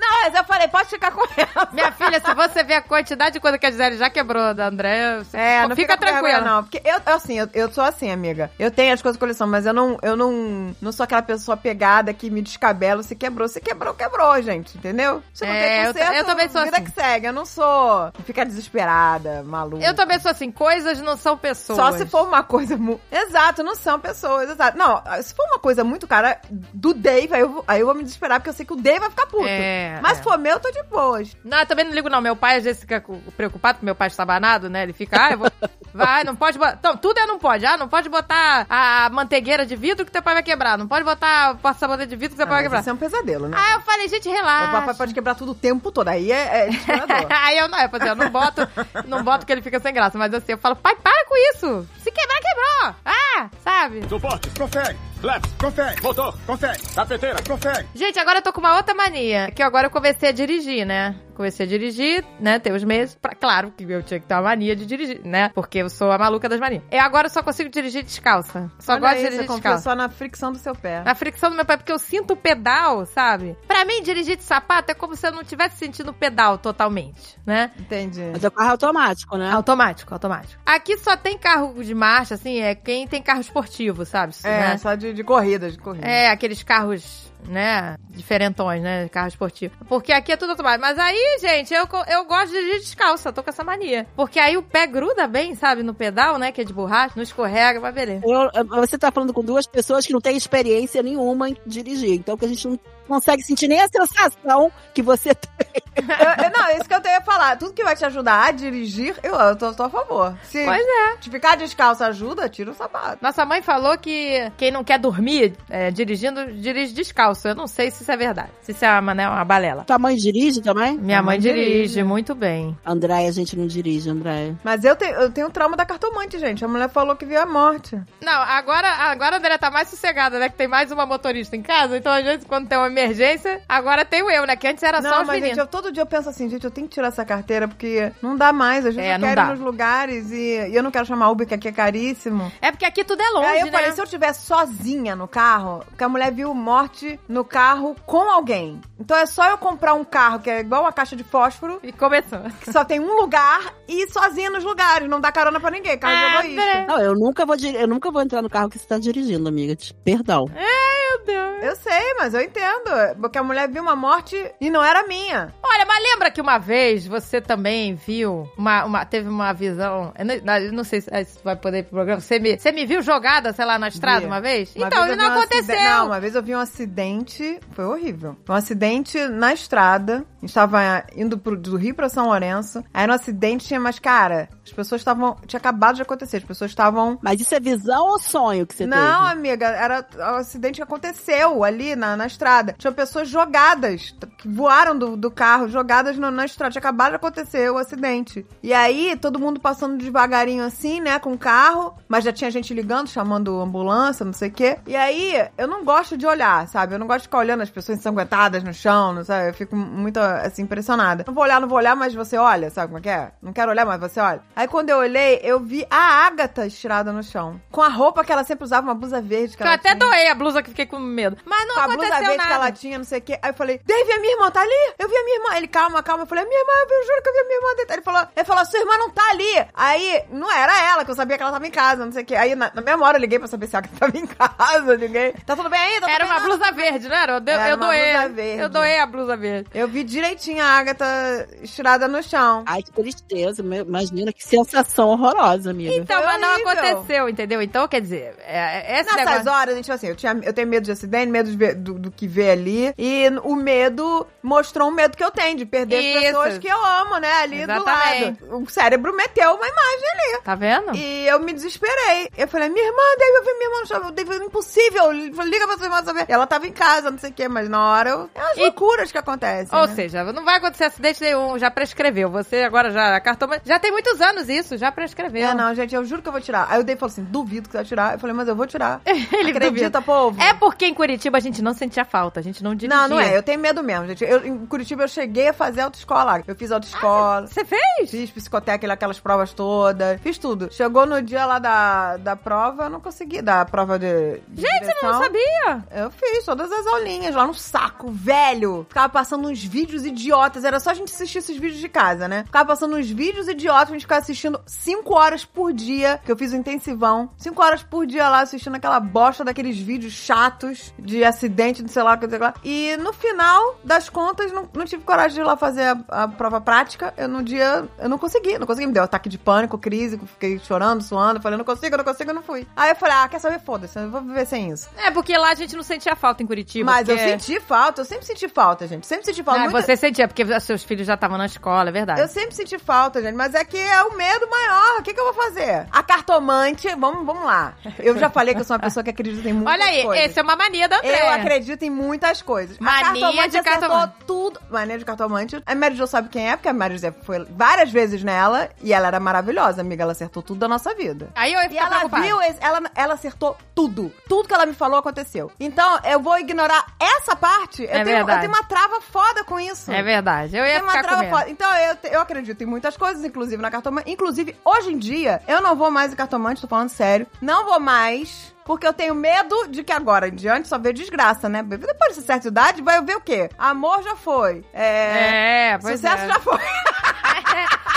Speaker 2: Não, mas eu falei, pode ficar com ela.
Speaker 1: Minha filha, se você ver a quantidade de coisa que a Gisele já quebrou da André,
Speaker 2: É, não
Speaker 1: fica,
Speaker 2: fica, com vergonha,
Speaker 1: tranquila.
Speaker 2: não. Porque eu, eu, assim, eu, eu sou assim, amiga. Eu tenho as coisas de coleção, mas eu não, eu não, não sou aquela pessoa pegada que me descabelo. Se quebrou, se quebrou, quebrou, gente. Entendeu? Se não
Speaker 1: É,
Speaker 2: tem
Speaker 1: eu ta- eu também sou
Speaker 2: vida
Speaker 1: assim.
Speaker 2: que segue. Eu não sou ficar desesperada, maluca.
Speaker 1: Eu também sou assim, coisas não são pessoas.
Speaker 2: Só se for uma coisa. mu- Exato, não são pessoas, exato. Não, se for uma coisa muito cara do Dave, aí eu, vou- aí eu vou me desesperar, porque eu sei que o Dave vai ficar puto.
Speaker 1: É,
Speaker 2: Mas
Speaker 1: é.
Speaker 2: se for meu, eu tô de boas.
Speaker 1: Não, eu também não ligo, não. Meu pai às vezes fica cu- preocupado, porque meu pai está banado, né? Ele fica, ah, eu vou. Vai, não pode botar. Então, tudo é não pode. Ah, não pode botar a manteigueira de vidro que teu pai vai quebrar. Não pode botar a passamanta de vidro que teu pai vai
Speaker 2: mas
Speaker 1: quebrar.
Speaker 2: isso é um pesadelo, né?
Speaker 1: Ah, eu falei, gente,
Speaker 2: o papai
Speaker 1: relaxa.
Speaker 2: pode quebrar tudo o tempo todo. Aí é, é desesperador.
Speaker 1: Aí eu não, eu, falei, eu não boto, não boto que ele fica sem graça, mas assim, eu falo, pai, para com isso! Se quebrar, quebrou! Ah, sabe?
Speaker 5: Suportes, prossegue. Laps, prossegue. Motor, consegue. Cafeteira, prossegue.
Speaker 1: Gente, agora eu tô com uma outra mania, que agora eu comecei a dirigir, né? Comecei a dirigir, né? Tem uns meses. Pra, claro que eu tinha que ter uma mania de dirigir, né? Porque eu sou a maluca das manias. E agora eu só consigo dirigir descalça. Só
Speaker 2: Olha
Speaker 1: gosto de Ah.
Speaker 2: aí, você
Speaker 1: dirigir
Speaker 2: confiou
Speaker 1: descalça.
Speaker 2: só na fricção do seu pé.
Speaker 1: Na fricção do meu pé, porque eu sinto o pedal, sabe? Pra mim, dirigir de sapato é como se eu não tivesse sentindo o pedal totalmente, né?
Speaker 2: Entendi.
Speaker 3: Mas é carro automático,
Speaker 2: Ah.
Speaker 3: né?
Speaker 1: Automático, automático. Aqui só tem carro de marcha, assim, é quem tem carro esportivo, sabe? Isso,
Speaker 2: É,
Speaker 1: né?
Speaker 2: só de, de corrida, de corrida.
Speaker 1: É, aqueles carros, né, diferentões, né, carro esportivo. Porque aqui é tudo automático. Mas aí, gente, eu, co- eu gosto de dirigir descalça, tô com essa mania. Porque aí o pé gruda bem, sabe, no pedal, né, que é de borracha, não escorrega, vai beleza.
Speaker 3: Eu- eu- você tá falando com duas pessoas que não têm experiência nenhuma em dirigir. Então que a gente não consegue sentir nem a sensação que você tem.
Speaker 2: Eu- eu- não, isso que eu tenho a falar. Tudo que vai te ajudar a dirigir, eu, eu tô, tô a favor. Se
Speaker 1: Pois
Speaker 2: é. te ficar descalço ajuda, tira o sapato.
Speaker 1: Nossa mãe falou que quem não quer dormir é, dirigindo, dirige descalço. Eu não sei se isso é verdade. Se isso é uma, né, uma balela.
Speaker 3: Tua mãe dirige também?
Speaker 1: Minha mãe
Speaker 2: mãe dirige.
Speaker 1: dirige muito bem.
Speaker 3: Andréia, a gente não dirige, Andréia.
Speaker 2: Mas eu, te, eu tenho trauma da cartomante, gente. A mulher falou que viu a morte.
Speaker 1: Não, agora, agora a Andrea tá mais sossegada, né? Que tem mais uma motorista em casa. Então, às vezes, quando tem uma emergência, agora tem eu, né? Que antes era só
Speaker 2: Não,
Speaker 1: os
Speaker 2: mas,
Speaker 1: meninos.
Speaker 2: gente, eu, todo dia eu penso assim, gente, eu tenho que tirar essa carteira porque não dá mais. Às vezes
Speaker 1: É,
Speaker 2: eu
Speaker 1: não
Speaker 2: quero
Speaker 1: dá.
Speaker 2: ir nos lugares e, e eu não quero chamar Uber, que aqui é caríssimo.
Speaker 1: É porque aqui tudo é longe,
Speaker 2: Aí eu
Speaker 1: né?
Speaker 2: falei, se eu estiver sozinha no carro, porque a mulher viu morte no carro com alguém. Então é só eu comprar um carro que é igual uma caixa de fósforo,
Speaker 1: E começou.
Speaker 2: que só tem um lugar e ir sozinha nos lugares, não dá carona pra ninguém, carro
Speaker 1: Ah,
Speaker 2: de egoísta.
Speaker 1: André.
Speaker 3: Não, eu nunca vou dir- eu nunca vou entrar no carro que você tá dirigindo, amiga. Te- Perdão.
Speaker 2: É.
Speaker 1: Meu Deus.
Speaker 2: Eu sei, mas eu entendo, porque a mulher viu uma morte e não era minha.
Speaker 1: Olha, mas lembra que uma vez você também viu uma, uma- teve uma visão. Eu não, eu não sei se ah, isso vai poder ir pro programa. Você me, você me viu jogada, sei lá, na estrada
Speaker 2: Vi.
Speaker 1: uma vez?
Speaker 2: Uma
Speaker 1: então,
Speaker 2: vez
Speaker 1: isso
Speaker 2: eu vi
Speaker 1: não
Speaker 2: um acide-
Speaker 1: aconteceu.
Speaker 2: Não, uma vez eu vi um acidente, foi horrível. Um acidente na estrada, a gente tava indo pro, do Rio pra São Lourenço, aí no acidente tinha, mas cara, as pessoas estavam, tinha acabado de acontecer, as pessoas estavam...
Speaker 3: Mas isso é visão ou sonho que você
Speaker 2: Não,
Speaker 3: teve?
Speaker 2: amiga, era o acidente que aconteceu ali na, na estrada. Tinha pessoas jogadas, t- que voaram do, do carro, jogadas no- na estrada. Tinha acabado de acontecer o acidente. E aí, todo mundo passando devagarinho assim, né, com o carro. Mas já tinha gente ligando, chamando ambulância, não sei o quê. E aí, eu não gosto de olhar, sabe? Eu não gosto de ficar olhando as pessoas ensanguentadas no chão, não sabe? Eu fico muito, assim, impressionada. Não vou olhar, não vou olhar, mas você olha, sabe como é que é? Não quero olhar, mas você olha. Aí, quando eu olhei, eu vi a Agatha estirada no chão. Com a roupa que ela sempre usava, uma blusa verde. Que
Speaker 1: eu
Speaker 2: ela
Speaker 1: até
Speaker 2: tinha
Speaker 1: doei a blusa que fiquei com medo. Mas não
Speaker 2: com a blusa
Speaker 1: aconteceu
Speaker 2: verde que ela
Speaker 1: nada.
Speaker 2: tinha, não sei o quê. Aí eu falei, Dave, a minha irmã tá ali? Eu vi a minha irmã. Ele, calma, calma. Eu falei, a minha irmã, eu juro que eu vi a minha irmã deitada. Ele falou, ele falou, sua irmã não tá ali. Aí, não era ela, que eu sabia que ela tava em casa, não sei o quê. Aí, na, na mesma hora, eu liguei pra saber se ela tava em casa, ninguém. Tá tudo bem aí? Tá tudo
Speaker 1: Era
Speaker 2: bem?
Speaker 1: uma
Speaker 2: Não.
Speaker 1: blusa verde, não era? Eu, dei-
Speaker 2: Era
Speaker 1: eu
Speaker 2: uma
Speaker 1: doei.
Speaker 2: blusa verde.
Speaker 1: Eu doei a blusa verde.
Speaker 2: Eu vi de direitinho a Agatha estirada no chão.
Speaker 1: Ah,
Speaker 3: Ai, que tristeza. meu- Imagina que sensação horrorosa, amiga.
Speaker 1: Então, mas não
Speaker 2: é horrível.
Speaker 1: aconteceu, entendeu? Então, quer dizer, é, é esse
Speaker 2: Nessas
Speaker 1: negócio...
Speaker 2: horas, a gente fala assim, eu, tinha, eu tenho medo de acidente, medo de ver- do, do que vê ali. E n- o medo mostrou um medo que eu tenho, de perder
Speaker 1: Isso.
Speaker 2: as pessoas que eu amo, né? Ali
Speaker 1: Exatamente.
Speaker 2: do lado. O cérebro meteu uma imagem ali.
Speaker 1: Tá vendo?
Speaker 2: E eu me desesperei. Eu falei, minha irmã, David, eu vi minha irmã no shopping, David, impossível. Liga pra sua irmã saber. Ela tava em casa, não sei o quê, mas na hora eu... É as
Speaker 1: E-
Speaker 2: loucuras que acontecem,
Speaker 1: Ou
Speaker 2: né?
Speaker 1: seja, não vai acontecer acidente nenhum, já prescreveu. Você agora já cartou, mas já tem muitos anos isso, já prescreveu.
Speaker 2: É, não, gente, eu juro que eu vou tirar. Aí o Dave falou assim: duvido que você vai tirar. Eu falei, mas eu vou tirar.
Speaker 1: Ele
Speaker 2: Acredita,
Speaker 1: duvida.
Speaker 2: povo?
Speaker 1: É porque em Curitiba a gente não sentia falta, a gente não dirigia.
Speaker 2: Não, não é. Eu tenho medo mesmo, gente. Eu, em Curitiba eu cheguei a fazer autoescola. lá. Eu fiz autoescola.
Speaker 1: Você fez?
Speaker 2: Fiz psicotécnica, aquelas provas todas. Fiz tudo. Chegou no dia lá da, da prova, eu não consegui dar a prova de. de
Speaker 1: Gente, eu não
Speaker 2: direção.
Speaker 1: sabia.
Speaker 2: Eu fiz todas as aulinhas lá no saco, velho. Ficava passando uns vídeos idiotas. Era só a gente assistir esses vídeos de casa, né? Ficava passando uns vídeos idiotas, a gente ficava assistindo 5 horas por dia, que eu fiz o intensivão. 5 horas por dia lá assistindo aquela bosta daqueles vídeos chatos de acidente, não sei lá o que, não sei lá. E no final das contas, não, não tive coragem de ir lá fazer a, a prova prática. Eu no dia, eu não consegui, não consegui. Me deu ataque de pânico, crise, fiquei chorando, suando. Falei, eu não consigo, eu não consigo, eu não fui. Aí eu falei, ah, quer saber? Foda-se, eu vou viver sem isso.
Speaker 1: É porque lá a gente não sentia falta em Curitiba.
Speaker 2: Mas eu
Speaker 1: porque-
Speaker 2: senti falta, eu sempre senti falta, gente. Sempre senti
Speaker 1: é Ah,
Speaker 2: falta. Muita-
Speaker 1: Você sentia, porque seus filhos já estavam na escola, é verdade.
Speaker 2: Eu sempre senti falta, gente. Mas é que é o medo maior. O que, que eu vou fazer? A cartomante, vamos, vamos lá. Eu já falei que eu sou uma pessoa que acredita em muitas
Speaker 1: Olha aí,
Speaker 2: coisas.
Speaker 1: essa é uma mania da Andréia.
Speaker 2: Eu acredito em muitas coisas.
Speaker 1: Mania
Speaker 2: a cartomante
Speaker 1: de
Speaker 2: acertou
Speaker 1: cartomante.
Speaker 2: tudo. Mania de cartomante. A Mary Jo sabe quem é, porque a Mary Jo foi várias vezes nela e ela era maravilhosa, amiga. Ela acertou tudo da nossa vida.
Speaker 1: Aí eu ia
Speaker 2: E
Speaker 1: ficar
Speaker 2: ela
Speaker 1: preocupada.
Speaker 2: viu, esse- ela, ela acertou tudo. Tudo que ela me falou aconteceu. Então, eu vou ignorar essa parte. Eu,
Speaker 1: É
Speaker 2: tenho, eu
Speaker 1: verdade.
Speaker 2: tenho uma trava foda com isso.
Speaker 1: É verdade, eu ia
Speaker 2: Tem uma
Speaker 1: ficar com
Speaker 2: trava
Speaker 1: medo.
Speaker 2: foda. Então, eu, te- eu acredito em muitas coisas, inclusive na cartomante. Inclusive, hoje em dia, eu não vou mais em cartomante, tô falando sério. Não vou mais, porque eu tenho medo de que agora em diante só vê desgraça, né? Depois de certa idade, vai ver o quê? Amor já foi. É.
Speaker 1: É, pois
Speaker 2: Sucesso
Speaker 1: é.
Speaker 2: já foi.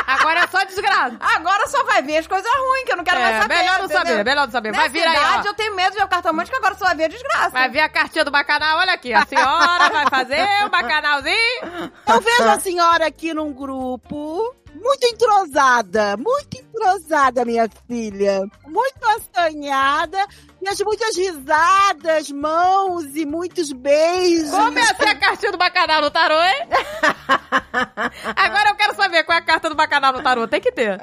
Speaker 1: Agora é só desgraça.
Speaker 2: Agora só vai vir as coisas ruins, que eu não quero
Speaker 1: É,
Speaker 2: mais saber.
Speaker 1: melhor não
Speaker 2: entendeu?
Speaker 1: saber, melhor não saber. Vai
Speaker 2: Nessa
Speaker 1: vir aí,
Speaker 2: idade,
Speaker 1: ó.
Speaker 2: eu tenho medo de ver o cartomante, que agora só vai ver a desgraça.
Speaker 1: Vai ver a cartinha do bacanal, olha aqui. A senhora vai fazer o bacanalzinho.
Speaker 3: Eu vejo a senhora aqui num grupo muito entrosada, muito entrosada, minha filha. Muito assanhada, e as muitas risadas, mãos e muitos beijos.
Speaker 1: Como ia ser assim a cartinha do bacanal no tarô, hein? Agora eu quero saber qual é a carta do bacanal no tarô. Tem que ter.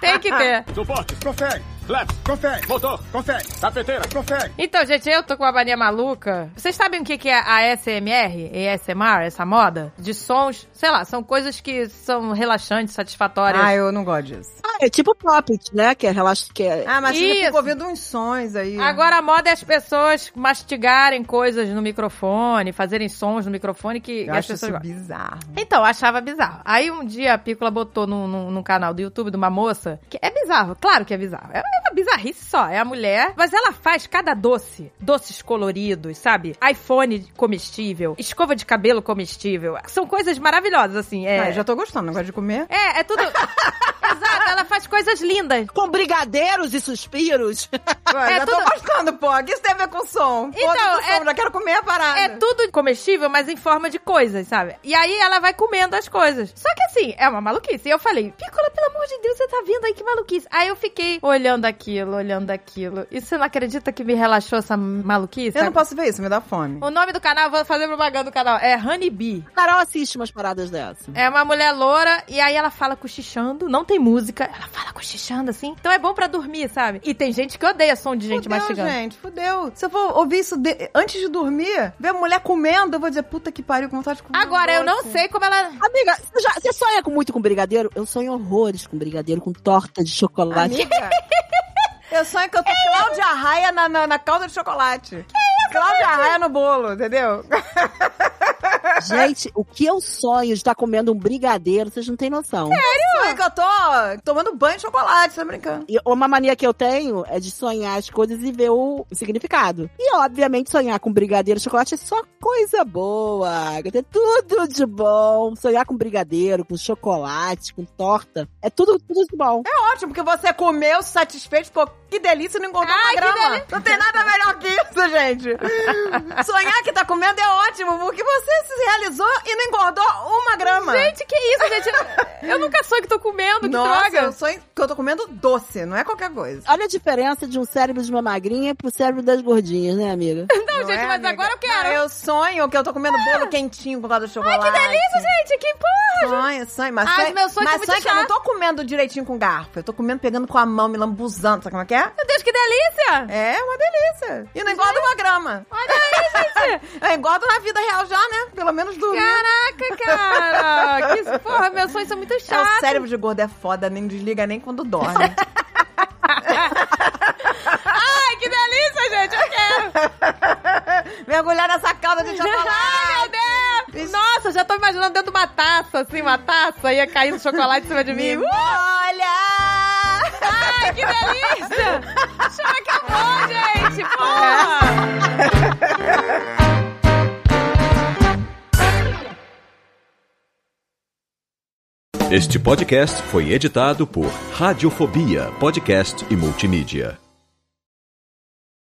Speaker 1: Tem que ter.
Speaker 5: Suportes, prossegue. Lápis, consegue. Motor, consegue. Cafeteira, consegue.
Speaker 1: Então, gente, eu tô com uma mania maluca. Vocês sabem o que que é a ASMR? ASMR, essa moda? De sons, sei lá, são coisas que são relaxantes, satisfatórias.
Speaker 2: Ah, eu não gosto disso.
Speaker 3: Ah, é tipo poppet, né? Que é relaxa, que é...
Speaker 2: Ah, mas
Speaker 1: Isso.
Speaker 2: eu fico ouvindo uns sons aí.
Speaker 1: Agora a moda é as pessoas mastigarem coisas no microfone, fazerem sons no microfone que, que
Speaker 2: eu
Speaker 1: as
Speaker 2: acho
Speaker 1: pessoas
Speaker 2: isso
Speaker 1: gostam.
Speaker 2: bizarro.
Speaker 1: Então, eu achava bizarro. Aí um dia a Pícola botou num, num, num canal do YouTube de uma moça, que é bizarro, claro que é bizarro. É é uma bizarrice só, é a mulher, mas ela faz cada doce, doces coloridos, sabe? iPhone comestível, escova de cabelo comestível. São coisas maravilhosas, assim. É,
Speaker 2: Ah, eu já tô gostando, não gosto de comer.
Speaker 1: é, é tudo. Exato, ela faz coisas lindas.
Speaker 3: Com brigadeiros e suspiros.
Speaker 2: Ué,
Speaker 1: É
Speaker 2: já
Speaker 1: tudo-
Speaker 2: tô gostando, pô. O que isso tem a ver com som?
Speaker 1: Então,
Speaker 2: Foda-se o
Speaker 1: é-
Speaker 2: som, já quero comer a parada.
Speaker 1: É tudo comestível, mas em forma de coisas, sabe? E aí ela vai comendo as coisas. Só que assim, é uma maluquice. E eu falei, Picola, pelo amor de Deus, você tá vendo aí que maluquice. Aí eu fiquei olhando aquilo, olhando aquilo. E você não acredita que me relaxou essa maluquice?
Speaker 2: Eu não posso ver isso, me dá fome.
Speaker 1: O nome do canal, eu vou fazer propaganda do canal, é Honey Bee.
Speaker 3: Carol assiste umas paradas dessa.
Speaker 1: É uma mulher loura e aí ela fala cochichando, não tem música, ela fala cochichando assim. Então é bom pra dormir, sabe? E tem gente que odeia som de gente
Speaker 2: fudeu,
Speaker 1: mastigando.
Speaker 2: gente, fudeu. Se eu for ouvir isso de- antes de dormir, ver a mulher comendo, eu vou dizer, puta que pariu, com vontade de comer. um
Speaker 1: Agora, eu não
Speaker 2: doce.
Speaker 1: sei como ela
Speaker 3: Amiga, você, já- você sonha com- muito com brigadeiro? Eu sonho horrores com brigadeiro, com torta de chocolate.
Speaker 2: Amiga, eu sonho que eu
Speaker 1: É
Speaker 2: tô Cláudia Raia na, na, na calda de chocolate. Cláudia Raia no bolo, entendeu?
Speaker 3: Gente, o que eu sonho de estar comendo um brigadeiro, vocês não têm noção.
Speaker 2: Sonho é que eu tô tomando banho de chocolate, tá brincando.
Speaker 3: E uma mania que eu tenho é de sonhar as coisas e ver o significado. E, obviamente, sonhar com brigadeiro e chocolate é só coisa boa, Agatha. É tudo de bom. Sonhar com brigadeiro, com chocolate, com torta, é tudo, tudo de bom.
Speaker 2: Ótimo, porque você comeu satisfeito, pô, que delícia, não engordou
Speaker 1: Ai,
Speaker 2: uma
Speaker 1: que
Speaker 2: grama.
Speaker 1: delícia.
Speaker 2: Não tem nada melhor que isso, gente. Sonhar que tá comendo é ótimo, porque você se realizou e não engordou uma grama.
Speaker 1: Gente, que isso, gente? Eu nunca sou que tô comendo, que
Speaker 2: Nossa,
Speaker 1: droga.
Speaker 2: eu sou em- que eu tô comendo doce, não é qualquer coisa.
Speaker 3: Olha a diferença de um cérebro de uma magrinha pro cérebro das gordinhas, né, amiga?
Speaker 1: Não, Então, gente,
Speaker 2: é,
Speaker 1: mas
Speaker 2: amiga?
Speaker 1: agora eu
Speaker 2: Não,
Speaker 1: quero. Ah.
Speaker 2: eu sonho que eu tô comendo bolo quentinho com lado do chocolate.
Speaker 1: Que delícia, gente, que porra.
Speaker 2: Sonho, sonho, mas
Speaker 1: Ai,
Speaker 2: sonho,
Speaker 1: meu sonho é
Speaker 2: mas
Speaker 1: muito
Speaker 2: sonho é que eu não
Speaker 1: chato.
Speaker 2: tô comendo direitinho com garfo. Eu tô comendo pegando com a mão, me lambuzando, sabe como é que é?
Speaker 1: Meu Deus, que delícia.
Speaker 2: É uma delícia. E não é engorda
Speaker 1: Né?
Speaker 2: uma grama.
Speaker 1: Olha aí, gente.
Speaker 2: Eu engordo na vida real já, né? Pelo menos do.
Speaker 1: Caraca, cara. Que porra, meus sonhos são muito
Speaker 2: É, o
Speaker 1: chatos.
Speaker 2: cérebro de gordo é foda, nem desliga nem quando dorme.
Speaker 1: Ai, que delícia, gente, eu quero.
Speaker 2: Mergulhar nessa calda de
Speaker 1: Ai,
Speaker 2: chocolate.
Speaker 1: meu Deus. Nossa, já tô imaginando dentro de uma taça, assim, uma taça, ia caindo chocolate em cima de
Speaker 2: Me
Speaker 1: mim. Uh!
Speaker 2: olha!
Speaker 1: Ai, que delícia! Já acabou, é gente! Porra!
Speaker 6: Este podcast foi editado por Radiofobia, podcast e multimídia.